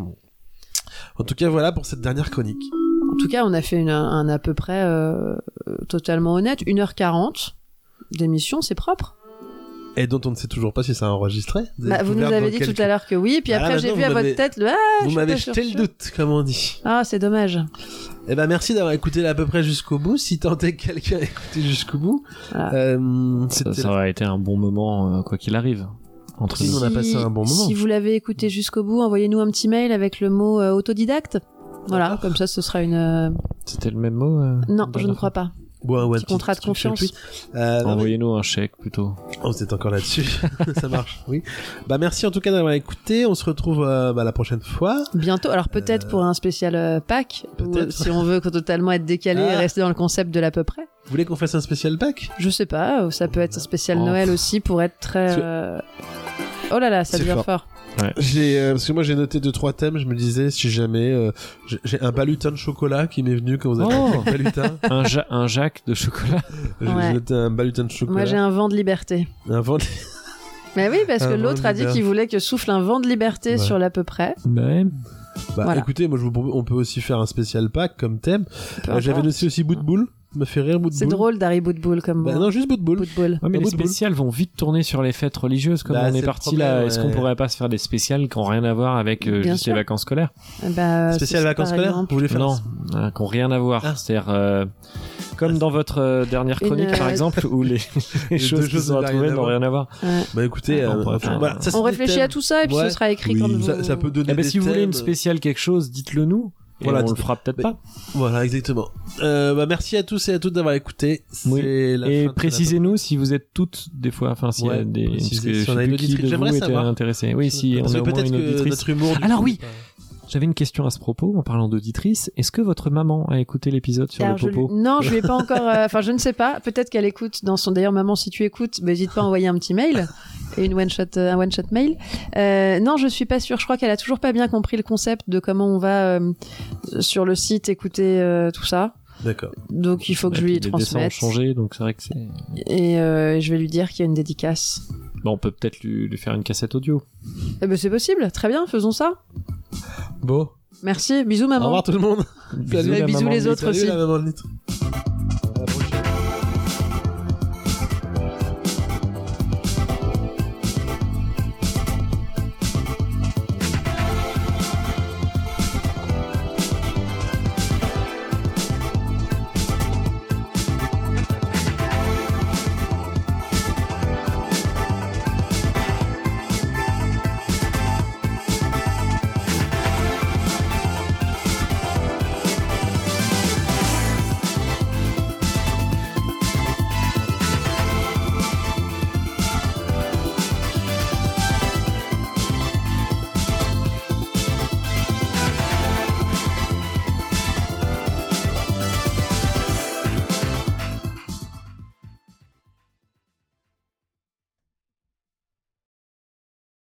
S1: en tout cas, voilà pour cette dernière chronique.
S5: En tout cas, on a fait une- un à peu près euh, euh, totalement honnête, 1h40 d'émission, c'est propre.
S1: Et dont on ne sait toujours pas si ça a enregistré.
S5: Bah, vous nous
S1: découvert
S5: avez
S1: dans
S5: dit
S1: quelques-
S5: tout à l'heure que oui, et puis
S1: Ah,
S5: après j'ai
S1: maintenant,
S5: vu à
S1: vous
S5: votre
S1: m'avez-
S5: tête le Ah, je
S1: vous
S5: suis
S1: m'avez
S5: pas
S1: jeté le
S5: sûre.
S1: doute, comme on dit.
S5: Ah, c'est dommage.
S1: Eh ben merci d'avoir écouté là à peu près jusqu'au bout. Si tant est que quelqu'un a écouté jusqu'au bout,
S5: Voilà.
S1: euh,
S6: Ça,
S1: c'était
S6: ça aurait été un bon moment, euh, quoi qu'il arrive. Entre
S1: Si,
S6: nous.
S1: on a passé un bon moment.
S5: Si vous l'avez écouté jusqu'au bout, envoyez-nous un petit mail avec le mot euh, autodidacte. Voilà, comme ça ce sera une. euh,
S6: C'était le même mot euh,
S5: Non,
S6: de
S1: bah,
S5: je
S6: la
S5: ne
S6: fin
S5: crois pas.
S1: Bon, un
S5: Petit
S1: petit
S5: contrat de
S1: truc sur le
S5: confiance.
S1: tweet. Euh, non, mais-
S6: Envoyez-nous un chèque plutôt.
S1: oh, vous êtes encore là-dessus. ça marche, oui. Bah, merci en tout cas d'avoir écouté. On se retrouve euh, bah, la prochaine fois.
S5: Bientôt, alors peut-être pour un spécial euh, Pâques, ou
S1: peut-être.
S5: si on veut totalement être décalé et
S1: Ah.
S5: rester dans le concept de l'à peu près.
S1: Vous voulez qu'on fasse un spécial pack
S5: Je sais pas, euh, ça peut être un spécial
S6: Oh.
S5: Noël aussi pour être très.
S1: C'est-
S5: euh, Oh là là, ça
S1: C'est
S5: devient
S1: fort.
S5: fort.
S1: J'ai euh, parce que moi j'ai noté deux trois thèmes. Je me disais si jamais euh, j'ai- j'ai un balutin de chocolat qui m'est venu quand vous avez
S6: Oh.
S1: parlé de balutin.
S6: Un, ja- un Jacques de chocolat.
S1: J'ai-
S5: Ouais.
S1: J'ai noté un balutin de chocolat.
S5: Moi j'ai un vent de liberté.
S1: un vent-
S5: Mais oui, parce
S1: euh, Un
S5: que
S1: vent
S5: l'autre
S1: de
S5: a dit
S1: liberté.
S5: qu'il voulait que souffle un vent de liberté
S1: Ouais.
S5: sur l'à peu près.
S6: Ouais.
S1: Bah
S5: Voilà.
S1: écoutez, moi je vous propose- on peut aussi faire un spécial pack comme thème.
S5: Peu
S1: Euh, J'avais
S5: importe.
S1: noté aussi bout de boule. Ça Me fait rire bout de boule.
S5: C'est drôle d'Harry Bootbull comme
S1: Bah
S5: moi. Euh,
S1: non, juste bout de boule.
S5: Bootbull.
S6: Ouais, mais
S1: Un
S6: les
S1: bout de boule.
S6: spéciales vont vite tourner sur les fêtes religieuses comme
S1: Bah,
S6: on
S1: c'est
S6: est
S1: le
S6: parti
S1: problème,
S6: là.
S1: ouais.
S6: Est-ce qu'on pourrait pas se faire des spéciales qui n'ont rien à voir avec euh,
S5: Bien
S6: juste
S5: sûr.
S6: les vacances scolaires
S5: Eh ben,
S1: spécial
S5: c'est-
S1: vacances
S5: par
S1: scolaires.
S5: exemple,
S1: Vous voulez faire
S6: Non,
S1: un-
S6: euh, qui n'ont rien à voir.
S1: Ah.
S6: C'est-à-dire, euh, comme dans votre euh, dernière
S5: Une,
S6: chronique par
S5: euh,
S6: exemple, où les, les
S1: Les
S6: choses
S1: deux
S6: qui
S1: choses
S6: sont
S1: n'ont
S6: à
S1: rien
S6: trouver
S1: à
S6: n'ont
S1: voir.
S6: rien à voir.
S5: ouais.
S1: Bah écoutez,
S6: Ah, on
S1: euh,
S6: pourrait faire-
S1: voilà, ça, c'est
S5: On
S1: des
S5: réfléchit
S1: thèmes.
S5: à tout ça et puis
S1: euh, Ouais.
S5: ce sera écrit quand vous...
S1: ça, ça peut donner
S6: Eh ben,
S1: des
S6: si vous voulez une
S1: thèmes.
S6: spéciale quelque chose, dites-le nous. Et
S1: Voilà,
S6: on le
S1: dites-
S6: fera peut-être
S1: Mais-
S6: pas.
S1: Voilà, exactement. Euh, bah, merci à tous et à toutes d'avoir écouté. C'est la fin
S6: Et
S1: de
S6: précisez-nous si vous êtes toutes des fois, enfin s'il y a
S1: Ouais,
S6: des, parce
S1: précisez
S6: que
S1: si
S6: je
S1: on a
S6: sais
S1: une
S6: plus qui
S1: auditrice.
S6: de vous
S1: J'aimerais
S6: était
S1: savoir.
S6: intéressé. Oui,
S1: notre-
S6: si on
S1: Parce
S6: a
S1: que
S6: au moins
S1: peut-être
S6: une
S1: que
S6: auditrice.
S1: notre humour. du
S6: Alors
S1: coup,
S6: oui.
S1: euh,
S6: J'avais une question à ce propos en parlant d'auditrice. Est-ce que votre maman a écouté l'épisode sur
S5: Alors,
S6: le
S5: je lui-
S6: popo
S5: Non, je lui ai pas encore. euh, Enfin, je ne sais pas. Peut-être qu'elle écoute dans son. D'ailleurs, maman, si tu écoutes, bah, n'hésite pas à envoyer un petit mail et une one shot, euh, un one shot mail. Euh, non, je suis pas sûre. Je crois qu'elle a toujours pas bien compris le concept de comment on va euh, sur le site écouter euh, tout ça.
S1: D'accord.
S5: Donc, il faut que
S6: Et
S5: je lui
S6: puis, Les dessins ont
S5: transmette.
S6: changé, donc c'est vrai que c'est.
S5: Et euh, je vais lui dire qu'il y a une dédicace.
S6: Bon, on peut peut-être lui, lui faire une cassette audio.
S5: Eh ben, c'est possible. Très bien, faisons ça.
S1: Bon.
S5: Merci. Bisous,
S1: Au
S5: maman.
S1: revoir tout le monde.
S6: Bisous,
S5: Et
S6: la
S5: bisous
S6: maman.
S5: les autres
S1: Salut
S5: aussi.
S1: la maman de Nitre.